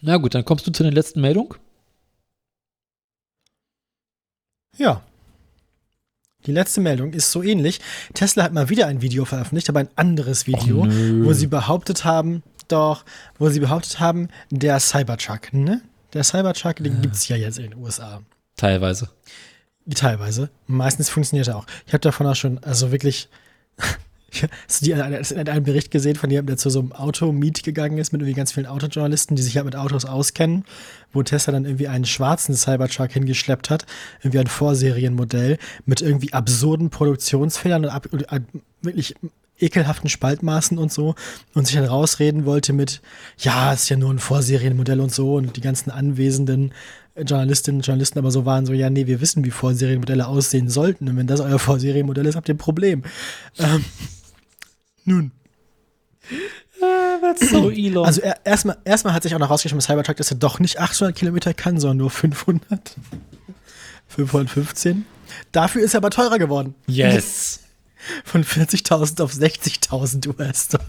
Na gut, dann kommst du zu der letzten Meldung.
Ja. Die letzte Meldung ist so ähnlich. Tesla hat mal wieder ein Video veröffentlicht, aber ein anderes Video,
Och, nö.
wo sie behauptet haben, doch, wo sie behauptet haben, der Cybertruck, ne? Der Cybertruck, den gibt's ja jetzt in den USA.
Teilweise.
Teilweise. Meistens funktioniert er auch. Ich habe davon auch schon, also wirklich, hast du die, hast du einen Bericht gesehen von jemandem, der zu so einem Auto-Meet gegangen ist mit irgendwie ganz vielen Autojournalisten, die sich ja mit Autos auskennen, wo Tesla dann irgendwie einen schwarzen Cybertruck hingeschleppt hat, irgendwie ein Vorserienmodell mit irgendwie absurden Produktionsfehlern und, ab, und ab, wirklich ekelhaften Spaltmaßen und so und sich dann rausreden wollte mit, ja, ist ja nur ein Vorserienmodell und so und die ganzen anwesenden Journalistinnen und Journalisten aber so waren so, ja, nee, wir wissen, wie Vorserienmodelle aussehen sollten und wenn das euer Vorserienmodell ist, habt ihr ein Problem. Ähm, nun,
That's so Elon.
Also er, erstmal, erstmal hat sich auch noch rausgeschrieben, dass Cybertruck, dass er doch nicht 800 Kilometer kann, sondern nur 500. 515. Dafür ist er aber teurer geworden.
yes.
Von 40.000 auf 60.000 US-Dollar.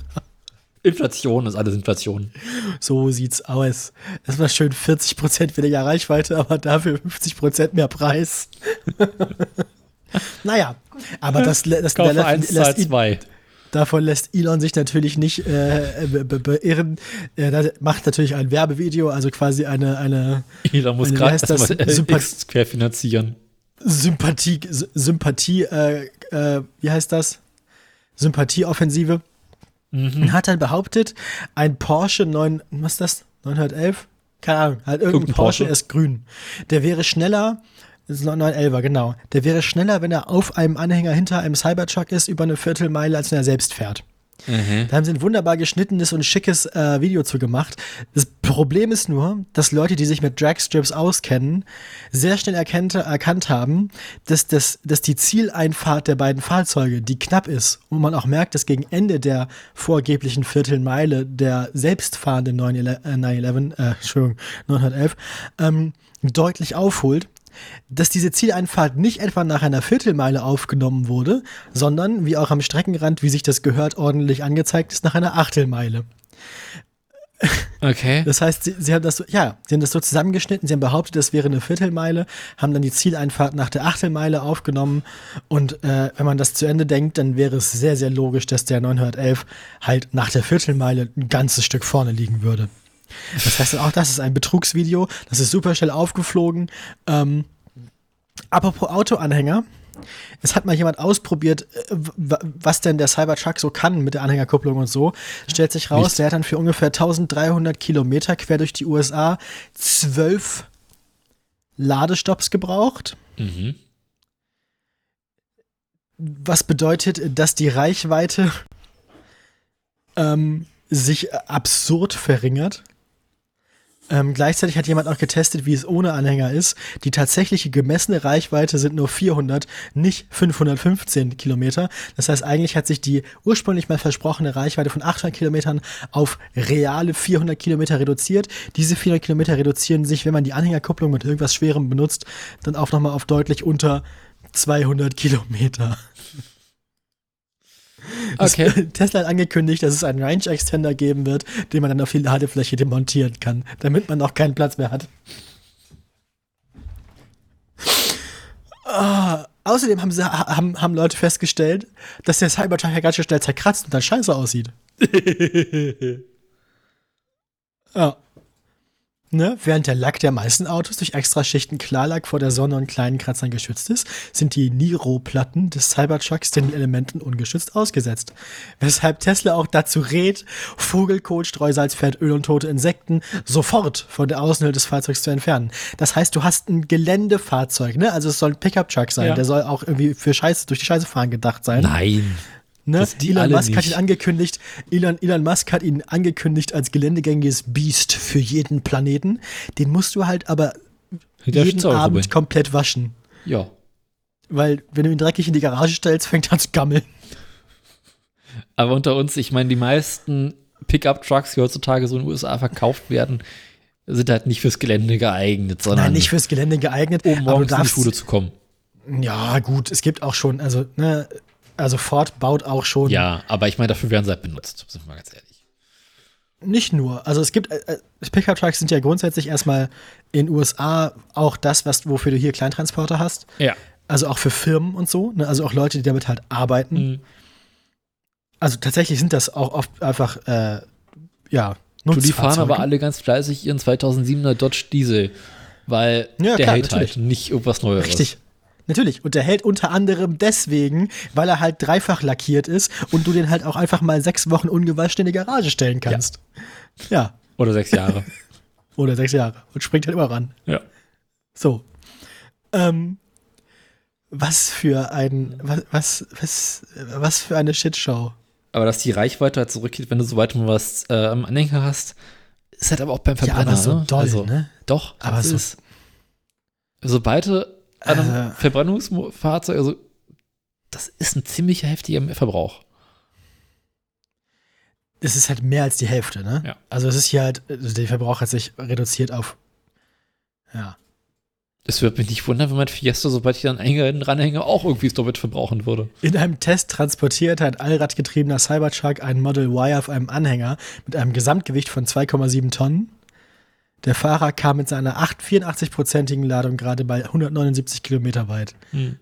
Inflation ist alles Inflation.
So sieht's aus. Das war schön 40% weniger Reichweite, aber dafür 50% mehr Preis. naja, aber das, lä- das,
Kaufe
lä-
1,
lässt
2, 2.
ihn, davon lässt Elon sich natürlich nicht äh, be- be- beirren. Er da- macht natürlich ein Werbevideo, also quasi eine, eine
Elon muss
Weil
gerade
wer ist das?
erstmal äh,
Super-
X querfinanzieren.
Sympathie, S- Sympathie, äh, äh, wie heißt das? Sympathieoffensive. Und hat dann behauptet, ein Porsche 9, was ist das? 911? Keine Ahnung, halt irgendein
Irgendein Porsche.
Porsche, er ist grün. Der wäre schneller, das ist ein 911er, genau. Der wäre schneller, wenn er auf einem Anhänger hinter einem Cybertruck ist, über eine Viertelmeile, als wenn er selbst fährt. Da haben sie ein wunderbar geschnittenes und schickes äh, Video zu gemacht. Das Problem ist nur, dass Leute, die sich mit Dragstrips auskennen, sehr schnell erkennt, erkannt haben, dass, das, dass die Zieleinfahrt der beiden Fahrzeuge, die knapp ist, und man auch merkt, dass gegen Ende der vorgeblichen Viertelmeile der selbstfahrenden 911, äh, 911, äh, Entschuldigung, 911, ähm, deutlich aufholt, dass diese Zieleinfahrt nicht etwa nach einer Viertelmeile aufgenommen wurde, sondern, wie auch am Streckenrand, wie sich das gehört, ordentlich angezeigt ist, nach einer Achtelmeile.
Okay.
Das heißt, sie, sie haben das so, ja, sie haben das so zusammengeschnitten, sie haben behauptet, es wäre eine Viertelmeile, haben dann die Zieleinfahrt nach der Achtelmeile aufgenommen und äh, wenn man das zu Ende denkt, dann wäre es sehr, sehr logisch, dass der 911 halt nach der Viertelmeile ein ganzes Stück vorne liegen würde. Das heißt, auch das ist ein Betrugsvideo, das ist super schnell aufgeflogen. Ähm, apropos Autoanhänger, es hat mal jemand ausprobiert, äh, w- w- was denn der Cybertruck so kann mit der Anhängerkupplung und so. Stellt sich raus, der hat dann für ungefähr 1300 Kilometer quer durch die USA zwölf Ladestopps gebraucht.
Mhm.
Was bedeutet, dass die Reichweite ähm, sich absurd verringert. Ähm, gleichzeitig hat jemand auch getestet, wie es ohne Anhänger ist. Die tatsächliche gemessene Reichweite sind nur 400, nicht 515 Kilometer. Das heißt, eigentlich hat sich die ursprünglich mal versprochene Reichweite von 800 Kilometern auf reale 400 Kilometer reduziert. Diese 400 Kilometer reduzieren sich, wenn man die Anhängerkupplung mit irgendwas Schwerem benutzt, dann auch nochmal auf deutlich unter 200 Kilometer.
Okay.
Tesla hat angekündigt, dass es einen Range Extender geben wird, den man dann auf die Ladefläche demontieren kann, damit man auch keinen Platz mehr hat. Ah, außerdem haben, sie, ha- haben, haben Leute festgestellt, dass der Cybertruck ja ganz schön schnell zerkratzt und dann scheiße aussieht. ja. Ne? Während der Lack der meisten Autos durch extra Schichten Klarlack vor der Sonne und kleinen Kratzern geschützt ist, sind die Niro-Platten des Cybertrucks den Elementen ungeschützt ausgesetzt. Weshalb Tesla auch dazu rät, Vogelkot, Streusalz, Fettöl und tote Insekten sofort von der Außenhülle des Fahrzeugs zu entfernen. Das heißt, du hast ein Geländefahrzeug, ne? Also es soll ein Pickup-Truck sein,
Ja.
der soll auch irgendwie für Scheiße, durch die Scheiße fahren gedacht sein.
Nein.
Ne?
Das die
Elon
alle
Musk hat
nicht.
ihn angekündigt. Elon, Elon Musk hat ihn angekündigt als geländegängiges Biest für jeden Planeten. Den musst du halt aber
Der
jeden
Schnitzer auch
Abend
probieren.
komplett waschen.
Ja.
Weil, wenn du ihn dreckig in die Garage stellst, fängt er an zu gammeln.
Aber unter uns, ich meine, die meisten Pickup-Trucks, die heutzutage so in den USA verkauft werden, sind halt nicht fürs Gelände geeignet, sondern
Nein, nicht fürs Gelände geeignet.
um
aber du
morgens in die
darfst,
Schule zu kommen.
ja, gut, es gibt auch schon, also, ne, also Ford baut auch schon
Ja, aber ich meine, dafür werden sie halt benutzt, sind wir mal ganz ehrlich.
Nicht nur. Also es gibt, äh, äh, Pickup-Trucks sind ja grundsätzlich erstmal in USA auch das, was, wofür du hier Kleintransporter hast.
Ja.
Also auch für Firmen und so. Ne? Also auch Leute, die damit halt arbeiten.
Mhm.
Also tatsächlich sind das auch oft einfach, äh, ja,
Du, die fahren
Nutzfahrzeuge.
aber alle ganz fleißig ihren 2007er Dodge Diesel, weil
Ja,
der
klar,
hält
natürlich.
halt nicht irgendwas Neues.
Richtig. Natürlich. Und der hält unter anderem deswegen, weil er halt dreifach lackiert ist und du den halt auch einfach mal sechs Wochen ungewaschen in die Garage stellen kannst. ja.
Oder sechs Jahre.
Oder sechs Jahre. Und springt halt immer ran.
ja.
So. Ähm, was für ein, was, was, was, was für eine Shitshow.
Aber dass die Reichweite halt zurückgeht, wenn du so weit mal was äh, am Anhänger hast, ist halt aber auch beim
Ja,
Verbrenner.
aber so
ne?
doll,
also,
ne?
Doch,
Aber
das
so-
ist. Also beide an einem
Also-
Verbrennungsfahrzeug, also das ist ein ziemlich heftiger Verbrauch.
es ist halt mehr als die Hälfte, ne?
Ja.
Also es ist hier halt, also der Verbrauch hat sich reduziert auf, ja.
Es würde mich nicht wundern, wenn mein Fiesta, sobald ich dann einen ranhänge, auch irgendwie das Doppelt verbrauchen würde.
In einem Test transportiert ein allradgetriebener Cybertruck einen Model Y auf einem Anhänger mit einem Gesamtgewicht von 2,7 Tonnen. Der Fahrer kam mit seiner 8 84-prozentigen Ladung gerade bei 179 Kilometer weit.
Hm.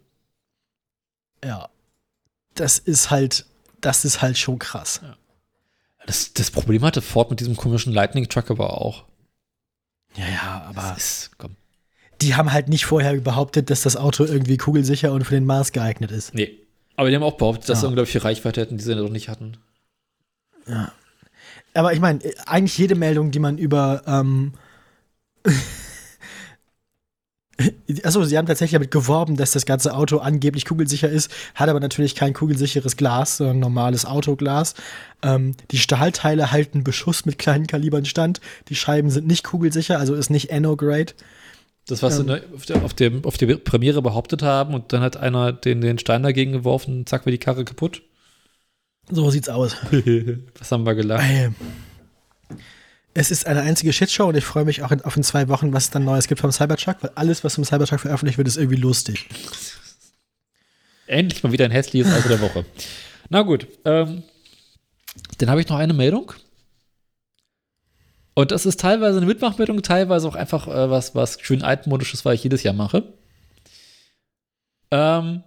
Ja. Das ist halt, das ist halt schon krass.
Das, das Problem hatte Ford mit diesem komischen Lightning Truck aber auch.
Ja, ja, aber
Das ist, komm.
die haben halt nicht vorher behauptet, dass das Auto irgendwie kugelsicher und für den Mars geeignet ist.
Nee. Aber die haben auch behauptet, dass sie
Ja.
unglaubliche Reichweite hätten, die sie noch nicht hatten.
Aber ich meine, äh, eigentlich jede Meldung, die man über. Ähm, Achso, sie haben tatsächlich damit geworben, dass das ganze Auto angeblich kugelsicher ist, hat aber natürlich kein kugelsicheres Glas, sondern normales Autoglas. Ähm, die Stahlteile halten Beschuss mit kleinen Kalibern stand. Die Scheiben sind nicht kugelsicher, also ist nicht Anno-Grade.
Das, was sie ne- auf, der, auf, dem, auf der Premiere behauptet haben und dann hat einer den, den Stein dagegen geworfen und zack, war die Karre kaputt.
So sieht's aus.
was haben wir gelacht?
Ey. Es ist eine einzige Shitshow und ich freue mich auch in, auf in zwei Wochen, was es dann Neues gibt vom Cybertruck, weil alles, was vom Cybertruck veröffentlicht wird, ist irgendwie lustig.
Endlich mal wieder ein hässliches Auto der Woche. Na gut, ähm, dann habe ich noch eine Meldung. Und das ist teilweise eine Mitmachmeldung, teilweise auch einfach äh, was, was schön altmodisches, weil ich jedes Jahr mache. Ähm,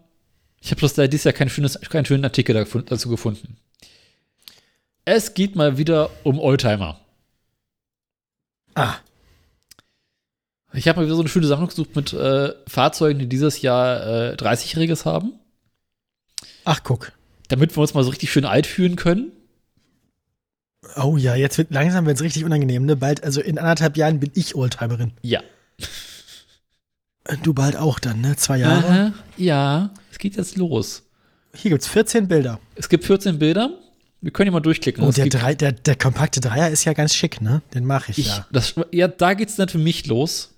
ich habe bloß leider dieses Jahr kein schönes, keinen schönen Artikel dafun- dazu gefunden. Es geht mal wieder um Oldtimer.
Ah.
Ich habe mal wieder so eine schöne Sammlung gesucht mit äh, Fahrzeugen, die dieses Jahr äh, 30-Jähriges haben.
Ach, guck.
damit wir uns mal so richtig schön alt fühlen können.
Oh ja, jetzt wird langsam wird's richtig unangenehm, ne? Bald, also in anderthalb Jahren bin ich Oldtimerin.
Ja.
Du bald auch dann, ne? Zwei Jahre.
Aha, ja, es geht jetzt los.
Hier gibt's 14 Bilder.
Es gibt 14 Bilder. Wir können ja mal durchklicken.
Oh,
es
der,
gibt,
drei, der, der kompakte Dreier ist ja ganz schick, ne? Den mache ich,
ich,
ja.
das, ja, da geht's dann für mich los.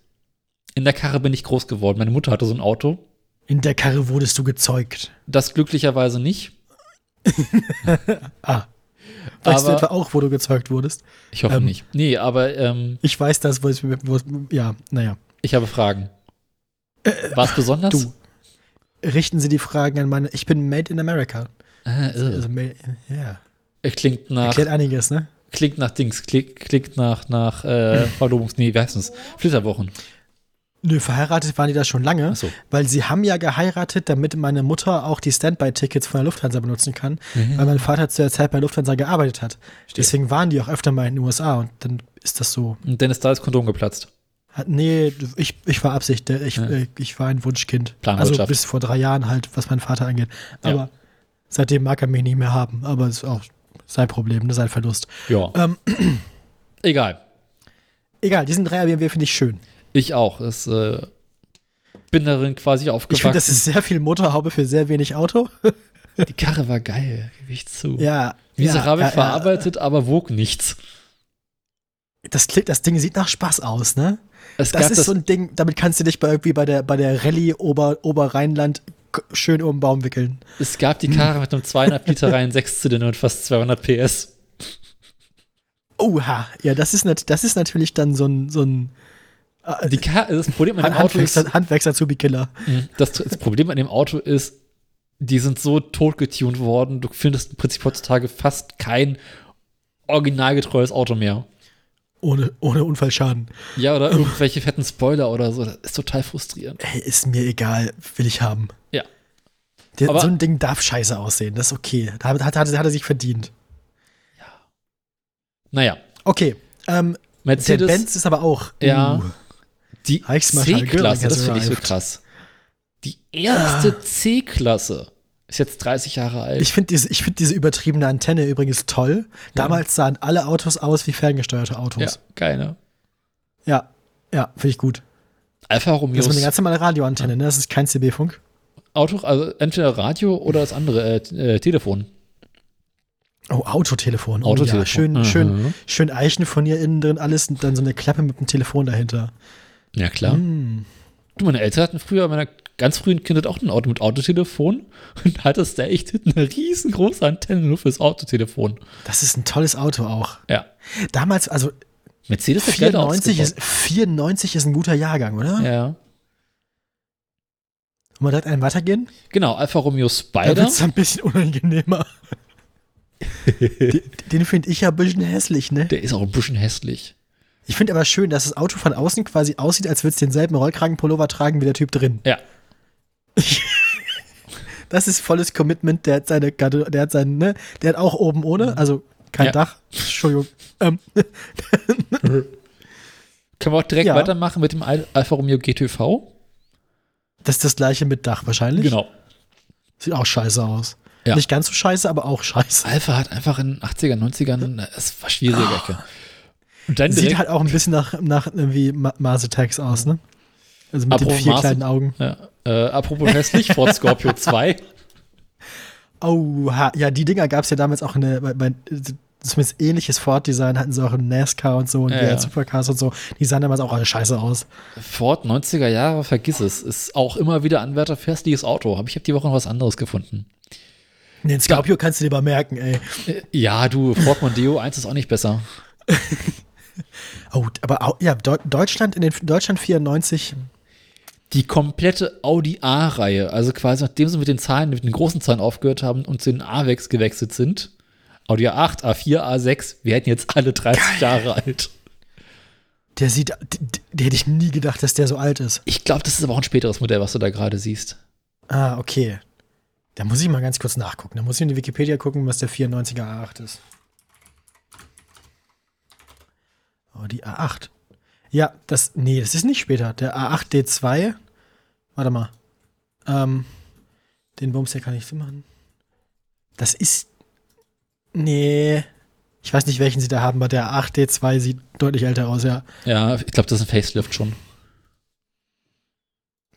In der Karre bin ich groß geworden. Meine Mutter hatte so ein Auto.
In der Karre wurdest du gezeugt.
Das glücklicherweise nicht.
Ah. Weißt
Aber-
du etwa auch, wo du gezeugt wurdest?
Ich hoffe
Ähm.
nicht. Nee, aber ähm,
Ich weiß das, wo es, wo es ja, naja.
ich habe Fragen. War's besonders?
Äh, du. Richten Sie die Fragen an meine, ich bin made in America.
Ah, äh,
Also, made, ja.
klingt nach
Erklärt einiges, ne?
klingt nach Dings, klingt, klingt nach nach äh, Verlobungs nee, wie heißt das? Flitterwochen.
Nö, verheiratet waren die da schon lange,
Ach so.
weil sie haben ja geheiratet, damit meine Mutter auch die Standby-Tickets von der Lufthansa benutzen kann,
Mhm.
weil mein Vater zu der Zeit bei Lufthansa gearbeitet hat. Deswegen waren die auch öfter mal in den USA und dann ist das so.
Und dann ist da das Kondom geplatzt.
Hat- Nee, ich, ich war Absicht, ich, äh, ich war ein Wunschkind.
Planwirtschaft.
Also bis vor drei Jahren halt, was mein Vater angeht.
Ja.
Aber seitdem mag er mich nicht mehr haben, aber ist auch sein Problem, ne, sein Verlust.
Ja.
Ähm.
Egal.
Egal, diesen Dreier BMW finde ich schön.
Ich auch. Es, äh, bin darin quasi
Ich finde,
aufgewachsen.
das ist sehr viel Motorhaube für sehr wenig Auto.
die Karre war geil, gebe ich zu.
ja.
Miserabel
ja, ja, ja.
verarbeitet, aber wog nichts.
das, klingt- das Ding sieht nach Spaß aus, ne?
Es
Das
gab
ist so ein Ding, damit kannst du dich bei irgendwie bei der, bei der Rallye Ober, Oberrheinland k- schön um den Baum wickeln.
es gab die
Hm.
Karre mit einem 2,5 Liter reinen Sechszylinder und fast 200 PS.
Oha, ja, das ist, nat das ist natürlich dann so ein, so ein
Die Karre, das Problem an dem
Han
Auto ist,
Handwerks Handwerks-Azubi-Killer.
das, das Problem an dem Auto ist, die sind so totgetunt worden, du findest im Prinzip heutzutage fast kein originalgetreues Auto mehr.
Ohne, ohne Unfallschaden.
Ja, oder irgendwelche fetten Spoiler oder so. Das ist total frustrierend.
Ey, ist mir egal, will ich haben.
Ja.
Der,
Aber-
so ein Ding darf scheiße aussehen, das ist okay. Da hat, hat, hat, hat er sich verdient.
Naja.
Okay, ähm, der
Mercedes.
Benz ist aber auch.
Ja.
Uh,
Die
Reichsmarschall Göring
C-Klasse,
has
das finde ich so
arrived. Ah.
krass. Die erste C-Klasse ist jetzt 30 Jahre alt.
ich finde diese, ich find diese übertriebene Antenne übrigens toll. Damals sahen alle Autos aus wie ferngesteuerte
ja,
Autos.
geil, ne?
Ja, ja, finde ich gut.
Alfa
Das ist eine
Romeos
ganz normale Radioantenne, ne? Das ist kein CB-Funk.
Auto, also entweder Radio oder das andere, äh, t- äh, Telefon.
Oh, Autotelefon. Oh,
Autotelefon.
Ja, schön,
Mhm.
schön, schön Eichen von hier innen drin, alles und dann so eine Klappe mit dem Telefon dahinter. Mhm.
Ja, klar. Du, meine Eltern hatten früher in meiner ganz frühen Kind hat auch ein Auto mit Autotelefon und hat das da echt hinten eine riesengroße Antenne nur fürs Autotelefon.
Das ist ein tolles Auto auch.
Ja.
Damals, also
Mercedes hat geile Autos
94
gebaut.
ist, 94 ist ein guter Jahrgang, oder? Ja.
Ja.
Wollen wir direkt einen weitergehen?
Genau, Alfa Romeo
Da
Spider.
wird es ein bisschen unangenehmer. den den finde ich ja ein bisschen hässlich, ne?
Der ist auch ein bisschen hässlich.
Ich finde aber schön, dass das Auto von außen quasi aussieht, als würde es denselben Rollkragenpullover tragen wie der Typ drin.
Ja.
Das ist volles Commitment. Der hat seine, Garde- der hat seinen, ne, der hat auch oben ohne, also kein
Mhm. Ja.
Dach. Entschuldigung. Ähm,
Können wir auch direkt
Ja.
weitermachen mit dem Al- Alfa Romeo GTV?
das ist das gleiche mit Dach wahrscheinlich.
Genau.
Sieht auch scheiße aus.
Ja.
Nicht ganz so scheiße, aber auch scheiße.
Alpha hat einfach in den 80er, 90ern, na, es war schwieriger. gell. Und dann
Sieht
direkt,
halt auch ein bisschen nach, nach irgendwie Ma Mars Attacks aus, ne? Also mit den
Apropos
vier
Mars-
kleinen Augen.
ja, äh, apropos hässlich, Ford Scorpio 2.
Oh, ja, die Dinger gab es ja damals auch in der, bei, bei, zumindest ähnliches Ford-Design hatten sie auch im NASCAR und so und
Ja,
die
ja.
Supercars und so. Die sahen damals auch alle scheiße aus.
Ford 90er Jahre, vergiss es. Ist auch immer wieder Anwärter für hässliches Auto. Aber ich habe die Woche noch was anderes gefunden.
Den Scorpio kannst du dir mal merken, ey.
Äh, Ja, du, Ford Mondeo 1 ist auch nicht besser.
Oh, aber au- ja, Deu Deutschland in den Deutschland 94.
Die komplette Audi A-Reihe, also quasi nachdem sie mit den Zahlen, mit den großen Zahlen aufgehört haben und zu den A-Wex gewechselt sind, Audi A8, A4, A6, wir hätten jetzt alle 30 Jahre alt.
Der sieht, d- d- der hätte ich nie gedacht, dass der so alt ist.
Ich glaube, das ist aber auch ein späteres Modell, was du da gerade siehst.
Ah, okay. Da muss ich mal ganz kurz nachgucken. Da muss ich in die Wikipedia gucken, was der 94er A8 ist. Oh, die A8. Ja, das, nee, das ist nicht später. Der A8D2. Warte mal. Ähm, den Bums hier kann ich so machen. Das ist, nee. Ich weiß nicht, welchen sie da haben, aber der A8D2 sieht deutlich älter aus, ja.
Ja, ich glaube, das ist ein Facelift schon.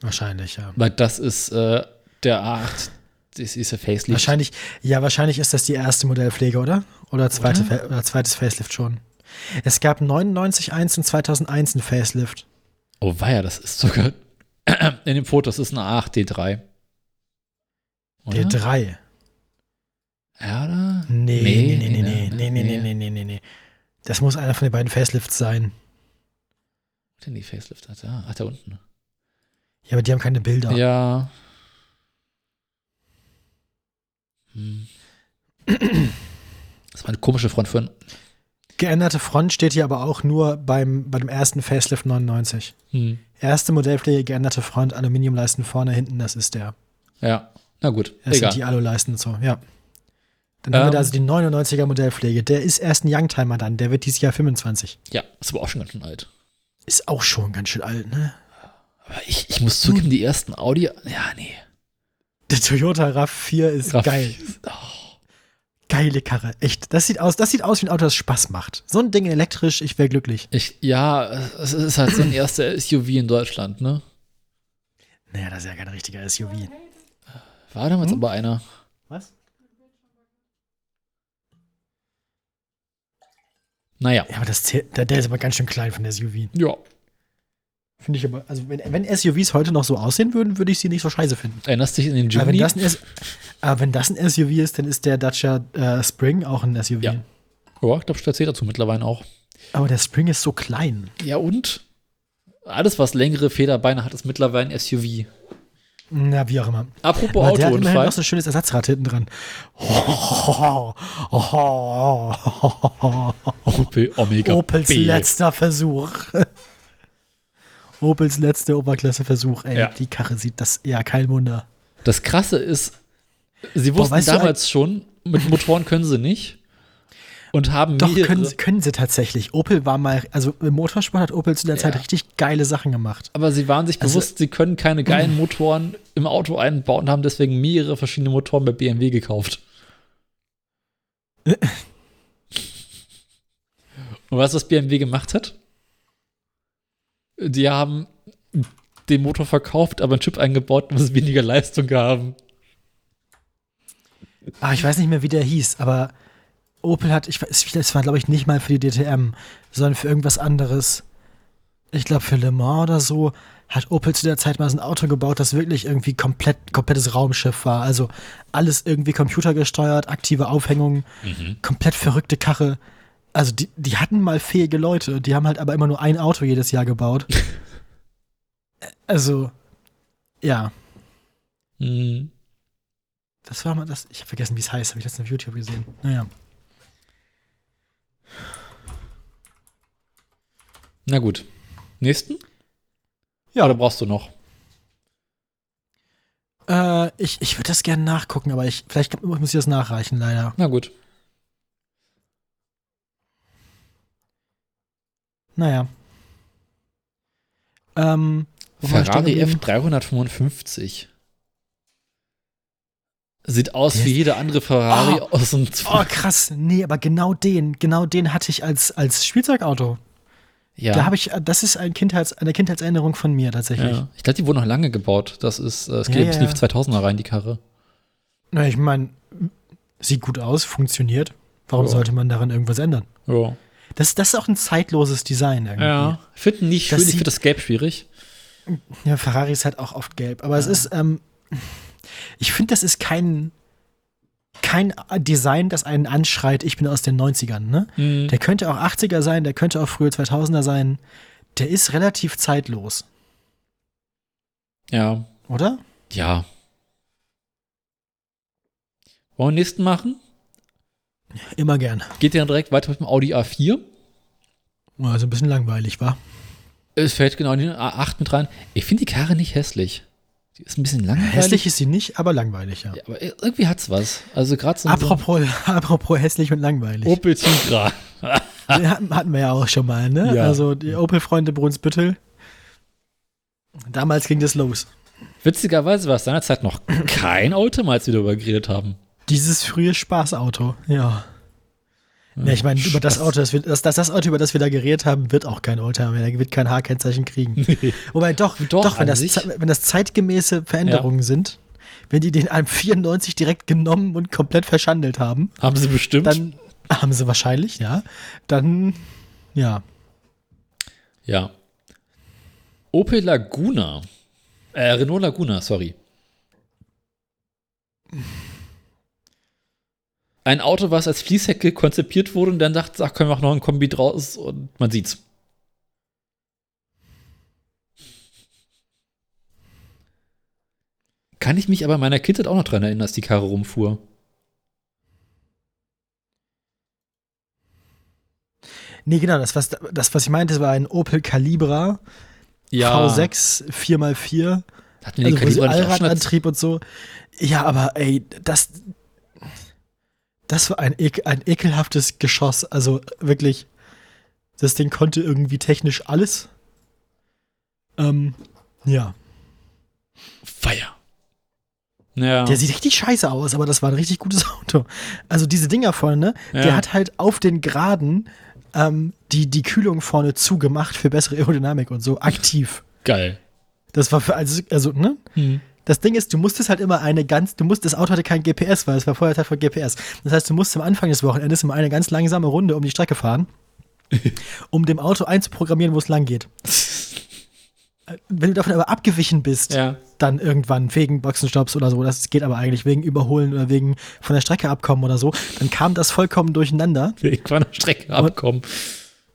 Wahrscheinlich, ja.
Weil das ist äh, der A8. Das ist ein Facelift.
Wahrscheinlich, ja, wahrscheinlich ist das die erste Modellpflege, oder? Oder, zweite, Fa- oder zweites Facelift schon. Es gab 99 1 und 2001 ein Facelift.
Oh weia, das ist sogar in dem Foto, das ist ein A8 D3. Oder?
D3.
Ja, oder?
Nee, nee, nee, nee, nee, nee, nee, nee,
nee.
nee, nee, nee, nee. Das muss einer von den beiden Facelifts sein.
Hat denn die Facelift hat, ja. Ach, da unten.
Ja, aber die haben keine Bilder.
Ja. Hm. Das war eine komische Front für ein.
Geänderte Front steht hier aber auch nur beim, bei dem ersten Facelift 99.
Hm.
Erste Modellpflege, geänderte Front, Aluminiumleisten vorne, hinten, das ist der.
Ja. Na gut.
Das
Egal.
sind die Aluleisten und so, ja. Dann haben wir
Ähm.
da also die 99er Modellpflege. Der ist erst ein Youngtimer dann. Der wird dieses Jahr 25.
Ja, ist aber auch schon ganz schön alt.
Ist auch schon ganz schön alt, ne?
Aber ich, ich muss zugeben, die ersten Audi. Ja, nee.
Der Toyota RAV4 ist
Raff-
geil. Geile Karre, echt. Das sieht aus, das sieht aus wie ein Auto, das Spaß macht. So ein Ding elektrisch, ich wäre glücklich.
Ich, ja, es ist halt so ein erster SUV in Deutschland, ne?
Naja, das ist ja kein richtiger SUV.
War damals
Hm?
aber einer.
Was?
Naja.
Ja, aber das zählt, der, der ist aber ganz schön klein von der SUV.
Ja,
Finde ich aber, also wenn, wenn SUVs heute noch so aussehen würden, würde ich sie nicht so scheiße finden.
erinnerst dich an den
Aber wenn,
Jimny?
das ein S- aber wenn das ein SUV ist, dann ist der Dacia äh, Spring auch ein SUV.
Ja. ja, ich glaube, ich erzähle dazu mittlerweile auch.
Aber der Spring ist so klein.
Ja, und? Alles, was längere Federbeine hat, ist mittlerweile ein SUV.
Na, wie auch immer.
Apropos
Aber der hat immerhin
Autounfall.
noch so ein schönes Ersatzrad hinten dran.
Opel Oh, Omega
Opels
B.
letzter Versuch. Opels letzter Oberklasse-Versuch, ey.
Ja.
Die Karre sieht das, ja, kein Wunder.
Das Krasse ist, sie wussten
weißt du,
damals schon, mit Motoren können sie nicht. Und haben
Doch,
mehrere-
können, sie- können sie tatsächlich. Opel war mal, also im Motorsport hat Opel zu der Zeit richtig geile Sachen gemacht.
aber sie waren sich
Also-
bewusst, sie können keine geilen Motoren im Auto einbauen und haben deswegen mehrere verschiedene Motoren bei BMW gekauft. und weißt du, was BMW gemacht hat? Die haben den Motor verkauft, aber einen Chip eingebaut, was weniger Leistung haben.
Ah, ich weiß nicht mehr, wie der hieß, aber Opel hat, ich weiß, das war, glaube ich, nicht mal für die DTM, sondern für irgendwas anderes. Ich glaube, für Le Mans oder so, hat Opel zu der Zeit mal so ein Auto gebaut, das wirklich irgendwie komplett, komplettes Raumschiff war. Also alles irgendwie computergesteuert, aktive Aufhängungen, komplett verrückte Karre. Also die, die hatten mal fähige Leute, die haben halt aber immer nur ein Auto jedes Jahr gebaut. also, ja.
Mhm.
Das war mal das. Ich habe vergessen, wie es heißt. Habe ich letztens auf YouTube gesehen. Naja.
Na gut. Nächsten? Ja, da brauchst du noch.
Äh, ich ich würde das gerne nachgucken, aber ich vielleicht muss ich das nachreichen, leider.
Na gut.
Naja. Ähm, wo war ich stehen
Ferrari
geblieben?
F355. Sieht aus wie jeder andere Ferrari
Oh.
aus dem
Oh,
Zwe-
krass. Nee, aber genau den, genau den hatte ich als, als Spielzeugauto.
Ja.
Da habe ich, das ist ein Kindheits, eine Kindheitserinnerung von mir tatsächlich.
ja. Ich glaube, die wurden noch lange gebaut. Das ist, äh, es geht
Ja,
ja, bis
ja,
in die
ja.
2000er rein, die Karre.
Na, ich meine, sieht gut aus, funktioniert. Warum
Ja.
sollte man daran irgendwas ändern?
Ja.
Das, das ist auch ein zeitloses Design irgendwie.
ja. Finden nicht
Das
schön, ich
sieht-
finde das Gelb schwierig.
Ja, Ferrari ist halt auch oft gelb. Aber es ist, ähm, ich finde, das ist kein, kein Design, das einen anschreit, ich bin aus den 90ern, ne?
Hm.
Der könnte auch 80er sein, der könnte auch frühe 2000er sein. Der ist relativ zeitlos,
Ja.
oder?
Ja. Wollen wir den nächsten machen?
Immer gern.
Geht dann direkt weiter mit dem Audi A4.
Also ein bisschen langweilig, war.
Es fällt genau in den A8 mit rein. Ich finde die Karre nicht hässlich. Die ist ein bisschen langweilig.
Hässlich ist sie nicht, aber langweilig, ja.
Ja, aber irgendwie hat's was. Also gerade so ein so ein
Apropos, apropos hässlich und langweilig.
Opel Tigra.
Den hatten, hatten wir ja auch schon mal, ne?
Ja.
Also die Opel-Freunde Brunsbüttel. Damals ging das los.
Witzigerweise war es seinerzeit noch kein Auto, mal als wir darüber geredet haben.
Dieses frühe Spaßauto, ja. Ne, ich meine, über das
Spaß.
Auto, das, wir, das, das, das Auto, über das wir da geredet haben, wird auch kein Oldtimer mehr, der wird kein H-Kennzeichen kriegen. Wobei doch,
Doch,
doch, wenn,
an
das,
sich.
zei- wenn das zeitgemäße Veränderungen sind, wenn die den am 94 direkt genommen und komplett verschandelt haben,
Haben sie bestimmt.
dann haben sie wahrscheinlich, ja, dann, ja,
ja. Opel Laguna. Äh, Renault Laguna, sorry. Ein Auto, was als Fließhecke konzipiert wurde und dann dachte, ach, können wir auch noch ein Kombi draus und man sieht's. Kann ich mich aber in meiner Kindheit auch noch dran erinnern, dass die Karre rumfuhr.
Nee, genau, das was, das, was ich meinte, war ein Opel Calibra V6 4x4.
Hatten wir den
Also wo
Kaliber nicht auch
sie
schon als-
Allradantrieb und so. Ja, aber ey, das, das war ein, ekel, ein ekelhaftes Geschoss. Also wirklich, das Ding konnte irgendwie technisch alles. Ähm, ja.
Feier. Ja.
Der sieht richtig scheiße aus, aber das war ein richtig gutes Auto. Also diese Dinger vorne,
Ja.
der hat halt auf den Geraden ähm, die, die Kühlung vorne zugemacht für bessere Aerodynamik und so aktiv.
Geil.
Das war für, also, also, ne? Das Ding ist, du musstest halt immer eine ganz, du musst, das Auto hatte kein GPS, weil es war vorher Teil von GPS. Das heißt, du musst am Anfang des Wochenendes immer eine ganz langsame Runde um die Strecke fahren, um dem Auto einzuprogrammieren, wo es lang geht. Äh, Wenn du davon aber abgewichen bist,
Ja.
dann irgendwann wegen Boxenstopps oder so, das geht aber eigentlich wegen Überholen oder wegen von der Strecke abkommen oder so, dann kam das vollkommen durcheinander.
Irgendwann eine Strecke abkommen.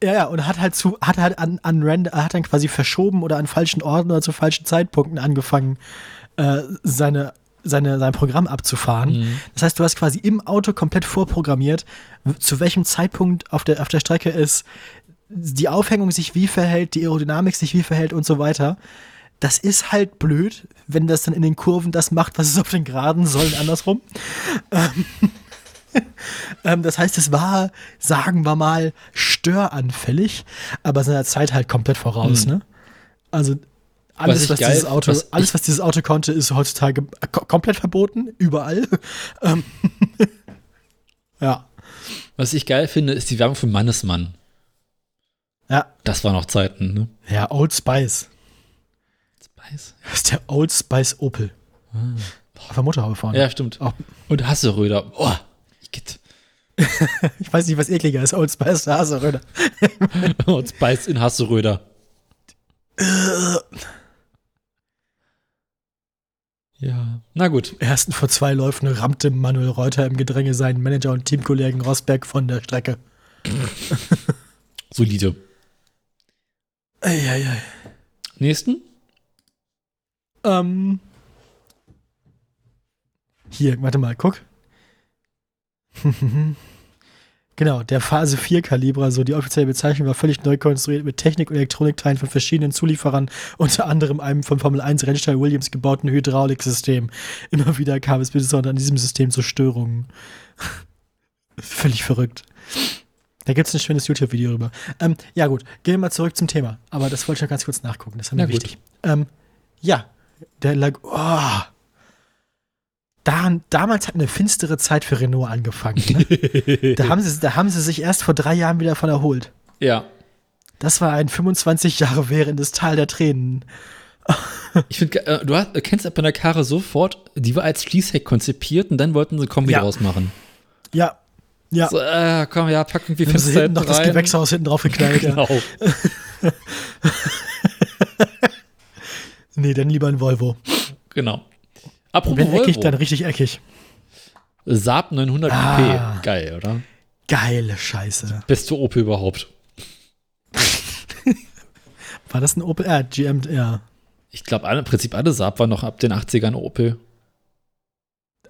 Ja, ja, und hat halt zu, hat halt an, an random, hat dann quasi verschoben oder an falschen Orten oder zu falschen Zeitpunkten angefangen, äh, seine, seine, sein Programm abzufahren. Das heißt, du hast quasi im Auto komplett vorprogrammiert, w- zu welchem Zeitpunkt auf der, auf der Strecke ist, die Aufhängung sich wie verhält, die Aerodynamik sich wie verhält und so weiter. Das ist halt blöd, wenn das dann in den Kurven das macht, was es auf den Geraden soll und andersrum. Ähm, das heißt, es war, sagen wir mal, störanfällig, aber seiner Zeit halt komplett voraus, ne? Also
Hm. Was
alles,
ich
was,
geil-
dieses Auto,
was
alles, was dieses Auto konnte, ist heutzutage ko- komplett verboten, überall. Ähm, ja.
Was ich geil finde, ist die Werbung für Mannesmann.
Ja.
Das war noch Zeiten, ne?
Ja, Old Spice.
Weiß.
Das ist der Old Spice Opel. Ah. Auf der Motorhaube vorne.
Ja, stimmt.
Auch-
Und Hasseröder. Boah. ich geht.
Ich weiß nicht, was ekliger ist, Old Spice oder Haseröder.
Und Spice in Hasseröder. Na gut.
Ersten vor zwei Läufen rammte Manuel Reuter im Gedränge seinen Manager und Teamkollegen Rosberg von der Strecke.
Solide.
Eieiei.
Nächsten?
Ähm. Hier, warte mal, guck. genau, der Phase 4 Kalibra, so die offizielle Bezeichnung, war völlig neu konstruiert mit Technik- und Elektronikteilen von verschiedenen Zulieferern, unter anderem einem vom Formel 1 Rennstall Williams gebauten Hydrauliksystem. Immer wieder kam es besonders an diesem System zu Störungen. völlig verrückt. Da gibt es ein schönes YouTube-Video drüber. Ähm, ja, gut, gehen wir mal zurück zum Thema. Aber das wollte ich noch ganz kurz nachgucken, das ist
Na
mir
gut.
wichtig. Ähm, ja, der lag. Oh. Da, damals hat eine finstere Zeit für Renault angefangen. Ne?
Äh,
Da haben, sie, da haben sie sich erst vor drei Jahren wieder von erholt.
Ja.
Das war ein 25 Jahre währendes Tal der Tränen.
Ich finde, äh, du hast, kennst Apanakare sofort, die war als Schließheck konzipiert und dann wollten sie ein Kombi
Ja.
draus machen.
Ja. Ja.
So, äh, komm, ja, pack irgendwie
haben sie
Fenster
hinten noch das
rein.
Gewächshaus hinten drauf geknallt. ja.
Genau.
Nee, dann lieber ein Volvo.
genau. Apropos
Wenn eckig, dann
Volvo.
richtig eckig.
Saab 900
Ah.
Coupé. Geil, oder?
Geile Scheiße.
Beste Opel überhaupt.
War das ein Opel? Äh, GM, ja.
Ich glaube, im Prinzip alle Saab waren noch ab den 80ern Opel.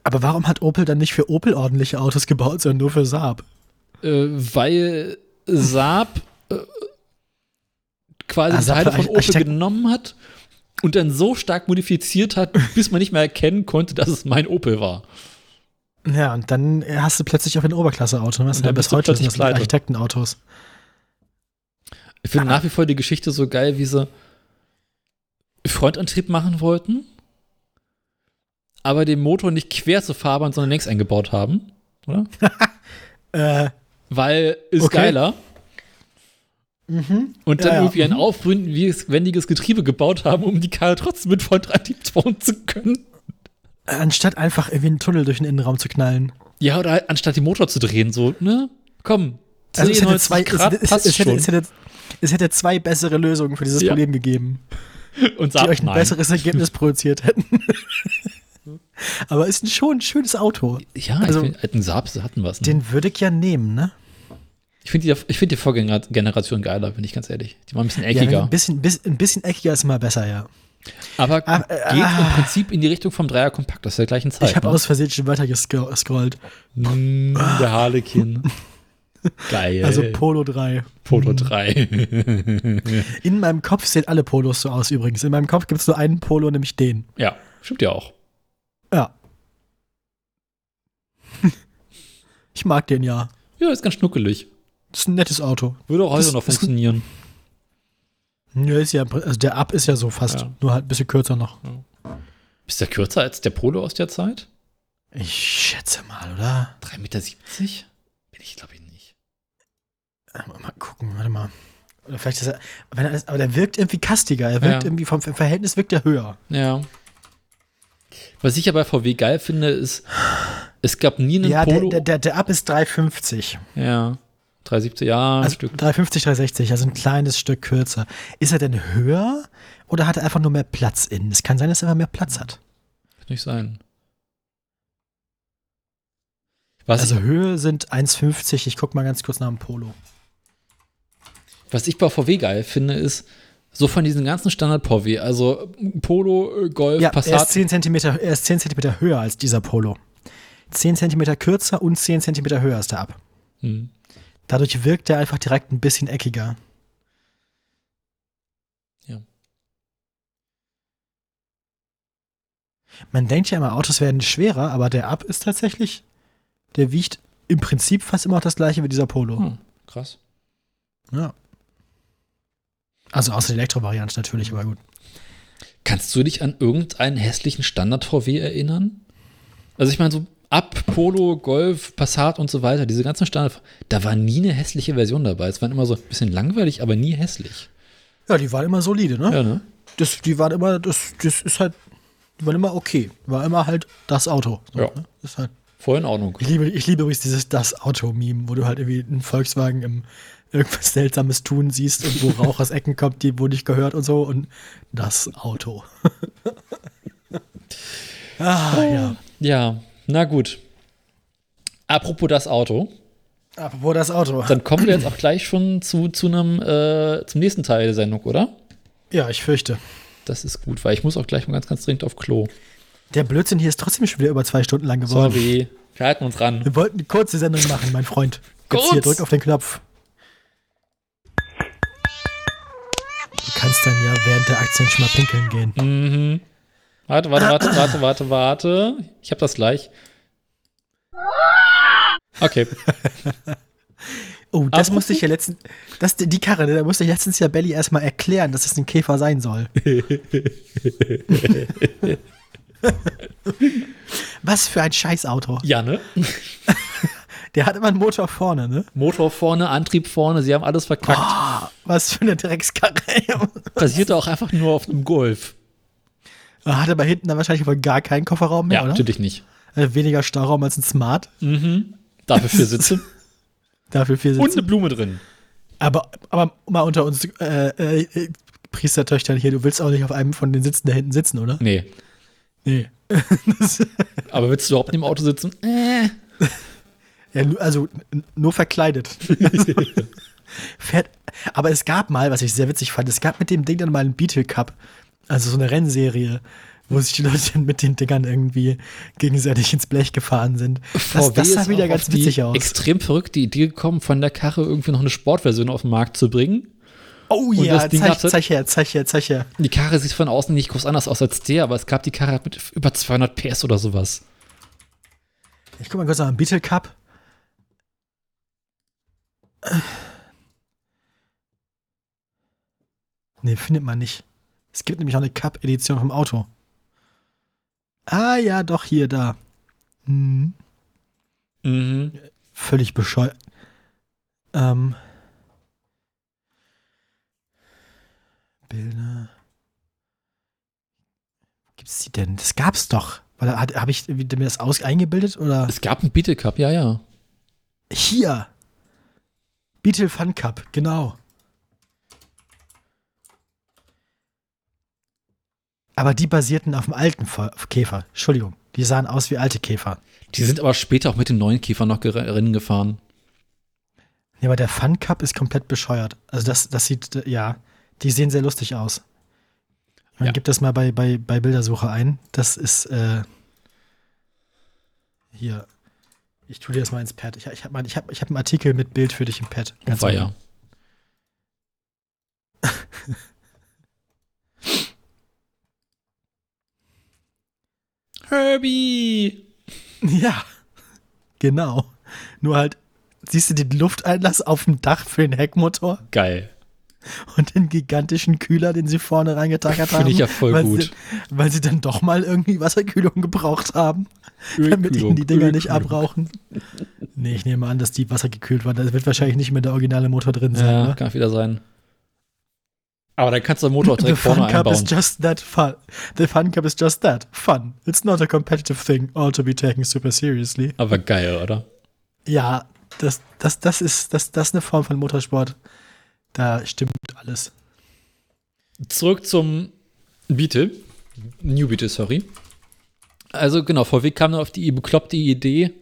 Aber warum hat Opel dann nicht für Opel ordentliche Autos gebaut, sondern nur für Saab?
Äh, weil Saab äh, quasi
Ah, Saab
Teile
war
von
Arch-
Opel
Architekt-
genommen hat und dann so stark modifiziert hat, bis man nicht mehr erkennen konnte, dass es mein Opel war.
Ja, und dann hast du plötzlich auf ein Oberklasse-Auto. ne? Was
Und dann
ja bis
bist du
heute
plötzlich
sind das sind
pleite.
Architektenautos.
Ich
Ah.
finde nach wie vor die Geschichte so geil, wie sie Frontantrieb machen wollten, aber den Motor nicht quer zur Fahrbahn, sondern längs eingebaut haben, oder?
Äh,
Weil ist
Okay. Mhm.
geiler. Und dann
Ja, ja,
irgendwie ein aufwendiges Getriebe gebaut haben, um die Karre trotzdem mit Frontantrieb bauen zu können.
anstatt einfach irgendwie einen Tunnel durch den Innenraum zu knallen.
Ja, oder halt, anstatt den Motor zu drehen, so, ne? Komm,
Also es hätte,
93
zwei, es,
Grad
hätte, es,
passt
es, hätte,
schon.
es, hätte, es hätte zwei bessere Lösungen für dieses
Ja.
Problem gegeben,
und
die
sagt
euch ein
nein.
besseres Ergebnis produziert hätten. Aber ist ein schon ein schönes Auto.
ja,
also-
ich find, alten Saab hatten was. Ne?
Den würde ich ja nehmen, ne?
Ich finde die, ich find die Vorgängergeneration geiler, bin ich ganz ehrlich. Die war ein bisschen
Ja, wenn
eckiger.
ein, bisschen, bis, ein bisschen eckiger ist immer besser, ja.
aber
Ah, äh,
geht im
ah.
Prinzip in die Richtung vom Dreier Kompakt aus der gleichen Zeit.
Ich habe
ne?
aus Versehen schon weiter gescro- gescrollt.
Mm, der Harlekin. Geil.
Also Mhm. Polo 3.
Polo 3.
In meinem Kopf sehen alle Polos so aus übrigens. In meinem Kopf gibt es nur einen Polo, nämlich den.
ja, stimmt ja auch.
Ja. ich mag den ja.
Ja, ist ganz schnuckelig.
Das ist ein nettes Auto.
Würde auch heute
Das-
noch
das-
funktionieren.
Ja, ist ja, also der Ab ist ja so fast,
Ja.
nur halt ein bisschen kürzer noch.
Ist der kürzer als der Polo aus der Zeit?
Ich schätze mal, oder?
3,70 Meter? Bin ich, glaube ich, nicht.
Äh, Mal mal gucken, warte mal. Oder vielleicht ist er, wenn er ist, aber der wirkt irgendwie kastiger. Er wirkt
Ja.
irgendwie vom, vom Verhältnis wirkt er höher.
Ja. Was ich ja bei VW geil finde, ist, es gab nie einen
ja, der,
Polo.
der, der, der Ab ist 3,50.
ja. 370, ja, ein
Also
Stück.
3,50, 3,60, also ein kleines Stück kürzer. Ist er denn höher oder hat er einfach nur mehr Platz innen? Es kann sein, dass er immer mehr Platz hat.
Kann nicht sein. Was,
Also Höhe sind 1,50. Ich guck mal ganz kurz nach dem Polo.
was ich bei VW geil finde, ist, so von diesen ganzen Standard-VW, also Polo, äh, Golf,
Ja, er ist,
Passat.
10 Zentimeter, er ist 10 Zentimeter höher als dieser Polo. 10 Zentimeter kürzer und 10 Zentimeter höher ist er ab.
Hm.
Dadurch wirkt er einfach direkt ein bisschen eckiger.
Ja.
Man denkt ja immer, Autos werden schwerer, aber der Ab ist tatsächlich, der wiegt im Prinzip fast immer auch das gleiche wie dieser Polo.
Hm, krass.
Ja. Also außer die Elektrovariante natürlich, aber gut.
Kannst du dich an irgendeinen hässlichen Standard-VW erinnern? Also ich meine, so ab Polo, Golf, Passat und so weiter, diese ganzen Standard, da war nie eine hässliche Version dabei. Es waren immer so ein bisschen langweilig, aber nie hässlich.
Ja, die waren immer solide, ne?
Ja, ne?
Das, die waren immer, das, das ist halt, die waren immer okay. War immer halt das Auto. So,
Ja.
ne? ist halt
Voll in Ordnung.
Ich liebe, ich liebe übrigens dieses Das Auto-Meme, wo du halt irgendwie einen Volkswagen im irgendwas Seltsames tun siehst und wo Rauch aus Ecken kommt, die wo nicht gehört und so und das Auto. Ah, ja.
Ja, na gut. Apropos das Auto,
Apropos das Auto.
dann kommen wir jetzt auch gleich schon zu, zu einem, äh, zum nächsten Teil der Sendung, oder?
Ja, ich fürchte.
Das ist gut, weil ich muss auch gleich mal ganz, ganz dringend auf Klo.
Der Blödsinn hier ist trotzdem schon wieder über zwei Stunden lang geworden.
Sorry, wir halten uns ran.
Wir wollten eine kurze Sendung machen, mein Freund.
Kurz.
Jetzt hier, drück auf den Knopf. Du kannst dann ja während der Aktien schon mal pinkeln gehen.
Mhm. Warte, warte, warte, warte, warte, warte. Ich hab das gleich. Okay.
Oh, das
Aber-
musste ich ja letztens, das, die Karre, ne, da musste ich letztens ja Belly erstmal erklären, dass es ein Käfer sein soll. Was für ein Scheißauto.
Janne,
Der hat immer einen Motor vorne, ne?
Motor vorne, Antrieb vorne, sie haben alles verkackt.
Was für eine Dreckskarre.
Basierte auch einfach nur auf einem Golf.
hat aber hinten dann wahrscheinlich wohl gar keinen Kofferraum mehr,
Ja,
oder?
natürlich nicht.
Äh, Weniger Stauraum als ein Smart.
Dafür vier Sitze
Dafür vier
und
Sitze.
eine Blume drin.
Aber, aber mal unter uns äh, äh, äh, Priestertöchtern hier, du willst auch nicht auf einem von den Sitzen da hinten sitzen, oder?
Nee.
Nee. das,
Aber willst du überhaupt in dem Auto sitzen? Äh.
ja, nu- also n- nur verkleidet. Fährt, aber es gab mal, was ich sehr witzig fand, es gab mit dem Ding dann mal einen Beetle Cup, also so eine Rennserie, wo sich die Leute dann mit den Dingern irgendwie gegenseitig ins Blech gefahren sind. Das, das sah
ist
wieder
auch
ganz
auf die
witzig aus.
Extrem verrückte Idee gekommen, von der Karre irgendwie noch eine Sportversion auf den Markt zu bringen.
Oh
Und
ja,
das Ding
zeig,
hatte-
zeig her, zeig her, zeig her.
Die Karre sieht von außen nicht groß anders aus als der, aber es gab die Karre halt mit über 200 PS oder sowas.
Ich guck mal kurz nach dem Beetle Cup. Nee, findet man nicht. Es gibt nämlich auch eine Cup-Edition vom Auto. Ah ja, doch, hier, da. Hm,
Mhm.
völlig bescheuert. Ähm. Bilder. Gibt's die denn? Das gab's doch. Habe ich irgendwie mir das aus eingebildet? Oder?
Es gab einen Beetle Cup, ja, ja.
Hier. Beetle Fun Cup, genau. Aber die basierten auf dem alten Fe- Käfer. Entschuldigung. Die sahen aus wie alte Käfer.
Die sind aber später auch mit dem neuen Käfer noch ger- Rennen gefahren.
Nee, aber der Fun Cup ist komplett bescheuert. Also das, das sieht, äh, ja, die sehen sehr lustig aus. Man
Ja.
gibt das mal bei, bei, bei Bildersuche ein. Das ist, äh, hier. Ich tue dir das mal ins Pad. Ich, ich habe ich hab, ich hab einen Artikel mit Bild für dich im Pad.
War
unten.
ja.
genau.
Herbie!
Ja, genau. Nur halt, siehst du den Lufteinlass auf dem Dach für den Heckmotor
Geil.
und den gigantischen Kühler, den sie vorne reingetackert haben.
Finde ich ja voll
weil
gut.
Sie, weil sie dann doch mal irgendwie Wasserkühlung gebraucht haben, damit ihnen die Dinger nicht abrauchen. Nee, ich nehme an, dass die wassergekühlt waren. Da wird wahrscheinlich nicht mehr der originale Motor drin sein.
Ja,
ne?
kann auch wieder sein. Aber dann kannst du den Motor auch direkt
the fun
vorne
cup
einbauen.
is just that fun. The fun cup is just that fun. It's not a competitive thing, or to be taken super seriously.
Aber geil, oder?
Ja, das, das, das ist das, das ist eine Form von Motorsport. Da stimmt alles.
Zurück zum Beetle. New Beetle, sorry. Also genau, VW kam dann auf die bekloppte Idee,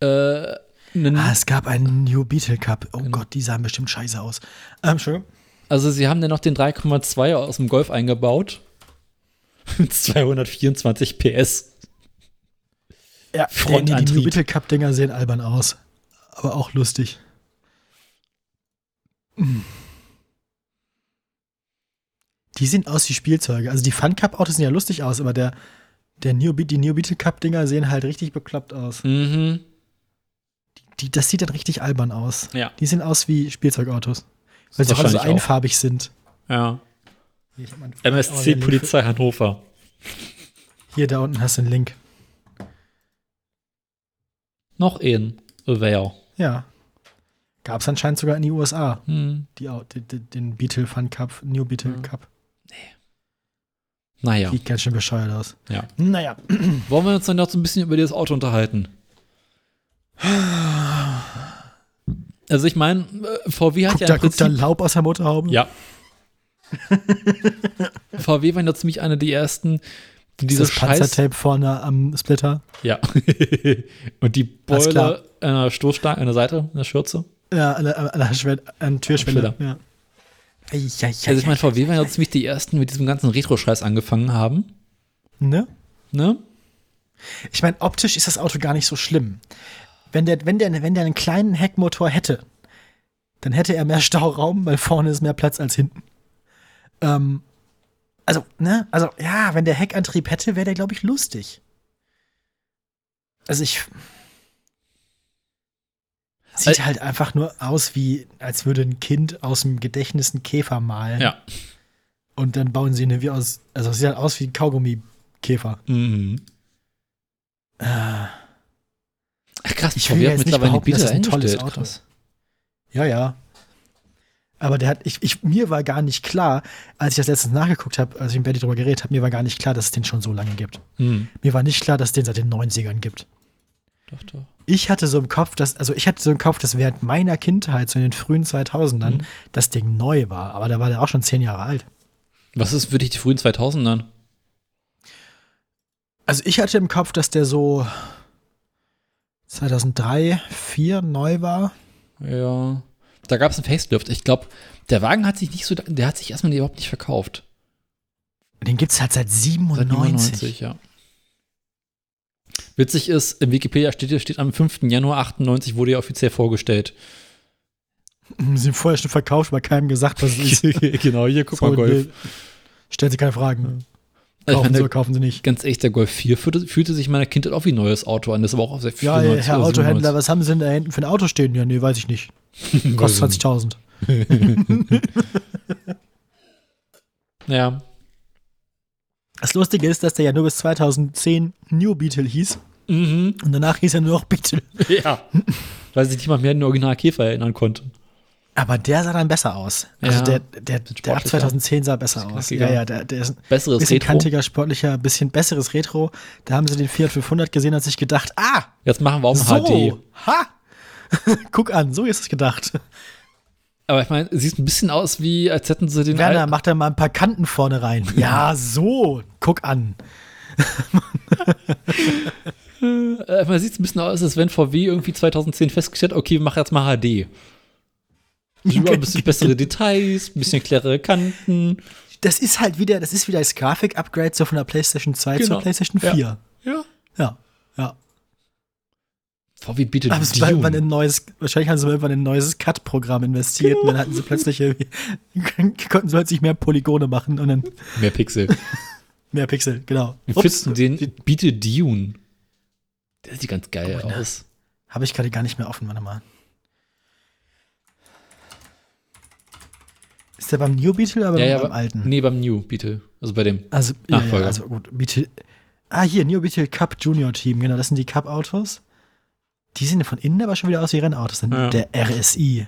äh, einen
Ah, es gab einen New Beetle Cup. Oh
Genau.
Gott, die sahen bestimmt scheiße aus. Ähm, schön.
Also sie haben dann noch den 3,2 aus dem Golf eingebaut. 224 PS.
Ja, die, die
Frontantrieb.
New Beetle Cup Dinger sehen albern aus, aber auch lustig. Hm. Die sehen aus wie Spielzeuge. Also die Fun Cup Autos sehen ja lustig aus, aber der, der New Be die New Beetle Cup Dinger sehen halt richtig bekloppt aus.
Mhm.
Die, das sieht dann richtig albern aus.
Ja.
Die sehen aus wie Spielzeugautos. Weil sie alle so
Wahrscheinlich auch.
einfarbig sind.
Ja.
Hier, ich hab mal- Oh,
MSC
der Link-
Polizei Hannover.
Hier, da unten hast du einen Link.
Noch ein. Wer?
Ja. Gab es anscheinend sogar in die USA,
Hm.
die, Au- die, die, den Beetle Fun Cup, New Beetle Cup.
Naja.
Sieht ganz schön bescheuert aus.
Ja.
Naja,
Wollen wir uns dann noch so ein bisschen über das Auto unterhalten? Also ich meine, äh, VW hat
guckt
ja im
da, guckt da
Prinzip
Laub aus der Motorhaube?
Ja. VW waren ja ziemlich eine der ersten, diese
das
Scheiß.
Panzertape vorne am Splitter.
Ja. und die
Alles
Beule an der Stoßstange, an der Seite, an der Schürze.
Ja, an der, an der, Schwer an der
Schwelle.
Türschwelle. Ja. Ei, ei, ei,
Also ich meine,
ei,
VW waren ja ziemlich die ersten, die mit diesem ganzen Retro-Scheiß angefangen haben.
ne?
Ne?
Ich meine, optisch ist das Auto gar nicht so schlimm. Wenn der, wenn der, wenn der einen kleinen Heckmotor hätte, dann hätte er mehr Stauraum, weil vorne ist mehr Platz als hinten. Ähm, also, ne? Also, ja, wenn der Heckantrieb hätte, wäre der, glaube ich, lustig. Also ich. Sieht
Al-
halt einfach nur aus wie, als würde ein Kind aus dem Gedächtnis einen Käfer malen.
Ja.
Und dann bauen sie ihn irgendwie aus. Also es sieht halt aus wie ein Kaugummikäfer. Äh.
Mhm. Ach krass,
Ich will
VW
ja
hat
jetzt nicht
mittlerweile die
behaupten,
Bitte
dass es ein tolles
eingestellt.
Auto
Krass.
Ja, ja. Aber der hat, ich, ich, mir war gar nicht klar, als ich das letztens nachgeguckt habe, als ich mit Betty drüber geredet habe, mir war gar nicht klar, dass es den schon so lange gibt.
Mhm.
Mir war nicht klar, dass es den seit den 90ern gibt.
Doch, doch.
Ich hatte so im Kopf, dass, also ich hatte so im Kopf, dass während meiner Kindheit, so in den frühen 2000ern, das Ding neu war. Aber da war der auch schon zehn Jahre alt.
Was ist für dich die frühen 2000ern?
Also ich hatte im Kopf, dass der so 2003, 2004 neu war.
Ja. Da gab es einen Facelift. Ich glaube, der Wagen hat sich nicht so, der hat sich erstmal überhaupt nicht verkauft.
Den gibt es halt seit 97.
Seit 99, ja. Witzig ist, im Wikipedia steht, steht am 5. Januar 98 wurde er offiziell vorgestellt.
Sie sind vorher schon verkauft, aber keinem gesagt, was es ist.
genau, hier guck
So
mal
ein
Golf.
Bild. Stellt sie keine Fragen.
Also, ich
Kaufen
meine,
sie
der,
oder kaufen sie nicht.
ganz echt, der Golf 4 fühlte, fühlte sich in meiner Kindheit auch wie ein neues Auto an. Das war auch sehr viel.
Ja, Herr Autohändler, was haben Sie denn da hinten für ein Auto stehen? Ja, nee, weiß ich nicht. Kostet 20.000.
Ja.
Das Lustige ist, dass der ja nur bis 2010 New Beetle hieß
Mhm.
und danach hieß er nur noch Beetle.
Ja. Weil sich niemand mehr an den Original Käfer erinnern konnte.
Aber der sah dann besser aus. Also
Ja,
der, der, der ab
sportlicher.
2010 sah besser aus.
knackiger.
Ja, ja, der, der ist ein
Besseres
bisschen
Retro.
kantiger, sportlicher, bisschen besseres Retro. Da haben sie den Fiat 500 gesehen und sich gedacht, ah,
Jetzt machen wir auch ein HD.
so, ha! Guck an, so ist es gedacht.
Aber ich meine, sieht ein bisschen aus wie, als hätten sie den.
Werner,
alten-
mach da mal ein paar Kanten vorne rein. Ja, so. Guck an.
äh, man sieht es ein bisschen aus, als wenn VW irgendwie 2010 festgestellt hat, okay, wir machen jetzt mal HD. Über ein bisschen bessere Details, ein bisschen klarere Kanten.
Das ist halt wieder, das ist wieder das Grafik-Upgrade so von der PlayStation 2
Genau.
zur PlayStation
Ja.
4.
Ja.
Ja. Ja.
VW bietet
Haben sie mal irgendwann
Dune.
ein neues, wahrscheinlich haben sie mal irgendwann in ein neues Cut-Programm investiert und
Genau.
dann hatten sie plötzlich irgendwie, konnten sie plötzlich mehr Polygone machen und dann
Mehr Pixel.
mehr Pixel, genau.
Wir
Ups,
finden den bietet Dune. Der sieht ganz geil
Oh,
aus.
habe ich gerade gar nicht mehr offen, warte mal. Ist der beim New Beetle oder
Ja, ja,
beim
aber-
alten?
Nee, beim New Beetle. Also bei dem.
Also, ja, ja,
Nachfolger.
also gut, BTL. Ah, hier, Neo BTL Cup Junior Team, genau, das sind die Cup-Autos. Die sehen von innen aber schon wieder aus wie Rennautos, dann
Ja.
der RSI.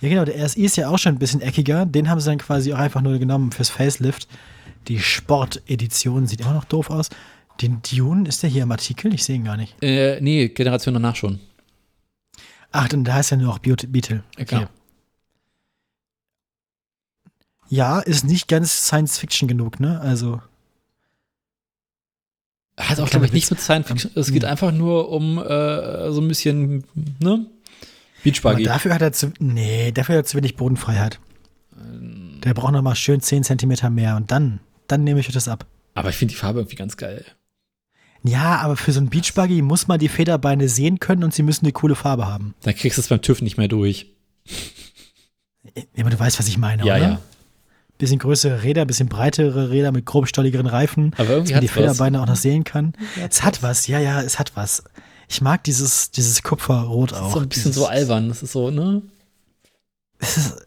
Ja, genau, der RSI ist ja auch schon ein bisschen eckiger. Den haben sie dann quasi auch einfach nur genommen fürs Facelift. Die Sport-Edition sieht immer noch doof aus. Den Dune ist der hier im Artikel? Ich sehe ihn gar nicht.
Äh, nee, Generation danach schon.
Ach, dann da heißt ja nur noch Beauty- Beetle.
Genau.
Ja, ist nicht ganz Science-Fiction genug, ne? Also,
Hat auch,
Kleiner
glaube ich,
Witz.
nichts mit Science Fiction. Es geht
nee.
einfach nur um äh, so ein bisschen, ne?
aber
Beachbuggy.
dafür hat er zu, nee, dafür hat er zu wenig Bodenfreiheit.
Ähm,
Der braucht noch mal schön 10 cm mehr und dann, dann nehme ich euch das ab.
Aber ich finde die Farbe irgendwie ganz geil.
Ja, aber für so einen Beachbuggy muss man die Federbeine sehen können und sie müssen eine coole Farbe haben.
Dann kriegst du es beim TÜV nicht mehr durch.
Ja, aber du weißt, was ich meine,
Ja,
oder?
ja.
Bisschen größere Räder, bisschen breitere Räder mit grobstolligeren Reifen,
Aber irgendwie
dass man die
hat's was.
Federbeine auch noch sehen kann. Es hat was, ja, ja, es hat was. Ich mag dieses, dieses Kupferrot
Das
auch.
ist so ein bisschen
dieses,
so albern. Das ist so, ne?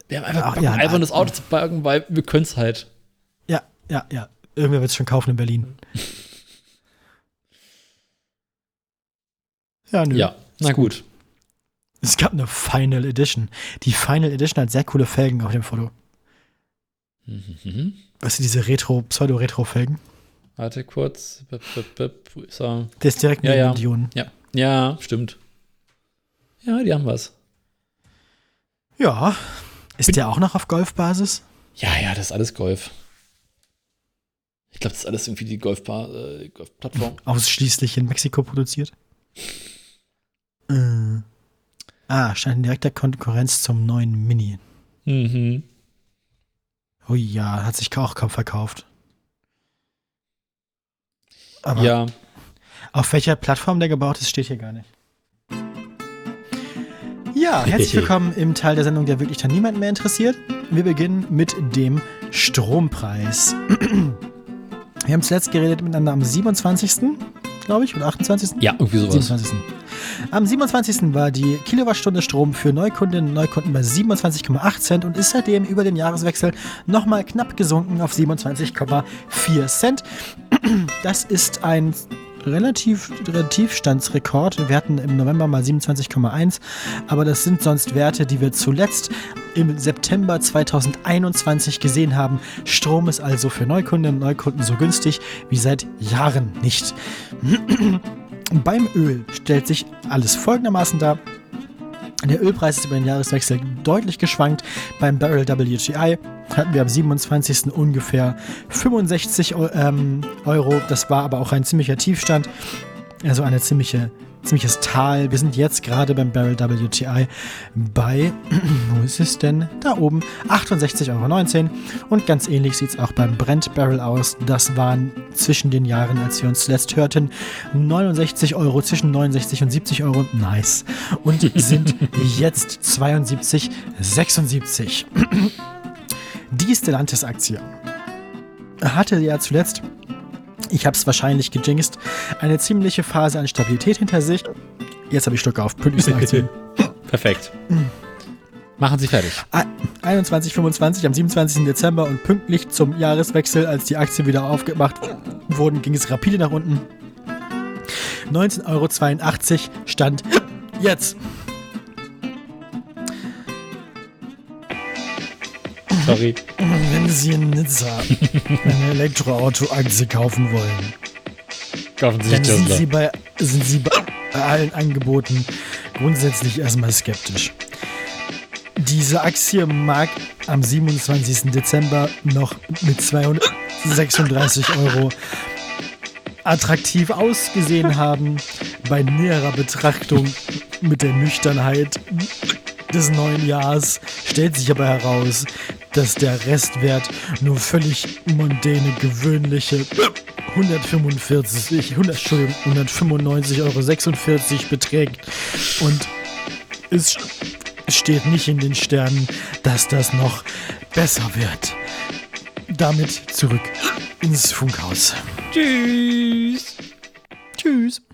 Wir haben einfach
Ach,
Bock,
ja,
ein albernes
Alter.
Auto zu backen, weil wir können es halt.
Ja, ja, ja. Irgendwer wird es schon kaufen in Berlin. Ja, nö.
Ja, na gut.
Es gab eine Final Edition. Die Final Edition hat sehr coole Felgen auf dem Foto.
Mhm.
Weißt du, diese Retro, Pseudo-Retro-Felgen?
Warte kurz. Bip, bip, bip. Wo ist er?
Der ist direkt
Ja,
neben
ja.
den Dionen.
Ja. Ja, stimmt. Ja, die haben was.
Ja. Ist der auch noch auf Golfbasis?
Ja, ja, das ist alles Golf. Ich glaube, das ist alles irgendwie die Golfpa- äh, Golfplattform.
Ausschließlich in Mexiko produziert. Äh. Ah, scheint in direkter Konkurrenz zum neuen Mini.
Mhm.
Oh ja, hat sich auch kaum verkauft. Aber
Ja,
auf welcher Plattform der gebaut ist, steht hier gar nicht. Ja, herzlich willkommen im Teil der Sendung, der wirklich dann niemand mehr interessiert. Wir beginnen mit dem Strompreis. Wir haben zuletzt geredet miteinander am 27., glaube ich, oder 28.
ja, irgendwie sowas.
27. Am 27. war die Kilowattstunde Strom für Neukundinnen und Neukunden bei 27,8 Cent und ist seitdem über den Jahreswechsel nochmal knapp gesunken auf 27,4 Cent. Das ist ein relativ Tiefstandsrekord. Wir hatten im November mal 27,1, aber das sind sonst Werte, die wir zuletzt im September 2021 gesehen haben. Strom ist also für Neukundinnen und Neukunden so günstig wie seit Jahren nicht. Beim Öl stellt sich alles folgendermaßen dar. Der Ölpreis ist über den Jahreswechsel deutlich geschwankt. Beim Barrel WTI hatten wir am 27. ungefähr 65 Eu- ähm, Euro. Das war aber auch ein ziemlicher Tiefstand, also eine ziemliche, ziemliches Tal. Wir sind jetzt gerade beim Barrel WTI bei, wo ist es denn? Da oben, 68,19 Euro. Und ganz ähnlich sieht es auch beim Brent Barrel aus. Das waren zwischen den Jahren, als wir uns zuletzt hörten, 69 Euro, zwischen 69 und 70 Euro. Nice. Und sind jetzt 72,76. Die Stellantis-Aktie hatte ja zuletzt, ich habe es wahrscheinlich gejinxt, eine ziemliche Phase an Stabilität hinter sich. Jetzt habe ich Stück auf, Pünktlichsten-Aktien.
Perfekt. Machen Sie fertig.
21.25 Ah, am 27. Dezember und pünktlich zum Jahreswechsel, als die Aktien wieder aufgemacht wurden, ging es rapide nach unten. 19,82 Euro stand jetzt.
Sorry.
Wenn Sie in Nizza eine Elektroauto-Aktie kaufen wollen,
Kaufen Sie sich
dann sind Sie,
Tesla.
bei, sind Sie bei bei allen Angeboten grundsätzlich erstmal skeptisch. Diese Aktie mag am 27. Dezember noch mit 236 Euro attraktiv ausgesehen haben. Bei näherer Betrachtung mit der Nüchternheit des neuen Jahres stellt sich aber heraus, dass der Restwert nur völlig mondäne, gewöhnliche 145, 100, Entschuldigung, 195,46 Euro beträgt und es steht nicht in den Sternen, dass das noch besser wird. Damit zurück ins Funkhaus.
Tschüss.
Tschüss.